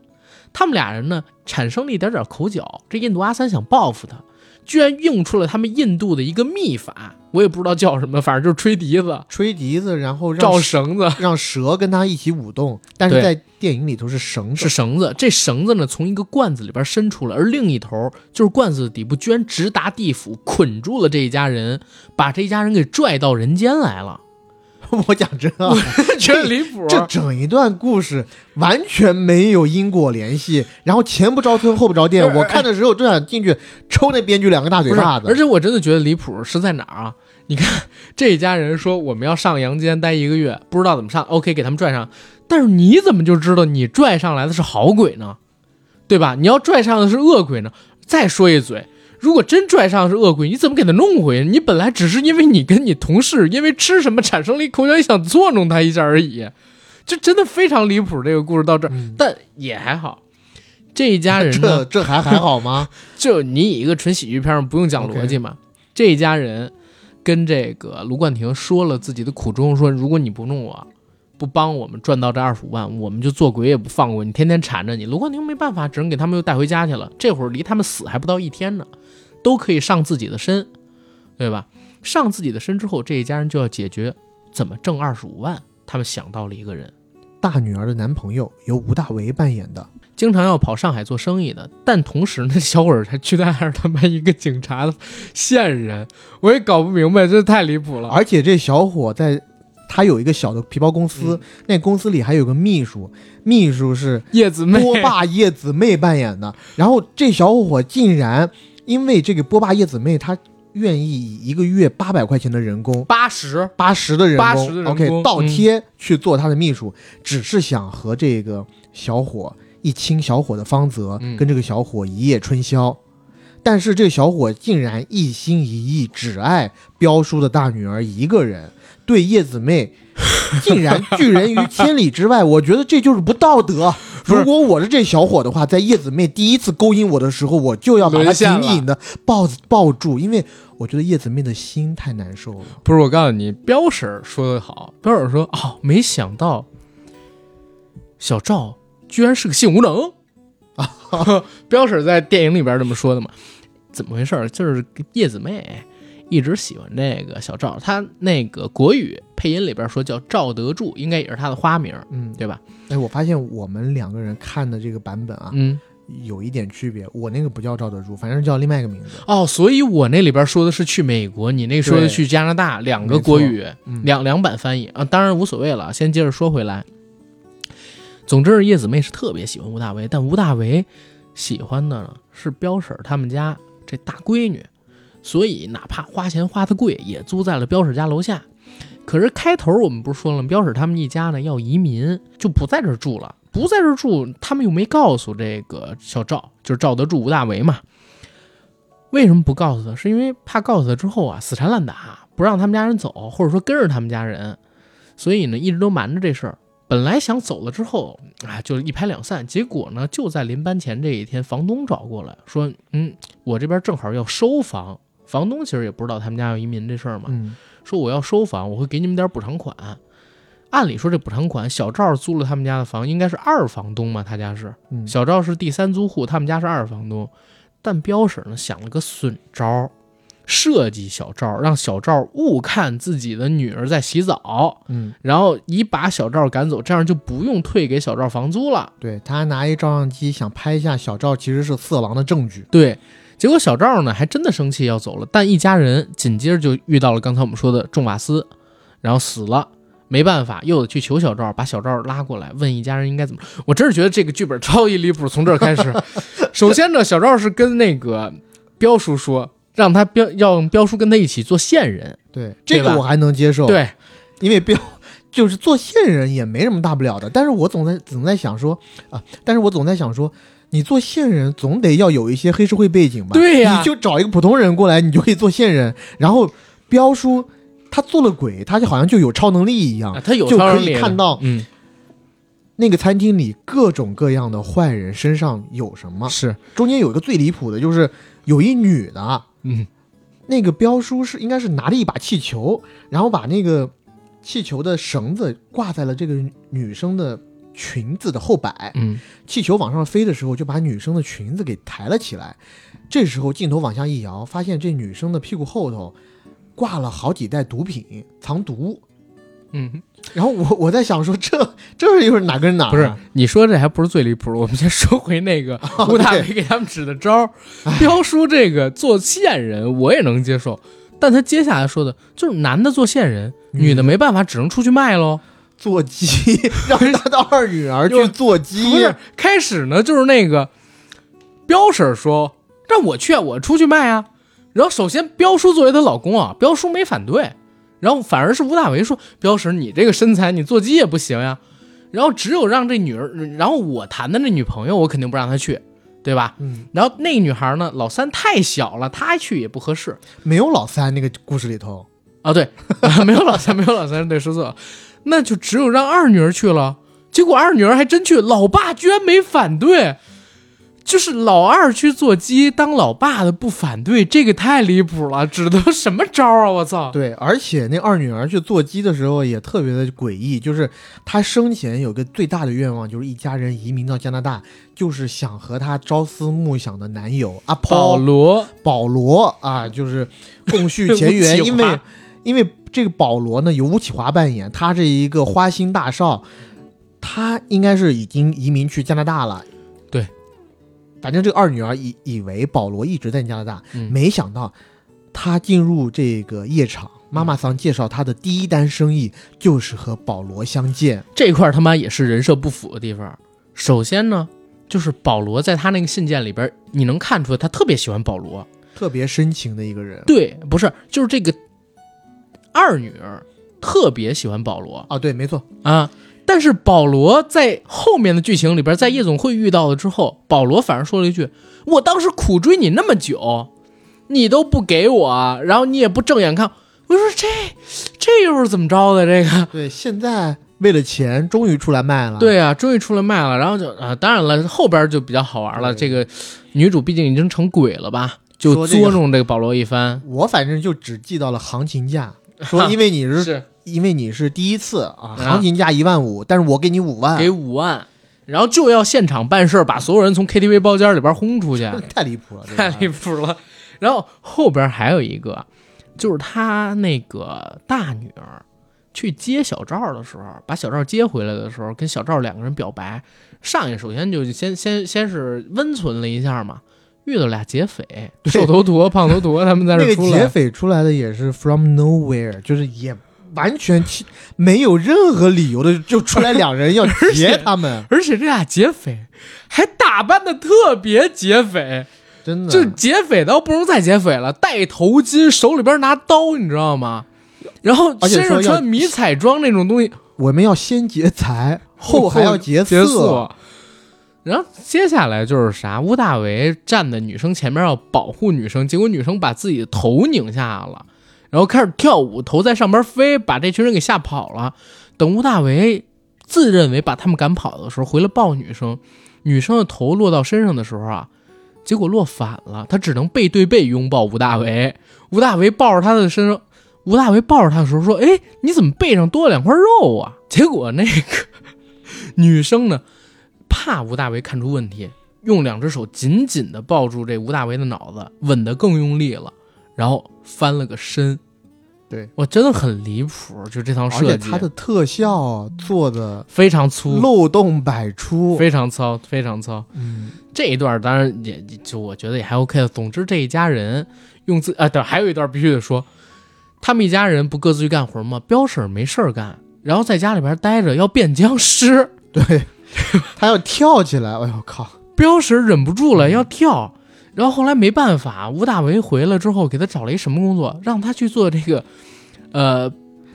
Speaker 1: 他们俩人呢产生了一点点口角，这印度阿三想报复他，居然用出了他们印度的一个秘法，我也不知道叫什么，反正就是吹笛子、
Speaker 4: 吹笛子，然后让
Speaker 1: 照绳子。
Speaker 4: 让蛇跟他一起舞动，但是
Speaker 1: 对
Speaker 4: 在电影里头是绳
Speaker 1: 是
Speaker 4: 子，
Speaker 1: 绳子，这绳子呢从一个罐子里边伸出来，而另一头就是罐子的底部，居然直达地府，捆住了这一家人，把这一家人给拽到人间来了，
Speaker 4: 我讲真啊，
Speaker 1: 觉得离谱。
Speaker 4: 这整一段故事完全没有因果联系，然后前不着村后不着店，我看的时候就想进去抽那编剧两个大嘴
Speaker 1: 不是，
Speaker 4: 巴子
Speaker 1: 而。且我真的觉得离谱是在哪儿啊？你看这一家人说我们要上阳间待一个月，不知道怎么上，OK 给他们拽上，但是你怎么就知道你拽上来的是好鬼呢？对吧？你要拽上的是恶鬼呢？再说一嘴，如果真拽上的是恶鬼，你怎么给他弄回去？你本来只是因为你跟你同事因为吃什么产生了一口角，想捉弄他一下而已，这真的非常离谱。这个故事到这儿，但也还好。这一家人呢，
Speaker 4: 嗯这这还还好吗？
Speaker 1: 就你以一个纯喜剧片儿不用讲逻辑嘛。这一家人跟这个卢冠廷说了自己的苦衷，说如果你不弄我，不帮我们赚到这二十五万，我们就做鬼也不放过你，天天缠着你。卢冠廷没办法，只能给他们又带回家去了。这会儿离他们死还不到一天呢，都可以上自己的身，对吧？上自己的身之后，这一家人就要解决怎么挣二十五万。他们想到了一个人，
Speaker 4: 大女儿的男朋友由吴大维扮演的，
Speaker 1: 经常要跑上海做生意的，但同时呢，小伙儿还居然还是他妈一个警察的线人，我也搞不明白，这太离谱了。
Speaker 4: 而且这小伙在他有一个小的皮包公司，那公司里还有个秘书，秘书是
Speaker 1: 叶子妹，
Speaker 4: 波霸叶子妹扮演的。然后这小伙竟然因为这个波霸叶子妹，她愿意以一个月八百块钱的人工，
Speaker 1: 八十，
Speaker 4: 八十的人工
Speaker 1: 80的人工
Speaker 4: o k 倒
Speaker 1: 嗯
Speaker 4: 贴去做他的秘书，只是想和这个小伙一亲小伙的芳泽，
Speaker 1: 嗯
Speaker 4: 跟这个小伙一夜春宵。但是这个小伙竟然一心一意只爱彪叔的大女儿一个人，对叶 子妹竟然拒人于千里之外， 我觉得这就是不道德。
Speaker 1: 不是
Speaker 4: 如果我是这小伙的话，在叶子妹第一次勾引我的时候，我就要把她
Speaker 1: 沦陷
Speaker 4: 紧
Speaker 1: 了
Speaker 4: 紧的抱抱住，因为我觉得叶子妹的心太难受了。
Speaker 1: 不是我告诉你，彪婶儿说的好，彪婶儿说哦，没想到小赵居然是个性无能 啊！彪婶儿在电影里边这么说的嘛？怎么回事儿？就是叶子妹一直喜欢这个小赵，她那个国语配音里边说叫赵德柱，应该也是她的花名，
Speaker 4: 嗯，
Speaker 1: 对吧？
Speaker 4: 哎，我发现我们两个人看的这个版本啊，
Speaker 1: 嗯，
Speaker 4: 有一点区别。我那个不叫赵德柱，反正叫另外一个名字。
Speaker 1: 哦，所以我那里边说的是去美国，你那个说的
Speaker 4: 对
Speaker 1: 去加拿大，两个
Speaker 4: 没错
Speaker 1: 国语，
Speaker 4: 嗯
Speaker 1: 两两版翻译啊，当然无所谓了。先接着说回来，总之叶子妹是特别喜欢吴大维，但吴大维喜欢的呢是彪婶儿他们家这大闺女，所以哪怕花钱花的贵，也租在了彪婶家楼下。可是开头我们不是说了吗，彪婶他们一家呢要移民，就不在这儿住了。不在这儿住，他们又没告诉这个小赵，就是赵德柱、吴大维嘛。为什么不告诉他？是因为怕告诉他之后啊，死缠烂打，不让他们家人走，或者说跟着他们家人，所以呢，一直都瞒着这事儿。本来想走了之后啊，就是一拍两散。结果呢，就在临搬前这一天，房东找过来说：“嗯，我这边正好要收房。”房东其实也不知道他们家要移民这事儿嘛，
Speaker 4: 嗯，
Speaker 1: 说我要收房，我会给你们点补偿款。按理说这补偿款，小赵租了他们家的房，应该是二房东嘛，他家是，
Speaker 4: 嗯
Speaker 1: 小赵是第三租户，他们家是二房东。但彪婶呢想了个损招儿，设计小赵，让小赵误看自己的女儿在洗澡，
Speaker 4: 嗯，
Speaker 1: 然后以把小赵赶走，这样就不用退给小赵房租了。
Speaker 4: 对他还拿一照相机想拍一下小赵，其实是色狼的证据。
Speaker 1: 对，结果小赵呢还真的生气要走了，但一家人紧接着就遇到了刚才我们说的仲瓦斯，然后死了。没办法，又得去求小赵，把小赵拉过来，问一家人应该怎么。我真是觉得这个剧本超级离谱，从这儿开始。首先呢，小赵是跟那个彪叔说，让他彪要让彪叔跟他一起做线人。
Speaker 4: 对，
Speaker 1: 对
Speaker 4: 这
Speaker 1: 吧
Speaker 4: 个我还能接受。，
Speaker 1: 对，
Speaker 4: 因为标就是做线人也没什么大不了的。但是我总在总在想说啊，但是我总在想说。你做线人总得要有一些黑社会背景吧？
Speaker 1: 对呀
Speaker 4: 你就找一个普通人过来，你就可以做线人。然后彪叔他做了鬼，他就好像就有超能力一样
Speaker 1: 啊，他有
Speaker 4: 就
Speaker 1: 超
Speaker 4: 可
Speaker 1: 能力
Speaker 4: 以
Speaker 1: 的
Speaker 4: 看到
Speaker 1: 嗯，
Speaker 4: 那个餐厅里各种各样的坏人身上有什么？
Speaker 1: 是，
Speaker 4: 中间有一个最离谱的，就是有一女的，
Speaker 1: 嗯，
Speaker 4: 那个彪叔是应该是拿着一把气球，然后把那个气球的绳子挂在了这个女生的裙子的后摆，
Speaker 1: 嗯
Speaker 4: 气球往上飞的时候就把女生的裙子给抬了起来。这时候镜头往下一摇，发现这女生的屁股后头挂了好几袋毒品，藏毒。
Speaker 1: 嗯，
Speaker 4: 然后我我在想说，这 这又是哪跟哪儿啊、
Speaker 1: 不是，你说这还不是最离谱的。我们先说回那个吴大
Speaker 4: 对
Speaker 1: 维给他们指的招儿，彪叔这个做线人我也能接受，但他接下来说的就是男的做线人，女的没办法，只能出去卖喽。
Speaker 4: 做鸡，让他的二女儿去做鸡
Speaker 1: 不。是，开始呢就是那个彪婶儿说让我去啊，我出去卖啊。然后首先彪叔作为她老公啊，彪叔没反对，然后反而是吴大维说彪婶儿你这个身材你做鸡也不行呀、然后只有让这女儿，然后我谈的那女朋友我肯定不让她去，对吧？
Speaker 4: 嗯，
Speaker 1: 然后那女孩呢，老三太小了，她去也不合适。
Speaker 4: 没有老三那个故事里头，
Speaker 1: 啊，对， 啊没有老三，没有老三，对，说错了，那就只有让二女儿去了。结果二女儿还真去，老爸居然没反对，就是老二去做鸡当老爸的不反对，这个太离谱了，指的什么招啊！我操，
Speaker 4: 对，而且那二女儿去做鸡的时候也特别的诡异，就是她生前有个最大的愿望，就是一家人移民到加拿大，就是想和她朝思暮想的男友啊阿
Speaker 1: 保
Speaker 4: 抛
Speaker 1: 罗，
Speaker 4: 保罗啊，就是共叙前
Speaker 1: 吴
Speaker 4: 缘，
Speaker 1: 启
Speaker 4: 因
Speaker 1: 华
Speaker 4: 为因为这个保罗呢由吴启华扮演，他是一个花心大少，他应该是已经移民去加拿大了。
Speaker 1: 对，
Speaker 4: 反正这个二女儿以以为保罗一直在加拿大，
Speaker 1: 嗯
Speaker 4: 没想到他进入这个夜场。
Speaker 1: 嗯
Speaker 4: 妈妈桑介绍他的第一单生意就是和保罗相见，
Speaker 1: 这块儿他妈也是人设不符的地方。首先呢，就是保罗在他那个信件里边儿，你能看出来他特别喜欢保罗，
Speaker 4: 特别深情的一个人。
Speaker 1: 对，不是，就是这个二女儿特别喜欢保罗，
Speaker 4: 啊，对，没错，
Speaker 1: 啊。但是保罗在后面的剧情里边，在夜总会遇到了之后，保罗反而说了一句：“我当时苦追你那么久，你都不给我，然后你也不正眼看。”我说这这又是怎么着的？这个
Speaker 4: 对，现在为了钱终于出来卖了。，
Speaker 1: 对啊，终于出来卖了，然后就啊，当然了，后边就比较好玩了。这
Speaker 4: 对
Speaker 1: 个女主毕竟已经成鬼了吧，就
Speaker 4: 说这个
Speaker 1: 捉弄这个保罗一番。
Speaker 4: 我反正就只记到了行情 价，说因为你是
Speaker 1: 是
Speaker 4: 因为你是第一次啊，
Speaker 1: 啊
Speaker 4: 行情价一万五，但是我给你五万
Speaker 1: 给，五万，然后就要现场办事儿，把所有人从 KTV 包间里边轰出去。
Speaker 4: 太离谱了，对吧
Speaker 1: 太离谱了。然后后边还有一个，就是他那个大女儿去接小赵的时候，把小赵接回来的时候，跟小赵两个人表白。上一首先就先先先是温存了一下嘛，遇到俩劫匪，
Speaker 4: 对
Speaker 1: 瘦头陀、胖头陀他们在
Speaker 4: 那
Speaker 1: 这
Speaker 4: 个
Speaker 1: 出
Speaker 4: 劫
Speaker 1: 来。
Speaker 4: 匪出来的也是 from nowhere，就是也完全其没有任何理由的就出来两人要
Speaker 1: 且
Speaker 4: 劫他 们，
Speaker 1: 而且这俩劫匪还打扮的特别劫匪，
Speaker 4: 真的
Speaker 1: 就劫匪到不能再劫匪了，戴头巾，手里边拿刀，你知道吗？然后
Speaker 4: 而且
Speaker 1: 身上
Speaker 4: 说要
Speaker 1: 穿迷彩装那种东西，
Speaker 4: 我们要先劫财，后还要劫
Speaker 1: 劫
Speaker 4: 色，。
Speaker 1: 然后接下来就是啥？吴大维站在女生前面要保护女生，结果女生把自己的头拧下了，然后开始跳舞，头在上边飞，把这群人给吓跑了。等吴大维自认为把他们赶跑的时候，回来抱女生，女生的头落到身上的时候啊，结果落反了，她只能背对背拥抱吴大维。吴大维抱着她的身上，吴大维抱着她的时候说：“哎，你怎么背上多了两块肉啊？”结果那个女生呢，怕吴大维看出问题，用两只手紧紧地抱住这吴大维的脑子，吻得更用力了，然后翻了个身。
Speaker 4: 对
Speaker 1: 我真的很离谱，就这套
Speaker 4: 而
Speaker 1: 设
Speaker 4: 且
Speaker 1: 计，
Speaker 4: 他的特效啊做的
Speaker 1: 非常粗，
Speaker 4: 漏洞百出，
Speaker 1: 非常糙，非常糙。
Speaker 4: 嗯，
Speaker 1: 这一段当然也就我觉得也还 OK 了。总之这一家人用自啊，对，还有一段必须得说，他们一家人不各自去干活吗？彪婶儿没事儿干，然后在家里边待着要变僵尸，
Speaker 4: 对， 他要跳起来，哎呦靠！
Speaker 1: 彪婶儿忍不住
Speaker 4: 嗯
Speaker 1: 了要跳，然后后来没办法，吴大维回来之后给他找了一什么工作，让他去做这个呃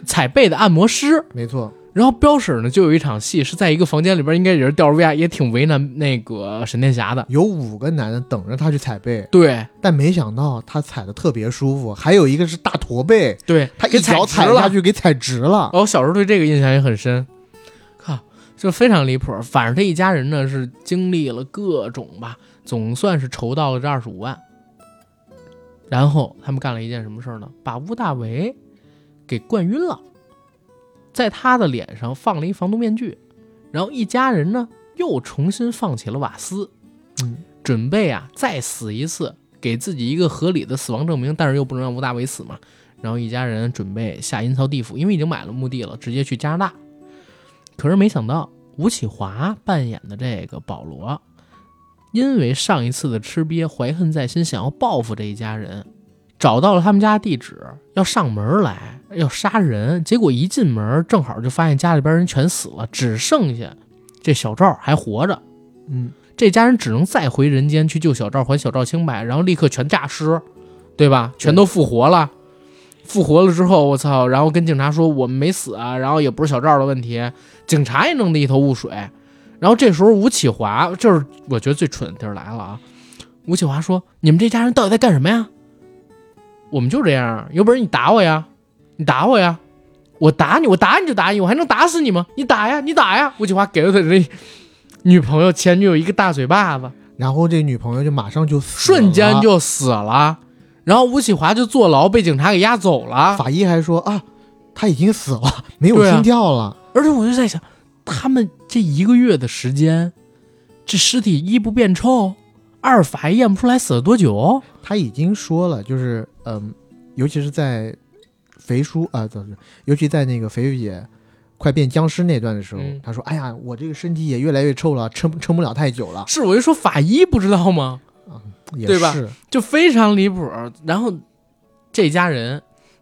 Speaker 1: 踩背的按摩师。
Speaker 4: 没错，
Speaker 1: 然后彪婶儿呢，就有一场戏是在一个房间里边，应该也是吊着 VR，也挺为难那个闪电侠的。
Speaker 4: 有五个男的等着他去踩背，
Speaker 1: 对
Speaker 4: 但没想到他踩的特别舒服，还有一个是大驼背，
Speaker 1: 对，
Speaker 4: 他
Speaker 1: 给
Speaker 4: 一
Speaker 1: 踩
Speaker 4: 脚
Speaker 1: 直
Speaker 4: 踩
Speaker 1: 了
Speaker 4: 下。去给踩直了。
Speaker 1: 我哦小时候对这个印象也很深，靠，就非常离谱。反正这一家人呢是经历了各种吧，总算是筹到了这二十五万。然后他们干了一件什么事儿呢？把吴大维给灌晕了，在他的脸上放了一防毒面具，然后一家人呢又重新放起了瓦斯，
Speaker 4: 嗯，
Speaker 1: 准备啊再死一次，给自己一个合理的死亡证明，但是又不能让吴大维死嘛。然后一家人准备下阴曹地府，因为已经买了墓地了，直接去加拿大。可是没想到吴启华扮演的这个保罗，因为上一次的吃瘪，怀恨在心，想要哦报复这一家人，找到了他们家地址，要上门来要杀人。结果一进门，正好就发现家里边人全死了，只剩下这小赵还活着。
Speaker 4: 嗯，
Speaker 1: 这家人只能再回人间去救小赵，还小赵清白，然后立刻全诈尸，对吧？全都复活了。复活了之后，我操！然后跟警察说我们没死啊，然后也不是小赵的问题，警察也弄得一头雾水。然后这时候吴启华，就是我觉得最蠢的地儿来了啊！吴启华说：“你们这家人到底在干什么呀？我们就这样，有本事你打我呀！你打我呀！我打你，我打你就打你，我还能打死你吗？你打呀，你打呀！”吴启华给了他这女朋友前女友一个大嘴巴子，
Speaker 4: 然后这女朋友就马上就死了
Speaker 1: 瞬间就死了。然后吴启华就坐牢，被警察给押走了。
Speaker 4: 法医还说啊，他已经死了，没有
Speaker 1: 对啊
Speaker 4: 心跳了。
Speaker 1: 而且我就在想，他们这一个月的时间，这尸体一不变臭，二法医验不出来死了多久。
Speaker 4: 他已经说了，就是嗯，尤其是在肥叔啊，怎么说尤其在那个肥姐快变僵尸那段的时候，
Speaker 1: 嗯
Speaker 4: 他说：“哎呀，我这个身体也越来越臭了，撑不撑不了太久了，
Speaker 1: 是，我就说法医不知道吗？
Speaker 4: 也
Speaker 1: 对吧
Speaker 4: 是
Speaker 1: 就非常离谱。然后这家人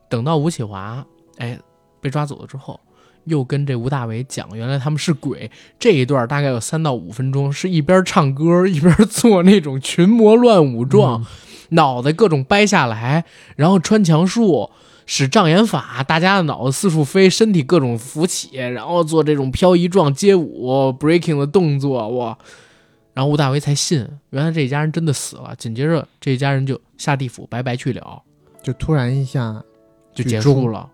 Speaker 1: 等到吴启华哎被抓走了之后，又跟这吴大维讲，原来他们是鬼。这一段大概有三到五分钟，是一边唱歌一边做那种群魔乱舞状，脑袋各种掰下来，然后穿墙术。使障眼法，大家的脑子四处飞，身体各种浮起，然后做这种漂移状、街舞、breaking 的动作，哇！然后吴大维才信，原来这一家人真的死了。紧接着这一家人就下地府，拜拜去了，
Speaker 4: 就突然一下
Speaker 1: 就
Speaker 4: 剧
Speaker 1: 结
Speaker 4: 终
Speaker 1: 束了。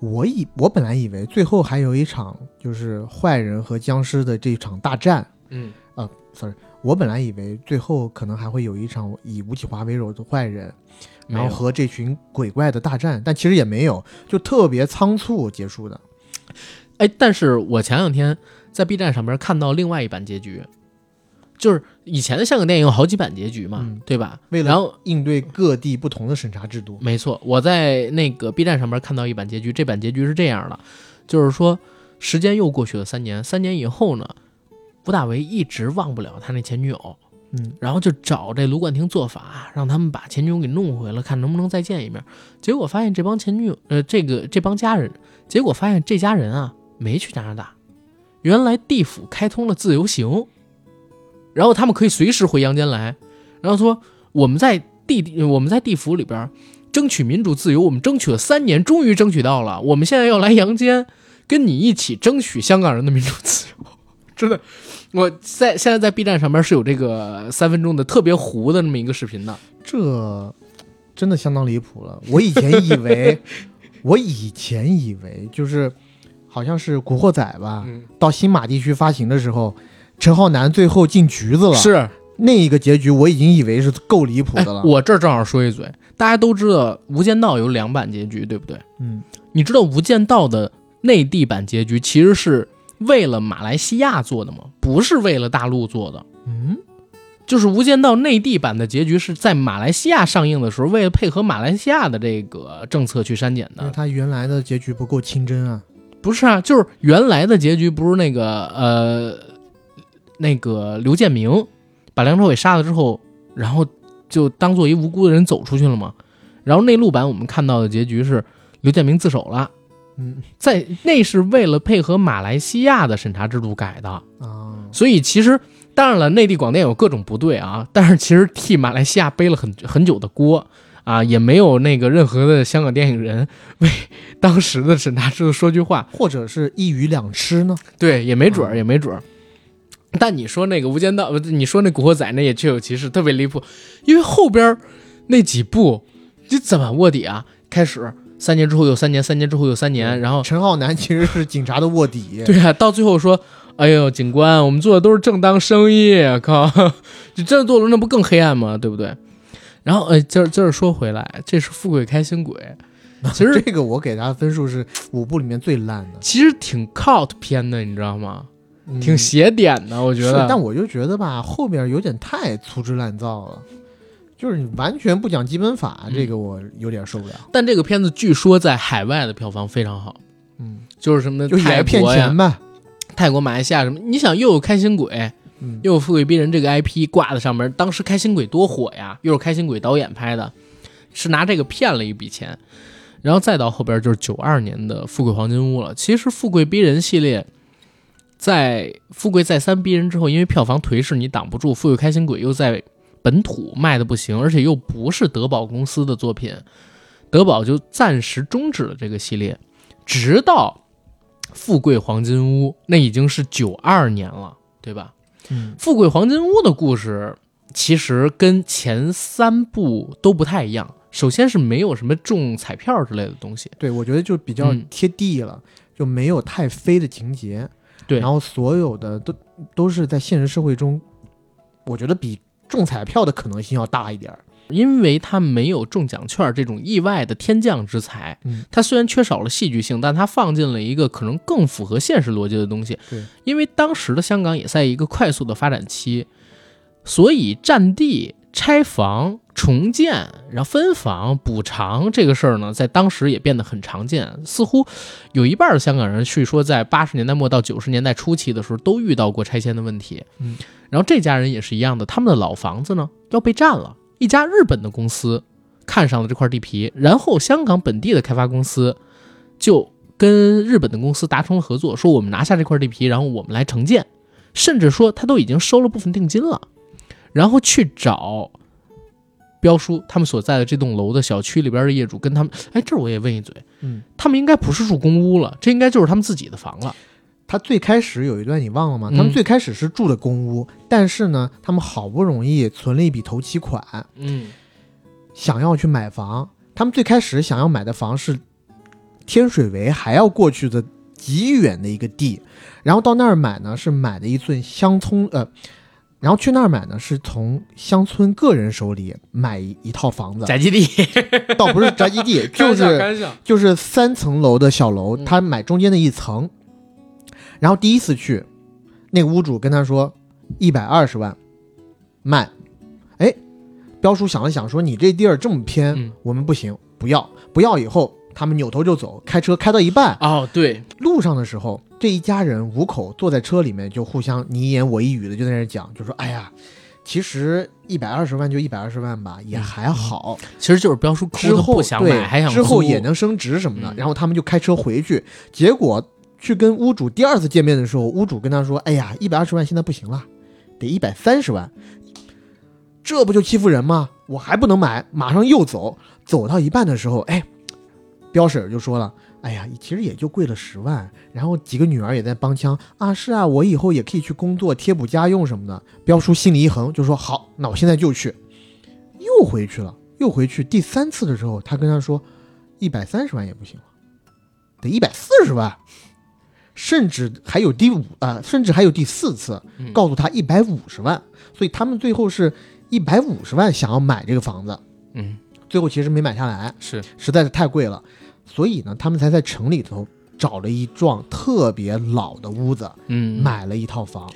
Speaker 4: 我以我本来以为最后还有一场就是坏人和僵尸的这场大战，
Speaker 1: 嗯，
Speaker 4: sorry，我本来以为最后可能还会有一场以吴启华为首的坏人，然
Speaker 1: 没
Speaker 4: 后
Speaker 1: 有
Speaker 4: 和这群鬼怪的大战，但其实也没有，就特别仓促结束的。
Speaker 1: 哎，但是我前两天在 B 站上面看到另外一版结局，就是以前的香港电影有好几版结局嘛，
Speaker 4: 嗯
Speaker 1: 对吧？
Speaker 4: 为了
Speaker 1: 然后
Speaker 4: 应对各地不同的审查制度，
Speaker 1: 没错，我在那个 B 站上面看到一版结局，这版结局是这样的，就是说时间又过去了三年，三年以后呢，吴大维一直忘不了他那前女友，
Speaker 4: 嗯，
Speaker 1: 然后就找这卢冠廷做法，让他们把前女友给弄回来，看能不能再见一面。结果发现这帮前女友，呃，这个这帮家人，结果发现这家人啊没去加拿大，原来地府开通了自由行，然后他们可以随时回阳间来，然后说我们在地我们在地府里边争取民主自由，我们争取了三年，终于争取到了，我们现在要来阳间，跟你一起争取香港人的民主自由，真的。我在现在在 B 站上面是有这个三分钟的特别糊的那么一个视频的，
Speaker 4: 这真的相当离谱了。我以前 以为，我以前以为就是好像是《古惑仔》吧，
Speaker 1: 嗯
Speaker 4: 到新马地区发行的时候，陈浩南最后进局子了，
Speaker 1: 是啊
Speaker 4: 那一个结局，我已经以为是够离谱
Speaker 1: 哎
Speaker 4: 的了。
Speaker 1: 我这儿正好说一嘴，大家都知道《无间道》有两版结局，对不对？
Speaker 4: 嗯，
Speaker 1: 你知道《无间道》的内地版结局其实是为了马来西亚做的吗？不是为了大陆做的。
Speaker 4: 嗯，
Speaker 1: 就是《无间道》内地版的结局是在马来西亚上映的时候，为了配合马来西亚的这个政策去删减
Speaker 4: 因为
Speaker 1: 的。
Speaker 4: 他原来的结局不够清真啊。
Speaker 1: 不是啊，就是原来的结局不是那个呃，那个刘建明把梁朝伟杀了之后，然后就当做一无辜的人走出去了嘛。然后内陆版我们看到的结局是刘建明自首了，
Speaker 4: 嗯
Speaker 1: 在那是为了配合马来西亚的审查制度改的，
Speaker 4: 啊，
Speaker 1: 所以其实当然了，内地广电有各种不对啊，但是其实替马来西亚背了很很久的锅啊，也没有那个任何的香港电影人为当时的审查制度说句话。
Speaker 4: 或者是一鱼两吃呢？
Speaker 1: 对，也没准儿，
Speaker 4: 嗯
Speaker 1: 也没准儿。但你说那个《无间道》，不是你说那《古惑仔》，那也确有其事，特别离谱。因为后边儿那几部，这怎么卧底啊？开始三年之后又三年，三年之后又三年，然后
Speaker 4: 陈浩南其实是警察的卧底，
Speaker 1: 对啊，到最后说，哎呦，警官，我们做的都是正当生意，靠， 你这样做了那不更黑暗吗？对不对？然后，呃，今儿今儿说回来，这是富贵开心鬼，其实
Speaker 4: 这个我给他分数是五部里面最烂的。
Speaker 1: 其实挺 cult 偏的，你知道吗？
Speaker 4: 嗯
Speaker 1: 挺邪点的，我觉得
Speaker 4: 是。但我就觉得吧，后面有点太粗制滥造了，就是你完全不讲基本法，
Speaker 1: 嗯
Speaker 4: 这个我有点受不了。
Speaker 1: 但这个片子据说在海外的票房非常好，
Speaker 4: 嗯，
Speaker 1: 就是什么
Speaker 4: 就也
Speaker 1: 泰
Speaker 4: 是骗
Speaker 1: 国呀
Speaker 4: 钱、吧。
Speaker 1: 泰国、马来西亚什么，你想又有开心鬼，
Speaker 4: 嗯，
Speaker 1: 又有富贵逼人这个 IP 挂在上面，当时开心鬼多火呀，又是开心鬼导演拍的，是拿这个骗了一笔钱，然后再到后边就是九二年的富贵黄金屋了。其实富贵逼人系列。在《富贵再三逼人》之后，因为票房颓势你挡不住，《富贵开心鬼》又在本土卖的不行，而且又不是德宝公司的作品，德宝就暂时终止了这个系列，直到《富贵黄金屋》，那已经是九二年了，对吧？
Speaker 4: 嗯
Speaker 1: 富贵黄金屋的故事其实跟前三部都不太一样。首先是没有什么中彩票之类的东西，
Speaker 4: 对，我觉得就比较
Speaker 1: 嗯
Speaker 4: 贴地了，就没有太飞的情节。
Speaker 1: 对
Speaker 4: 然后所有的都都是在现实社会中，我觉得比中彩票的可能性要大一点儿。
Speaker 1: 因为它没有中奖券这种意外的天降之财。
Speaker 4: 嗯
Speaker 1: 它虽然缺少了戏剧性，但它放进了一个可能更符合现实逻辑的东西。
Speaker 4: 对，
Speaker 1: 因为当时的香港也在一个快速的发展期，所以占地、拆房、重建，然后分房、补偿这个事儿呢，在当时也变得很常见。似乎有一半的香港人，据说在八十年代末到九十年代初期的时候，都遇到过拆迁的问题。
Speaker 4: 嗯，
Speaker 1: 然后这家人也是一样的，他们的老房子呢要被占了，一家日本的公司看上了这块地皮，然后香港本地的开发公司就跟日本的公司达成了合作，说我们拿下这块地皮，然后我们来承建，甚至说他都已经收了部分定金了，然后去找标叔他们所在的这栋楼的小区里边的业主，跟他们，哎，这儿我也问一嘴，
Speaker 4: 嗯，
Speaker 1: 他们应该不是住公屋了，这应该就是他们自己的房了，
Speaker 4: 他最开始有一段你忘了吗？
Speaker 1: 嗯
Speaker 4: 他们最开始是住的公屋，但是呢，他们好不容易存了一笔头期款，
Speaker 1: 嗯
Speaker 4: 想要去买房。他们最开始想要买的房是天水围还要过去的极远的一个地，然后到那儿买呢是买的一寸乡村呃，然后去那儿买呢是从乡村个人手里买一一套房子，
Speaker 1: 宅基地，
Speaker 4: 倒不是宅基地，就是就是三层楼的小楼，
Speaker 1: 嗯
Speaker 4: 他买中间的一层。然后第一次去，那个屋主跟他说一百二十万卖，哎，彪叔想了想说你这地儿这么偏，
Speaker 1: 嗯
Speaker 4: 我们不行，不要，不要。以后他们扭头就走，开车开到一半，
Speaker 1: 哦，对，
Speaker 4: 路上的时候，这一家人五口坐在车里面就互相你一言我一语的就在那儿讲，就说哎呀，其实一百二十万就一百二十万吧，
Speaker 1: 嗯
Speaker 4: 也还好。
Speaker 1: 其实就是标叔抠
Speaker 4: 之
Speaker 1: 的
Speaker 4: 后
Speaker 1: 不想
Speaker 4: 对
Speaker 1: 买，还想
Speaker 4: 之
Speaker 1: 租
Speaker 4: 后也能升值什么的
Speaker 1: 嗯。
Speaker 4: 然后他们就开车回去，结果去跟屋主第二次见面的时候，屋主跟他说：“哎呀，一百二十万现在不行了，得一百三十万。”这不就欺负人吗？我还不能买，马上又走。走到一半的时候，哎，彪婶儿就说了：“哎呀，其实也就贵了十万。”然后几个女儿也在帮腔啊，是啊，我以后也可以去工作，贴补家用什么的。彪叔心里一横，就说：“好，那我现在就去。”又回去了，又回去。第三次的时候，他跟他说，一百三十万也不行了，得一百四十万，甚至还有第五啊、甚至还有第四次
Speaker 1: 嗯
Speaker 4: 告诉他一百五十万，所以他们最后是一百五十万想要买这个房子，
Speaker 1: 嗯
Speaker 4: 最后其实没买下来，
Speaker 1: 是
Speaker 4: 实在是太贵了，所以呢，他们才在城里头找了一幢特别老的屋子，
Speaker 1: 嗯。
Speaker 4: 买了一套房。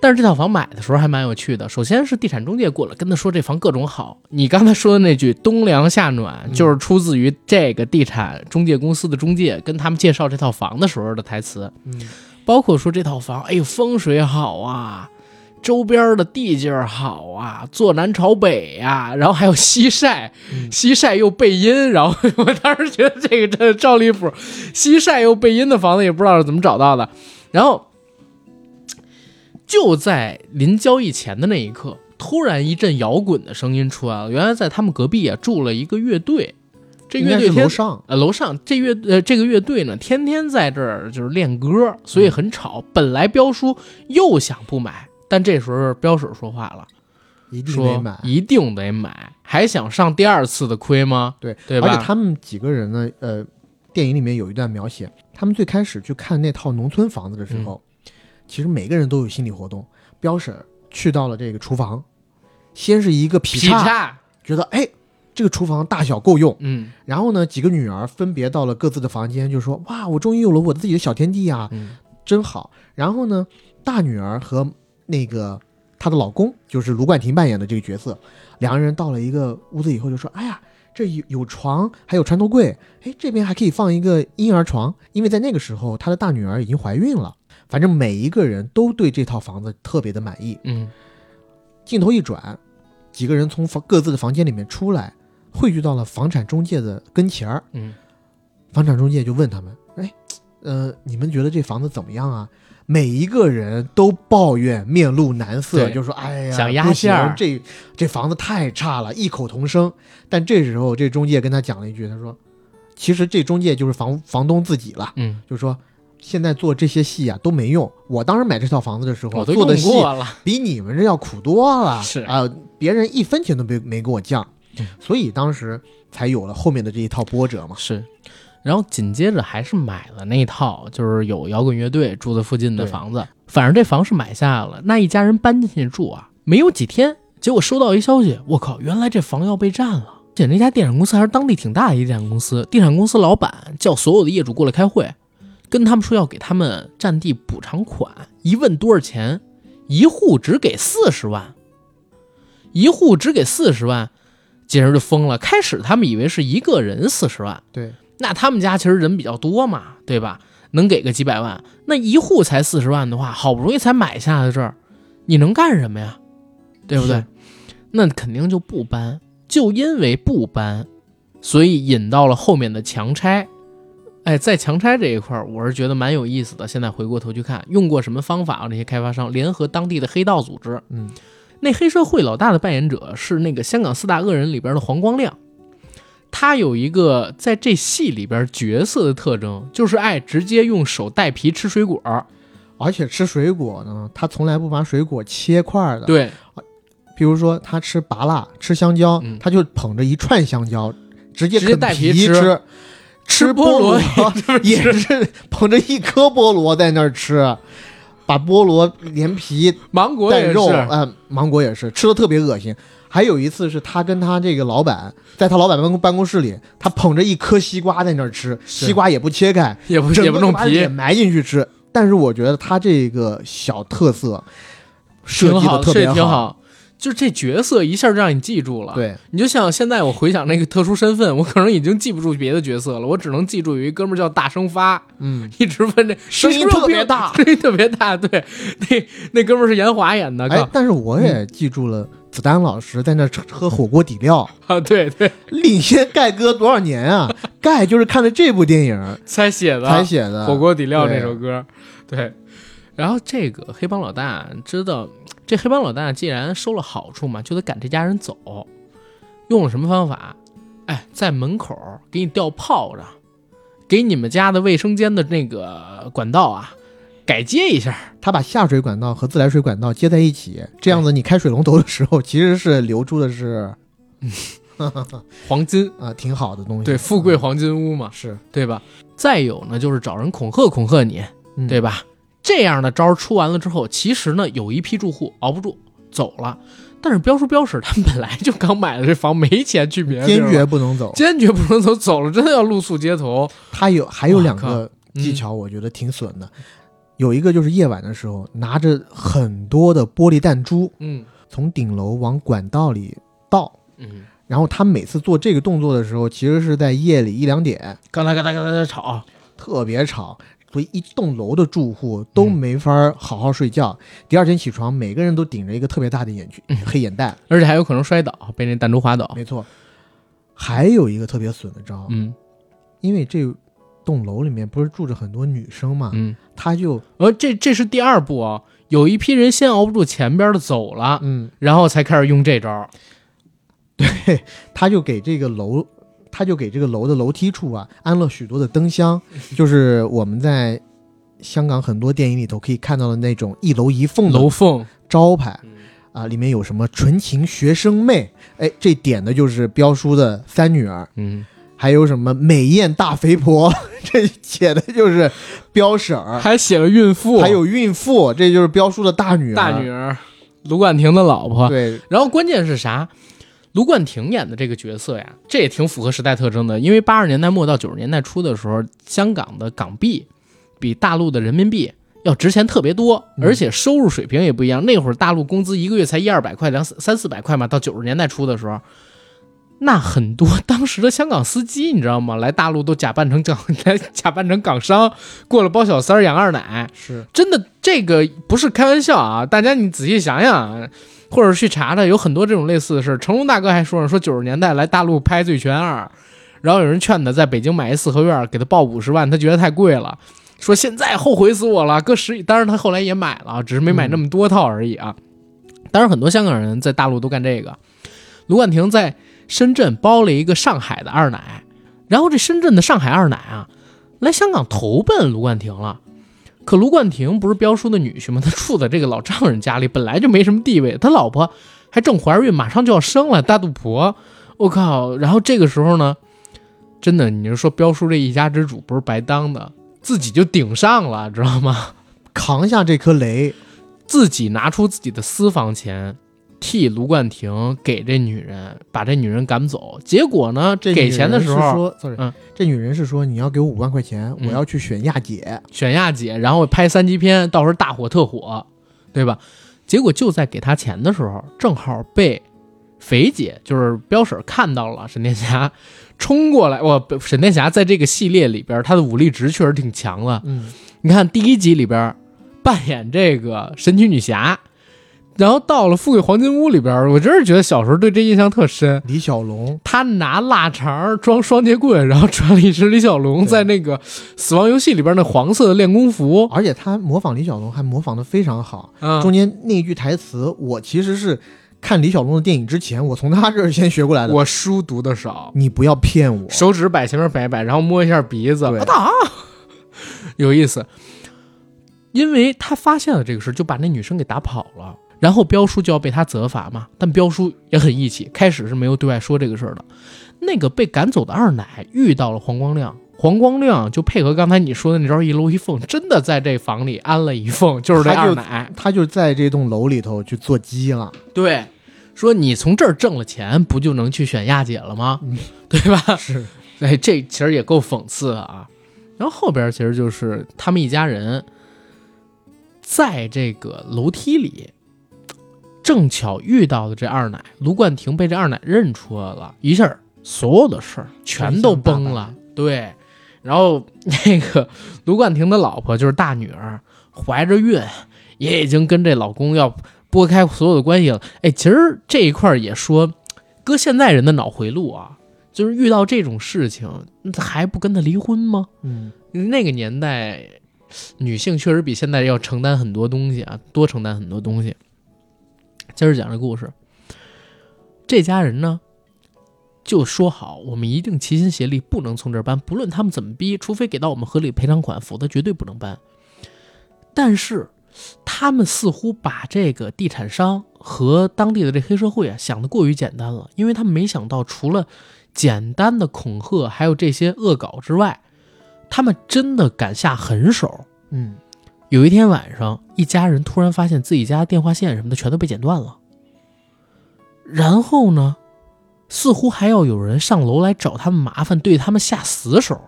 Speaker 1: 但是这套房买的时候还蛮有趣的。首先是地产中介过来跟他说这房各种好。你刚才说的那句“冬凉夏暖”，
Speaker 4: 嗯
Speaker 1: 就是出自于这个地产中介公司的中介跟他们介绍这套房的时候的台词。
Speaker 4: 嗯，
Speaker 1: 包括说这套房，哎呦，风水好啊，周边的地界儿好啊，坐南朝北呀、然后还有西晒，
Speaker 4: 嗯
Speaker 1: 西晒又背阴，然后 我当时觉得这个真的赵立甫，西晒又背阴的房子也不知道是怎么找到的，然后就在临交易前的那一刻，突然一阵摇滚的声音出来了，原来在他们隔壁啊住了一个乐队。这
Speaker 4: 应
Speaker 1: 乐
Speaker 4: 该
Speaker 1: 队
Speaker 4: 是
Speaker 1: 天
Speaker 4: 楼上，
Speaker 1: 呃，楼上这乐呃这个乐队呢，天天在这儿就是练歌，所以
Speaker 4: 嗯
Speaker 1: 很吵。本来彪叔又想不买，但这时候彪婶说话了，
Speaker 4: 一定得
Speaker 1: 说
Speaker 4: 买。
Speaker 1: 一定得买，还想上第二次的亏吗？
Speaker 4: 对，
Speaker 1: 对
Speaker 4: 而
Speaker 1: 吧
Speaker 4: 且他们几个人呢，呃，电影里面有一段描写，他们最开始去看那套农村房子的时候，其实每个人都有心理活动。彪婶儿去到了这个厨房，先是一个劈
Speaker 1: 劈
Speaker 4: 叉，
Speaker 1: 叉，
Speaker 4: 觉得哎，这个厨房大小够用。
Speaker 1: 嗯
Speaker 4: 然后呢，几个女儿分别到了各自的房间，就说：“哇，我终于有了我自己的小天地啊！
Speaker 1: 嗯
Speaker 4: 真好。然后呢，大女儿和那个她的老公，就是卢冠廷扮演的这个角色，两个人到了一个屋子以后就说：“哎呀，这有有床，还有床头柜，哎，这边还可以放一个婴儿床，因为在那个时候她的大女儿已经怀孕了。”反正每一个人都对这套房子特别的满意。
Speaker 1: 嗯
Speaker 4: 镜头一转，几个人从房各自的房间里面出来，汇聚到了房产中介的跟前儿。
Speaker 1: 嗯
Speaker 4: 房产中介就问他们：“哎，呃，你们觉得这房子怎么样啊？”每一个人都抱怨，面露难色，
Speaker 1: 对
Speaker 4: 就说：“哎呀，
Speaker 1: 想压
Speaker 4: 不行
Speaker 1: 线儿
Speaker 4: 这这房子太差了。”异口同声。但这时候，这中介跟他讲了一句：“他说，其实这中介就是房房东自己了，
Speaker 1: 嗯，
Speaker 4: 就说现在做这些戏啊都没用。我当时买这套房子的时候
Speaker 1: 我都
Speaker 4: 嗯做的
Speaker 1: 用
Speaker 4: 戏
Speaker 1: 过了，
Speaker 4: 比你们这要苦多了。
Speaker 1: 是
Speaker 4: 啊、别人一分钱都没没给我降
Speaker 1: 嗯，
Speaker 4: 所以当时才有了后面的这一套波折嘛。
Speaker 1: 是。然后紧接着还是买了那套，就是有摇滚乐队住在附近的
Speaker 4: 对
Speaker 1: 房子。反正这房是买下了，那一家人搬进去住啊，没有几天，结果收到一消息，我靠，原来这房要被占了。而且那家地产公司还是当地挺大的一地产公司，地产公司老板叫所有的业主过来开会，跟他们说要给他们占地补偿款。一问多少钱，一户只给四十万，一户只给四十万，几人就疯了。开始他们以为是一个人四十万，
Speaker 4: 对，
Speaker 1: 那他们家其实人比较多嘛，对吧？能给个几百万，那一户才四十万的话，好不容易才买下的这儿，你能干什么呀？对不对
Speaker 4: 是？
Speaker 1: 那肯定就不搬，就因为不搬，所以引到了后面的强拆。哎，在强拆这一块儿，我是觉得蛮有意思的。现在回过头去看，用过什么方法啊？这些开发商联合当地的黑道组织，
Speaker 4: 嗯，
Speaker 1: 那黑社会老大的扮演者是那个香港四大恶人里边的黄光亮，他有一个在这戏里边角色的特征，就是爱直接用手带皮吃水果。
Speaker 4: 而且吃水果呢，他从来不把水果切块儿的。，
Speaker 1: 对，
Speaker 4: 比如说他吃拔辣、吃香蕉，
Speaker 1: 嗯
Speaker 4: 他就捧着一串香蕉，直接
Speaker 1: 直接
Speaker 4: 啃
Speaker 1: 带皮
Speaker 4: 皮
Speaker 1: 吃
Speaker 4: 吃。
Speaker 1: 吃
Speaker 4: 吃
Speaker 1: 菠萝
Speaker 4: 萝 也是捧着一颗菠萝在那儿吃，把菠萝连皮
Speaker 1: 芒果
Speaker 4: 带
Speaker 1: 也
Speaker 4: 肉，
Speaker 1: 是，
Speaker 4: 啊，芒果也是吃的特别恶心。还有一次是他跟他这个老板，在他老板办公办公室里，他捧着一颗西瓜在那儿吃，
Speaker 1: 是
Speaker 4: 西瓜也不切开，
Speaker 1: 也 不也不弄
Speaker 4: 整个把
Speaker 1: 皮
Speaker 4: 脸，埋进去吃。但是我觉得他这个小特色设
Speaker 1: 挺
Speaker 4: 计
Speaker 1: 好，
Speaker 4: 的特
Speaker 1: 设计
Speaker 4: 别
Speaker 1: 挺好。就这角色一下就让你记住了。，
Speaker 4: 对，
Speaker 1: 你就像现在我回想那个特殊身份，我可能已经记不住别的角色了，我只能记住有一哥们儿叫大生发，
Speaker 4: 嗯，
Speaker 1: 一直问这
Speaker 4: 声音特别大
Speaker 1: 声音特别大。对，那那哥们儿是严华演的，
Speaker 4: 哎
Speaker 1: 靠，
Speaker 4: 但是我
Speaker 1: 嗯
Speaker 4: 也记住了子丹老师在那吃喝火锅底料，
Speaker 1: 啊，对对，
Speaker 4: 领先盖哥多少年啊？ 盖就是看了这部电影
Speaker 1: 才写的，啊
Speaker 4: 才写的
Speaker 1: 火锅底料
Speaker 4: 嗯对
Speaker 1: 那首歌，对。然后这个黑帮老大知道，这黑帮老大既然收了好处嘛，就得赶这家人走，用了什么方法？哎，在门口给你吊炮仗，给你们家的卫生间的那个管道啊改接一下，
Speaker 4: 他把下水管道和自来水管道接在一起，这样子你开水龙头的时候，其实是流出的是
Speaker 1: 黄金，
Speaker 4: 啊、挺好的东西。嗯
Speaker 1: 对，富贵黄金屋嘛，
Speaker 4: 是，
Speaker 1: 对吧？再有呢，就是找人恐吓恐吓你，
Speaker 4: 嗯
Speaker 1: 对吧？这样的招儿出完了之后，其实呢，有一批住户熬不住走了，但是标叔标婶他们本来就刚买了这房，没钱去别的地
Speaker 4: 坚
Speaker 1: 儿
Speaker 4: 决
Speaker 1: 了
Speaker 4: 不能走。
Speaker 1: 坚决不能走，走了真的要露宿街头。
Speaker 4: 他有还有两
Speaker 1: 哇
Speaker 4: 个技巧，我觉得挺损的。有一个就是夜晚的时候，拿着很多的玻璃弹珠
Speaker 1: 嗯
Speaker 4: 从顶楼往管道里倒，
Speaker 1: 嗯，
Speaker 4: 然后他每次做这个动作的时候，其实是在夜里一两点，
Speaker 1: 嘎啦嘎啦嘎啦嘎啦吵，啊
Speaker 4: 特别吵，所以一栋楼的住户都
Speaker 1: 嗯
Speaker 4: 没法好好睡觉。第二天起床，每个人都顶着一个特别大的眼
Speaker 1: 嗯
Speaker 4: 距、黑眼袋。
Speaker 1: 而且还有可能摔倒，被那弹珠滑倒。
Speaker 4: 没错，还有一个特别损的招，
Speaker 1: 哦嗯
Speaker 4: 因为这栋楼里面不是住着很多女生嘛，
Speaker 1: 嗯，
Speaker 4: 她就
Speaker 1: 呃，这这是第二步啊，有一批人先熬不住前边的走了，
Speaker 4: 嗯，
Speaker 1: 然后才开始用这招儿。
Speaker 4: 她就给这个楼。她就给这个楼的楼梯处啊安了许多的灯箱， 就是我们在香港很多电影里头可以看到的那种一楼一凤的
Speaker 1: 楼凤，
Speaker 4: 招牌
Speaker 1: 嗯
Speaker 4: 啊，里面有什么纯情学生妹，哎，这点的就是彪叔的三女儿，
Speaker 1: 嗯，
Speaker 4: 还有什么美艳大肥婆， 这写的就是彪婶儿，
Speaker 1: 还写了孕妇，
Speaker 4: 还有孕妇，这就是彪叔的大女儿。
Speaker 1: 大女儿卢冠廷的老婆。
Speaker 4: 对，
Speaker 1: 然后关键是啥？卢冠廷演的这个角色呀，这也挺符合时代特征的，因为八十年代末到九十年代初的时候，香港的港币比大陆的人民币要值钱特别多，
Speaker 4: 嗯
Speaker 1: 而且收入水平也不一样。那会儿大陆工资一个月才一二百块，两三四百块嘛，到九十年代初的时候。那很多当时的香港司机，你知道吗？来大陆都假扮成港， 来假扮成港商，过了包小三儿、杨二奶，
Speaker 4: 是
Speaker 1: 真的，这个不是开玩笑啊！大家你仔细想想，啊或者去查查，有很多这种类似的事儿。成龙大哥还说呢，说九十年代来大陆拍《醉拳二》，然后有人劝他在北京买一四合院，给他报五十万，他觉得太贵了，说现在后悔死我了，搁十亿。当然他后来也买了，只是没买那么多套而已啊。当然，很多香港人在大陆都干这个。卢冠廷在深圳包了一个上海的二奶，然后这深圳的上海二奶啊，来香港投奔卢冠廷了。可卢冠廷不是彪叔的女婿吗？他住在这个老丈人家里，本来就没什么地位，他老婆还正怀孕，马上就要生了，大肚婆，我靠！然后这个时候呢，真的，你就说彪叔这一家之主不是白当的，自己就顶上了，知道吗？
Speaker 4: 扛下这颗雷，
Speaker 1: 自己拿出自己的私房钱，替卢冠廷给这女人，把这女人赶走。结果呢，
Speaker 4: 这
Speaker 1: 给钱的时
Speaker 4: 女人是
Speaker 1: 候
Speaker 4: 说，sorry，、
Speaker 1: 嗯
Speaker 4: 这女人是说你要给我五万块钱，
Speaker 1: 嗯
Speaker 4: 我要去选亚姐，
Speaker 1: 选亚姐，然后拍三级片，到时候大火特火，对吧？结果就在给他钱的时候，正好被肥姐，就是彪婶儿看到了沈殿霞冲过来。哇，沈殿霞在这个系列里边儿，她的武力值确实挺强的。
Speaker 4: 嗯，
Speaker 1: 你看第一集里边扮演这个神奇女侠，然后到了《富贵黄金屋》里边，我真是觉得小时候对这印象特深。
Speaker 4: 李小龙，
Speaker 1: 他拿腊肠装双截棍，然后穿了一身李小龙
Speaker 4: 对
Speaker 1: 在那个《死亡游戏》里边那黄色的练功服。
Speaker 4: 而且他模仿李小龙还模仿的非常好，
Speaker 1: 啊，
Speaker 4: 中间那一句台词，我其实是看李小龙的电影之前，我从他这儿先学过来的。
Speaker 1: 我书读的少，
Speaker 4: 你不要骗我，
Speaker 1: 手指摆前面摆一摆，然后摸一下鼻子，
Speaker 4: 对
Speaker 1: 啊打，有意思。因为他发现了这个事，就把那女生给打跑了。然后彪叔就要被他责罚嘛，但彪叔也很义气，开始是没有对外说这个事儿的。那个被赶走的二奶遇到了黄光亮，黄光亮就配合刚才你说的那招一楼一凤，真的在这房里安了一凤，就是这
Speaker 4: 他
Speaker 1: 二
Speaker 4: 就
Speaker 1: 奶。
Speaker 4: 他就在这栋楼里头去做鸡啊了，
Speaker 1: 对，说你从这儿挣了钱，不就能去选亚姐了吗？对吧？
Speaker 4: 嗯是，
Speaker 1: 哎，这其实也够讽刺的啊。然后后边其实就是他们一家人在这个楼梯里，正巧遇到了这二奶，卢冠廷被这二奶认出来了，一下所有的事儿全都崩
Speaker 4: 真相大
Speaker 1: 了。对，然后 那个卢冠廷的老婆就是大女儿，怀着孕，也已经跟这老公要拨开所有的关系了。哎，其实这一块儿也说，搁现在人的脑回路啊，就是遇到这种事情，那还不跟他离婚吗？
Speaker 4: 嗯，
Speaker 1: 那个年代，女性确实比现在要承担很多东西啊，多承担很多东西。今儿讲这故事，这家人呢，就说好，我们一定齐心协力，不能从这儿搬，不论他们怎么逼，除非给到我们合理赔偿款，否则绝对不能搬。但是，他们似乎把这个地产商和当地的这黑社会啊想得过于简单了，因为他们没想到，除了简单的恐吓，还有这些恶搞之外，他们真的敢下狠手。
Speaker 4: 嗯，
Speaker 1: 有一天晚上，一家人突然发现自己家电话线什么的全都被剪断了，然后呢，似乎还要有人上楼来找他们麻烦，对他们下死手。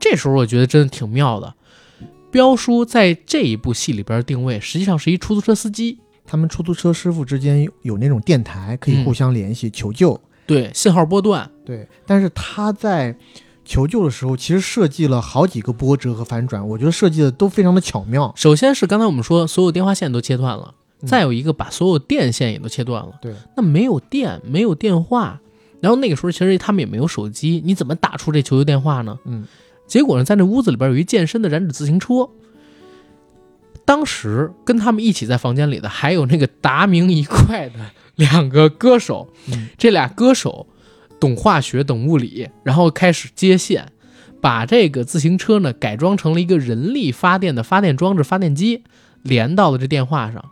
Speaker 1: 这时候我觉得真的挺妙的。彪叔在这一部戏里边定位，实际上是一出租车司机，
Speaker 4: 他们出租车师傅之间有有那种电台可以互相联系、求救，
Speaker 1: 对信号波段，
Speaker 4: 对，但是他在求救的时候，其实设计了好几个波折和反转，我觉得设计的都非常的巧妙，
Speaker 1: 首先是刚才我们说所有电话线都切断了，
Speaker 4: 嗯
Speaker 1: 再有一个把所有电线也都切断了。
Speaker 4: 对，
Speaker 1: 那没有电，没有电话，然后那个时候其实他们也没有手机，你怎么打出这求救电话呢？
Speaker 4: 嗯，
Speaker 1: 结果呢，在那屋子里边有一健身的燃脂自行车。当时跟他们一起在房间里的还有那个达明一块的两个歌手，
Speaker 4: 嗯
Speaker 1: 这俩歌手懂化学、懂物理，然后开始接线，把这个自行车呢改装成了一个人力发电的发电装置、发电机，连到了这电话上，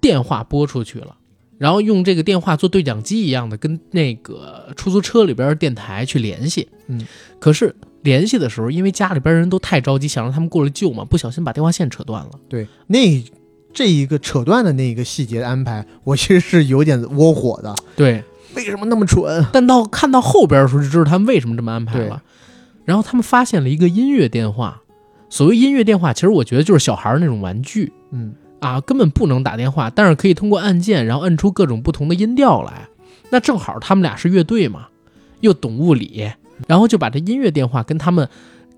Speaker 1: 电话拨出去了。然后用这个电话做对讲机一样的，跟那个出租车里边的电台去联系。
Speaker 4: 嗯，
Speaker 1: 可是联系的时候，因为家里边人都太着急，想让他们过来救嘛，不小心把电话线扯断了。
Speaker 4: 对，那这一个扯断的那一个细节的安排，我其实是有点窝火的，
Speaker 1: 对，
Speaker 4: 为什么那么蠢？
Speaker 1: 但到看到后边的时候，就知道他们为什么这么安排了。然后他们发现了一个音乐电话，所谓音乐电话，其实我觉得就是小孩儿那种玩具
Speaker 4: 嗯，
Speaker 1: 啊，根本不能打电话，但是可以通过按键，然后摁出各种不同的音调来。那正好他们俩是乐队嘛，又懂物理，然后就把这音乐电话跟他们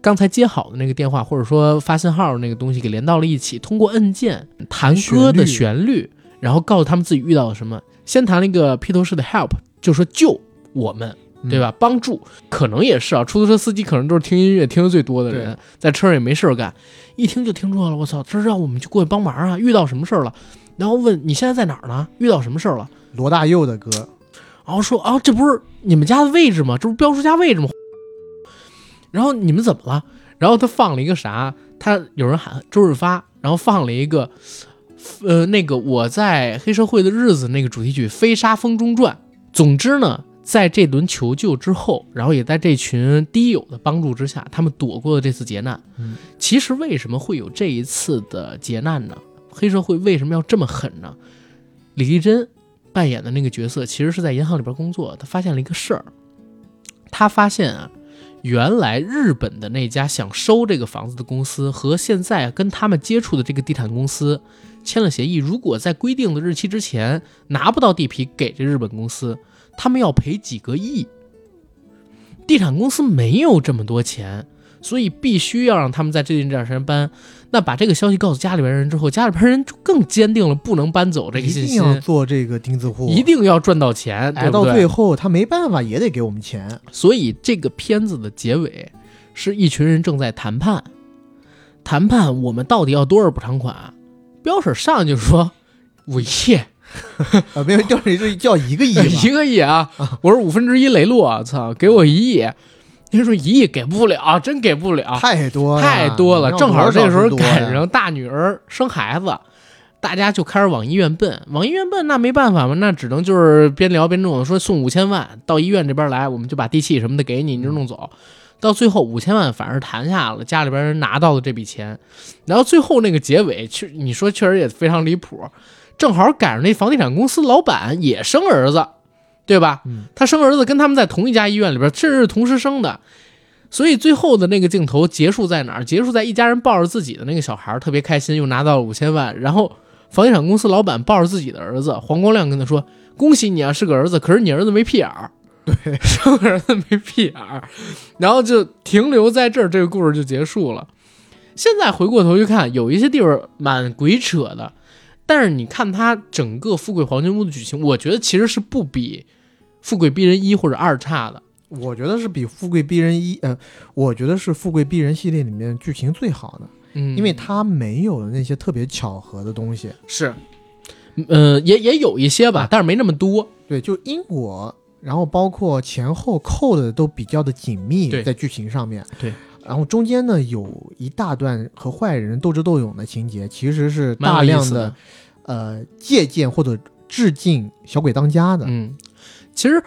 Speaker 1: 刚才接好的那个电话，或者说发信号那个东西给连到了一起，通过按键弹歌的旋律，然后告诉他们自己遇到了什么。先弹了一个披头士的 Help，就说救我们。
Speaker 4: 嗯
Speaker 1: 对吧？帮助可能也是啊，出租车司机可能都是听音乐听的最多的人，在车上也没事儿干，一听就听出来了。我操，这让我们去过去帮忙啊！遇到什么事儿了？然后问你现在在哪儿呢？遇到什么事儿了？
Speaker 4: 罗大佑的歌，
Speaker 1: 然后说啊，这不是你们家的位置吗？这不是标叔家位置吗？然后你们怎么了？然后他放了一个啥？他有人喊周润发，然后放了一个，呃，那个我在黑社会的日子那个主题曲《飞沙风中转》。总之呢，在这轮求救之后，然后也在这群低友的帮助之下，他们躲过了这次劫难。
Speaker 4: 嗯
Speaker 1: 其实为什么会有这一次的劫难呢？黑社会为什么要这么狠呢？李丽珍扮演的那个角色其实是在银行里边工作，她发现了一个事儿，她发现啊，原来日本的那家想收这个房子的公司和现在跟他们接触的这个地产公司签了协议，如果在规定的日期之前拿不到地皮给这日本公司，他们要赔几个亿。地产公司没有这么多钱，所以必须要让他们在最近这段时间搬。那把这个消息告诉家里边人之后，家里边人就更坚定了不能搬走这个
Speaker 4: 一
Speaker 1: 信
Speaker 4: 定
Speaker 1: 心，
Speaker 4: 要做这个钉子户，
Speaker 1: 一定要赚到钱，
Speaker 4: 挨
Speaker 1: 对
Speaker 4: 到
Speaker 1: 不对
Speaker 4: 最后他没办法也得给我们钱。
Speaker 1: 所以这个片子的结尾是一群人正在谈判，谈判我们到底要多少补偿款？彪婶上来就说 五亿，
Speaker 4: 啊，没有，就是就叫一个亿吧，
Speaker 1: 一个亿啊！我说五分之一雷洛，操，给我一亿。人说一亿给不了，真给不了，
Speaker 4: 太多
Speaker 1: 啊
Speaker 4: 了
Speaker 1: 太多了。
Speaker 4: 你
Speaker 1: 正
Speaker 4: 让
Speaker 1: 好
Speaker 4: 多
Speaker 1: 这
Speaker 4: 少
Speaker 1: 时候
Speaker 4: 是多呀
Speaker 1: 赶上大女儿生孩子，大家就开始往医院奔。往医院奔，那没办法嘛，那只能就是边聊边弄，说送五千万到医院这边来，我们就把地契什么的给你，你就弄
Speaker 4: 嗯
Speaker 1: 走。到最后五千万反而谈下了，家里边人拿到了这笔钱，然后最后那个结尾，确你说确实也非常离谱，正好赶上那房地产公司老板也生儿子，对吧？
Speaker 4: 嗯
Speaker 1: 他生儿子跟他们在同一家医院里边，甚至是同时生的，所以最后的那个镜头结束在哪儿？结束在一家人抱着自己的那个小孩儿特别开心，又拿到了五千万。然后房地产公司老板抱着自己的儿子黄光亮跟他说：“恭喜你啊，是个儿子，可是你儿子没屁眼儿。”对，生儿子没屁眼儿，然后就停留在这儿，这个故事就结束了。现在回过头去看，有一些地方蛮鬼扯的，但是你看它整个《富贵黄金屋》的剧情，我觉得其实是不比《富贵逼人一》或者二差的。
Speaker 4: 我觉得是比《富贵逼人》一，呃，我觉得是《富贵逼人》系列里面剧情最好的，
Speaker 1: 嗯，
Speaker 4: 因为它没有那些特别巧合的东西。
Speaker 1: 是，呃，也也有一些吧，但是没那么多。
Speaker 4: 对，就因果，然后包括前后扣的都比较的紧密，
Speaker 1: 对
Speaker 4: 在剧情上面。
Speaker 1: 对，
Speaker 4: 然后中间呢有一大段和坏人斗智斗勇的情节，其实是
Speaker 1: 蛮有
Speaker 4: 大
Speaker 1: 意
Speaker 4: 量
Speaker 1: 思
Speaker 4: 的
Speaker 1: 的
Speaker 4: 呃借鉴或者致敬《小鬼当家》的。
Speaker 1: 嗯，其实，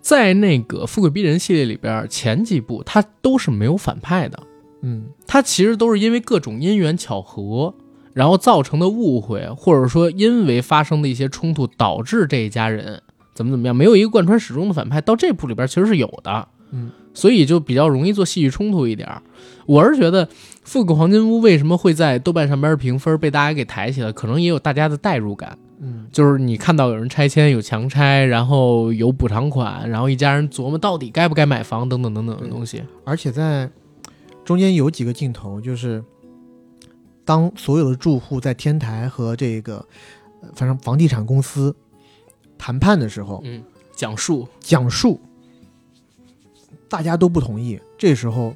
Speaker 1: 在那个《富贵逼人》系列里边，前几部它都是没有反派的，
Speaker 4: 嗯，
Speaker 1: 它其实都是因为各种因缘巧合，然后造成的误会，或者说因为发生的一些冲突，导致这一家人怎么怎么样，没有一个贯穿始终的反派。到这部里边其实是有的，
Speaker 4: 嗯，
Speaker 1: 所以就比较容易做戏剧冲突一点儿。我是觉得《复古黄金屋》为什么会在豆瓣上边评分被大家给抬起来，可能也有大家的代入感。
Speaker 4: 嗯，
Speaker 1: 就是你看到有人拆迁，有强拆，然后有补偿款，然后一家人琢磨到底该不该买房，等等等等的东西。
Speaker 4: 而且在中间有几个镜头，就是当所有的住户在天台和这个呃反正房地产公司谈判的时候，
Speaker 1: 嗯，讲述
Speaker 4: 讲述，大家都不同意。这时候，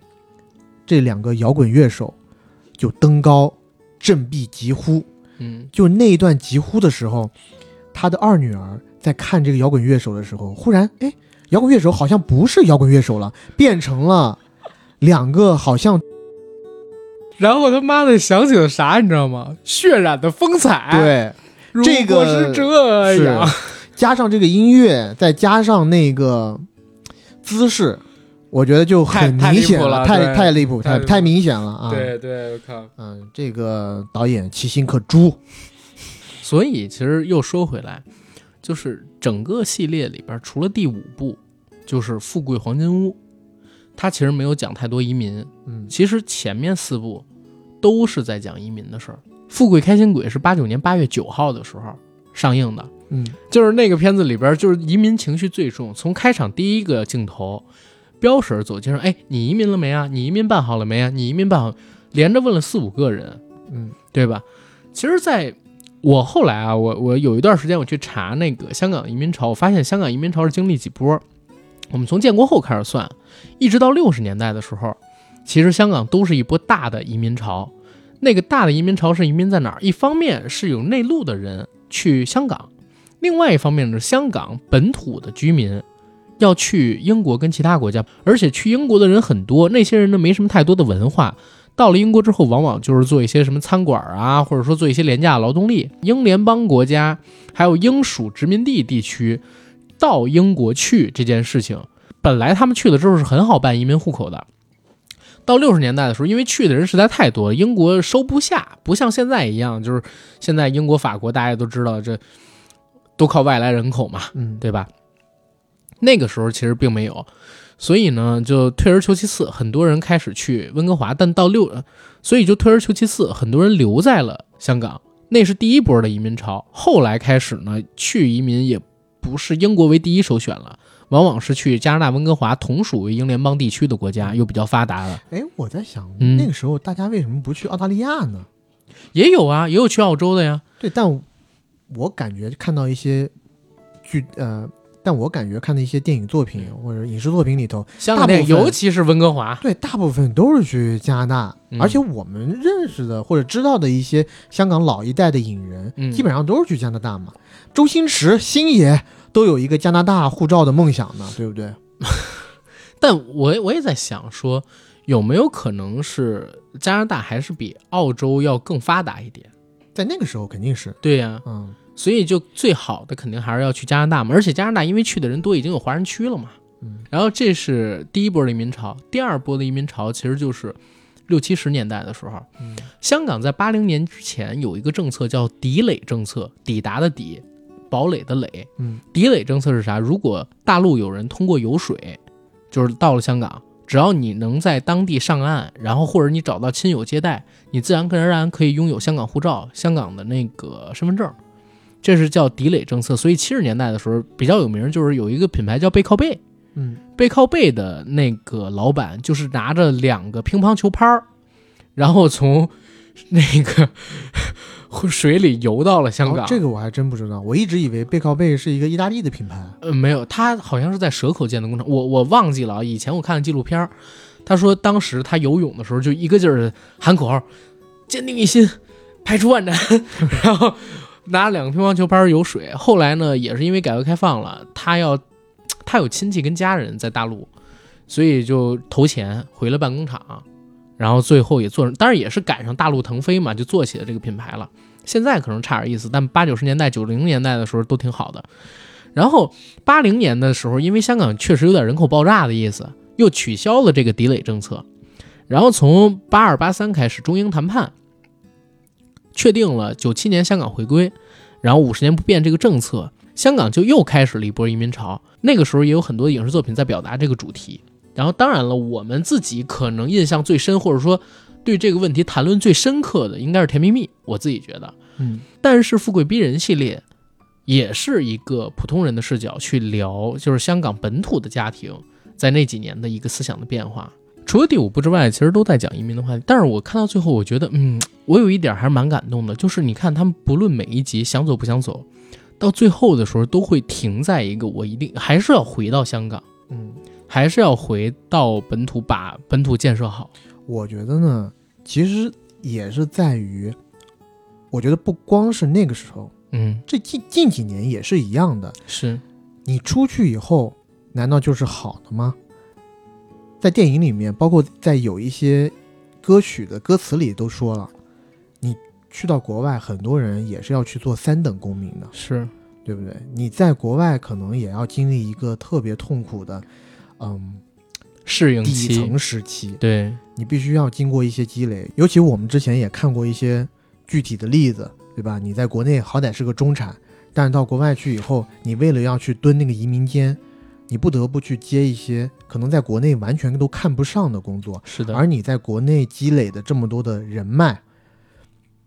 Speaker 4: 这两个摇滚乐手就登高振臂疾呼。
Speaker 1: 嗯，
Speaker 4: 就那一段疾呼的时候，他的二女儿在看这个摇滚乐手的时候，忽然，哎，摇滚乐手好像不是摇滚乐手了，变成了两个好像
Speaker 1: 然后他妈的想起了啥，你知道吗？血染的风采。，
Speaker 4: 对，
Speaker 1: 如
Speaker 4: 这
Speaker 1: 果
Speaker 4: 个
Speaker 1: 是这
Speaker 4: 是
Speaker 1: 样，
Speaker 4: 加上这个音乐，再加上那个姿势。我觉得就
Speaker 1: 太
Speaker 4: 很
Speaker 1: 太离
Speaker 4: 明显
Speaker 1: 谱了
Speaker 4: 太
Speaker 1: 对
Speaker 4: 太离谱，
Speaker 1: 太
Speaker 4: 太
Speaker 1: 离谱
Speaker 4: 太明显了啊！
Speaker 1: 对对，我靠。
Speaker 4: 嗯，这个导演其心可诛。
Speaker 1: 所以其实又说回来，就是整个系列里边，除了第五部，就是《富贵黄金屋》，它其实没有讲太多移民，
Speaker 4: 嗯
Speaker 1: 其实前面四部都是在讲移民的事儿。《富贵开心鬼》是八九年八月九号的时候上映的，
Speaker 4: 嗯，
Speaker 1: 就是那个片子里边，就是移民情绪最重。从开场第一个镜头，彪婶走街上，哎，你移民了没啊？你移民办好了没啊？你移民办好，连着问了四五个人，
Speaker 4: 嗯，
Speaker 1: 对吧？其实，在我后来啊，我我有一段时间我去查那个香港移民潮，我发现香港移民潮是经历几波。我们从建国后开始算，一直到六十年代的时候，其实香港都是一波大的移民潮。那个大的移民潮是移民在哪儿？一方面是有内陆的人去香港，另外一方面是香港本土的居民要去英国跟其他国家，而且去英国的人很多，那些人呢没什么太多的文化。到了英国之后，往往就是做一些什么餐馆啊，或者说做一些廉价劳动力。英联邦国家还有英属殖民地地区到英国去这件事情，本来他们去了之后是很好办移民户口的。到六十年代的时候，因为去的人实在太多，英国收不下，不像现在一样，就是现在英国、法国大家都知道这都靠外来人口嘛，
Speaker 4: 嗯，
Speaker 1: 对吧？那个时候其实并没有，所以呢，就退而求其次，很多人开始去温哥华，但到六，呃所以就退而求其次，很多人留在了香港，那是第一波的移民潮。后来开始呢，去移民也不是英国为第一首选了，往往是去加拿大、温哥华同属于英联邦地区的国家，又比较发达了。
Speaker 4: 哎，我在想，
Speaker 1: 嗯
Speaker 4: 那个时候大家为什么不去澳大利亚呢？
Speaker 1: 也有啊，也有去澳洲的呀。
Speaker 4: 对，但我感觉看到一些剧，呃，但我感觉看的一些电影作品或者影视作品里头，
Speaker 1: 香港电影，
Speaker 4: 大部分
Speaker 1: 尤其是温哥华，
Speaker 4: 对，大部分都是去加拿大，
Speaker 1: 嗯
Speaker 4: 而且我们认识的或者知道的一些香港老一代的影人，
Speaker 1: 嗯
Speaker 4: 基本上都是去加拿大嘛。周星驰、星爷都有一个加拿大护照的梦想呢，对不对？
Speaker 1: 但我我也在想说，有没有可能是加拿大还是比澳洲要更发达一点？
Speaker 4: 在那个时候肯定是，
Speaker 1: 对呀、
Speaker 4: 嗯
Speaker 1: 所以就最好的肯定还是要去加拿大嘛。而且加拿大因为去的人多，已经有华人区了嘛。
Speaker 4: 嗯
Speaker 1: 然后这是第一波的移民潮，第二波的移民潮其实就是六七十年代的时候，
Speaker 4: 嗯
Speaker 1: 香港在八零年之前有一个政策叫“抵垒政策”，抵达的抵，堡垒的垒。
Speaker 4: 嗯
Speaker 1: 抵垒政策是啥？如果大陆有人通过游水，就是到了香港，只要你能在当地上岸，然后或者你找到亲友接待，你自然而然可以拥有香港护照、香港的那个身份证。这是叫抵垒政策，所以七十年代的时候比较有名，就是有一个品牌叫背靠背，
Speaker 4: 嗯，
Speaker 1: 背靠背的那个老板就是拿着两个乒乓球拍儿，然后从那个 水里游到了香港。
Speaker 4: 哦这个我还真不知道，我一直以为背靠背是一个意大利的品牌。
Speaker 1: 呃，没有，他好像是在蛇口建的工厂，我我忘记了啊。以前我看的纪录片儿，他说当时他游泳的时候就一个劲儿地喊口号儿：“坚定一心，排除万难。” 然后拿两个乒乓球拍儿游水。后来呢，也是因为改革开放了，他要他有亲戚跟家人在大陆，所以就投钱回了办工厂，然后最后也做成，当然也是赶上大陆腾飞嘛，就做起了这个品牌了。现在可能差点意思，但八九十年代、九零年代的时候都挺好的。然后八零年的时候，因为香港确实有点人口爆炸的意思，又取消了这个抵垒政策。然后从八二八三开始，中英谈判确定了九七年香港回归，然后五十年不变这个政策，香港就又开始了一波移民潮。那个时候也有很多影视作品在表达这个主题。然后当然了，我们自己可能印象最深，或者说对这个问题谈论最深刻的，应该是《甜蜜蜜》，我自己觉得。
Speaker 4: 嗯
Speaker 1: 但是《富贵逼人》系列也是一个普通人的视角去聊，就是香港本土的家庭在那几年的一个思想的变化。除了第五部之外，其实都在讲移民的话题。但是我看到最后，我觉得，嗯，我有一点还是蛮感动的，就是你看他们不论每一集想走不想走，到最后的时候都会停在一个我一定还是要回到香港，
Speaker 4: 嗯，
Speaker 1: 还是要回到本土，把本土建设好。
Speaker 4: 我觉得呢，其实也是在于，我觉得不光是那个时候，
Speaker 1: 嗯，
Speaker 4: 这近近几年也是一样的。
Speaker 1: 是，
Speaker 4: 你出去以后，难道就是好的吗？在电影里面，包括在有一些歌曲的歌词里都说了，你去到国外，很多人也是要去做三等公民的，
Speaker 1: 是，
Speaker 4: 对不对？你在国外可能也要经历一个特别痛苦的，嗯，
Speaker 1: 适应
Speaker 4: 底
Speaker 1: 期，
Speaker 4: 层时期，
Speaker 1: 对，
Speaker 4: 你必须要经过一些积累。尤其我们之前也看过一些具体的例子，对吧？你在国内好歹是个中产，但是到国外去以后，你为了要去蹲那个移民监，你不得不去接一些可能在国内完全都看不上的工作，
Speaker 1: 是的，
Speaker 4: 而你在国内积累的这么多的人脉，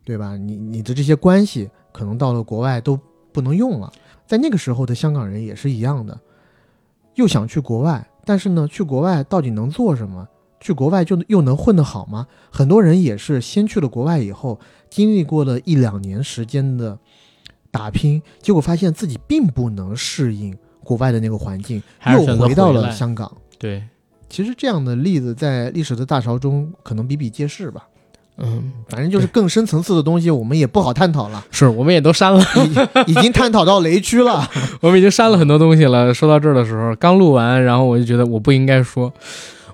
Speaker 4: 对吧？你你的这些关系可能到了国外都不能用了。在那个时候的香港人也是一样的，又想去国外，但是呢，去国外到底能做什么？去国外就又能混得好吗？很多人也是先去了国外以后，经历过了一两年时间的打拼，结果发现自己并不能适应国外的那个环境，
Speaker 1: 还是选
Speaker 4: 又
Speaker 1: 择
Speaker 4: 回到
Speaker 1: 回
Speaker 4: 了
Speaker 1: 来
Speaker 4: 香港。
Speaker 1: 对，
Speaker 4: 其实这样的例子在历史的大潮中可能比比皆是吧。
Speaker 1: 嗯，
Speaker 4: 反正就是更深层次的东西，我们也不好探讨了，
Speaker 1: 是，我们也都删了，
Speaker 4: 已已经探讨到雷区了。
Speaker 1: 我们已经删了很多东西了。说到这儿的时候，刚录完，然后我就觉得我不应该说。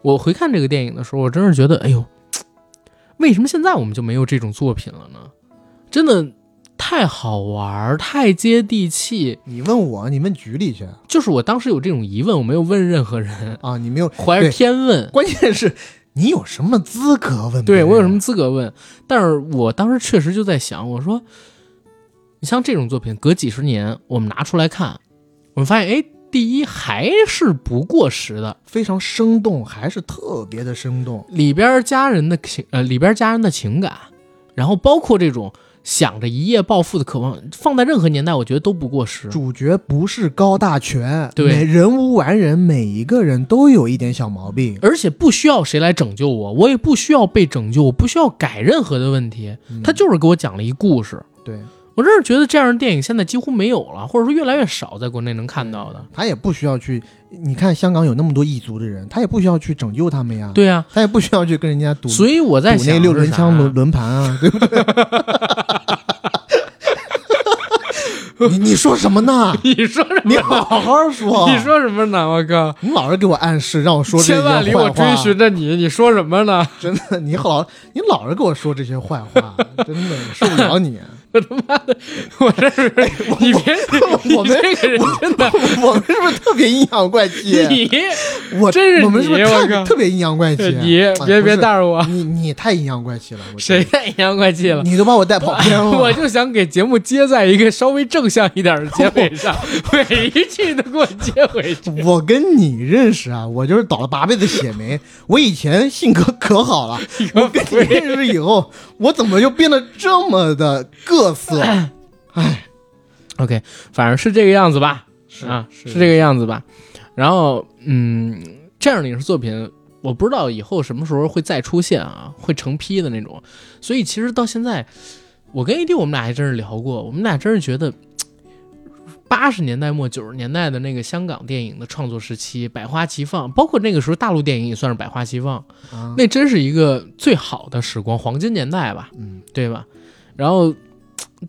Speaker 1: 我回看这个电影的时候，我真是觉得，哎呦，为什么现在我们就没有这种作品了呢？真的太好玩儿，太接地气。
Speaker 4: 你问我，你问局里去
Speaker 1: 就是我当时有这种疑问，我没有问任何人，
Speaker 4: 啊？你没有，
Speaker 1: 怀着天问。
Speaker 4: 关键是你有什么资格问？
Speaker 1: 对我有什么？资格问？但是我当时确实就在想，我说，你像这种作品，隔几十年我们拿出来看，我们发现，哎，第一还是不过时的，
Speaker 4: 非常生动，还是特别的生动。
Speaker 1: 里边家人的情，呃，里边家人的情感，然后包括这种想着一夜暴富的渴望，放在任何年代，我觉得都不过时。
Speaker 4: 主角不是高大全，
Speaker 1: 对
Speaker 4: 每人无完人，每一个人都有一点小毛病。
Speaker 1: 而且不需要谁来拯救我，我也不需要被拯救，我不需要改任何的问题，他就是给我讲了一故事。
Speaker 4: 对，
Speaker 1: 我真是觉得这样的电影现在几乎没有了，或者说越来越少在国内能看到的。
Speaker 4: 他也不需要去，你看香港有那么多异族的人，他也不需要去拯救他们呀，
Speaker 1: 对呀、
Speaker 4: 他也不需要去跟人家赌，
Speaker 1: 所以我在
Speaker 4: 赌
Speaker 1: 想
Speaker 4: 那
Speaker 1: 是
Speaker 4: 六轮
Speaker 1: 啥
Speaker 4: 枪轮轮盘 啊，对不对？你你说什么呢？
Speaker 1: 你说什
Speaker 4: 你
Speaker 1: 么？
Speaker 4: 好好说，
Speaker 1: 你说什么呢？我靠！
Speaker 4: 你老是给我暗示，让我哦说这些
Speaker 1: 千万里我
Speaker 4: 坏
Speaker 1: 追
Speaker 4: 话
Speaker 1: 寻着你，你说什么呢？
Speaker 4: 真的，你老你老是给我说这些坏 话，真的受不了你。
Speaker 1: 我这是 你别，你
Speaker 4: 哎我们
Speaker 1: 这个人 真的，
Speaker 4: 我们是不是特别阴阳怪气？
Speaker 1: 你
Speaker 4: 我
Speaker 1: 真是
Speaker 4: 我们是不是
Speaker 1: 你我
Speaker 4: 太
Speaker 1: 靠
Speaker 4: 特别阴阳怪气？
Speaker 1: 你
Speaker 4: 哎
Speaker 1: 别
Speaker 4: 不
Speaker 1: 别
Speaker 4: 是
Speaker 1: 带着我，
Speaker 4: 你你太阴阳怪气了。我觉
Speaker 1: 谁
Speaker 4: 得
Speaker 1: 太阴阳怪气了？
Speaker 4: 你哦都把我带跑偏了。
Speaker 1: 我就想给节目接在一个稍微正向一点的结
Speaker 4: 哦
Speaker 1: 尾上，每一句都给我接回去。
Speaker 4: 我跟你认识啊，我就是倒了八辈子血霉。 我以前性格可好 了，我跟你认识以后，我怎么就变得这么的各 色？
Speaker 1: 哎 OK，反正是这个样子吧，
Speaker 4: 是
Speaker 1: 啊，是
Speaker 4: 是
Speaker 1: 这个样子吧。然后，嗯，这样的影视作品，我不知道以后什么时候会再出现啊，会成批的那种。所以其实到现在，我跟 AD 我们俩还真是聊过，我们俩真是觉得。八十年代末九十年代的那个香港电影的创作时期，百花齐放，包括那个时候大陆电影也算是百花齐放，
Speaker 4: 啊，
Speaker 1: 那真是一个最好的时光，黄金年代吧。
Speaker 4: 嗯，
Speaker 1: 对吧？然后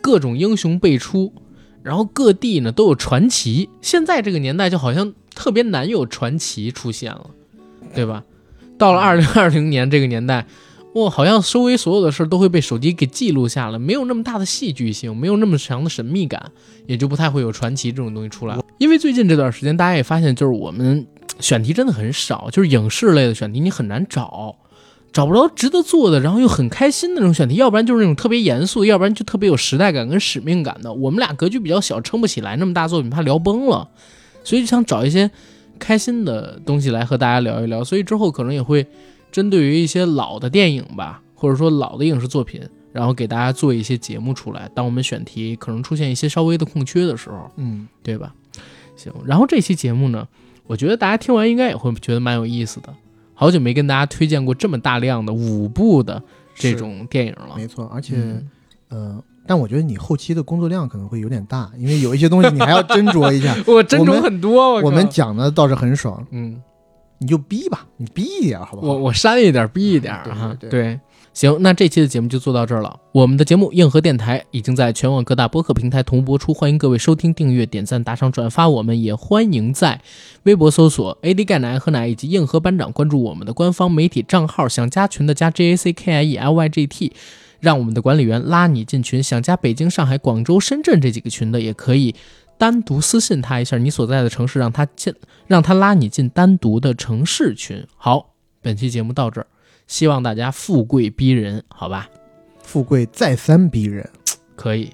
Speaker 1: 各种英雄辈出，然后各地呢都有传奇。现在这个年代就好像特别难有传奇出现了，对吧？到了二零二零年这个年代，哇，好像周围所有的事儿都会被手机给记录下了，没有那么大的戏剧性，没有那么强的神秘感，也就不太会有传奇这种东西出来了。因为最近这段时间，大家也发现，就是我们选题真的很少，就是影视类的选题你很难找。找不着值得做的，然后又很开心的那种选题，要不然就是那种特别严肃，要不然就特别有时代感跟使命感的。我们俩格局比较小，撑不起来那么大作品，怕聊崩了，所以就想找一些开心的东西来和大家聊一聊。所以之后可能也会针对于一些老的电影吧， 或者说老的影视作品，然后给大家做一些节目出来。当我们选题可能出现一些稍微的空缺的时候，
Speaker 4: 嗯，
Speaker 1: 对吧？行，然后这期节目呢，我觉得大家听完应该也会觉得蛮有意思的。好久没跟大家推荐过这么大量的五部的这
Speaker 4: 是
Speaker 1: 种电影了，
Speaker 4: 没错，而且。
Speaker 1: 嗯，。
Speaker 4: 呃，但我觉得你后期的工作量可能会有点大，因为有一些东西你还要斟酌一下
Speaker 1: 我斟酌很多，
Speaker 4: 我
Speaker 1: 我
Speaker 4: 们
Speaker 1: 靠
Speaker 4: 讲的倒是很爽，
Speaker 1: 嗯，
Speaker 4: 你就逼吧，你逼一点好不好？
Speaker 1: 我我删一点儿逼一点儿
Speaker 4: 嗯对
Speaker 1: 啊，
Speaker 4: 对
Speaker 1: 对。行，那这期的节目就做到这儿了。我们的节目《硬核电台》已经在全网各大播客平台同步播出，欢迎各位收听、订阅、点赞、打赏、转发。我们也欢迎在微博搜索 “AD 钙奶和奶”以及“硬核班长”，关注我们的官方媒体账号。想加群的加 J A C K I E L Y G T，让我们的管理员拉你进群。想加北京、上海、广州、深圳这几个群的，也可以单独私信他一下你所在的城市，让他进，让他拉你进单独的城市群。好，本期节目到这儿，希望大家富贵逼人，好吧？
Speaker 4: 富贵再三逼人，
Speaker 1: 可以，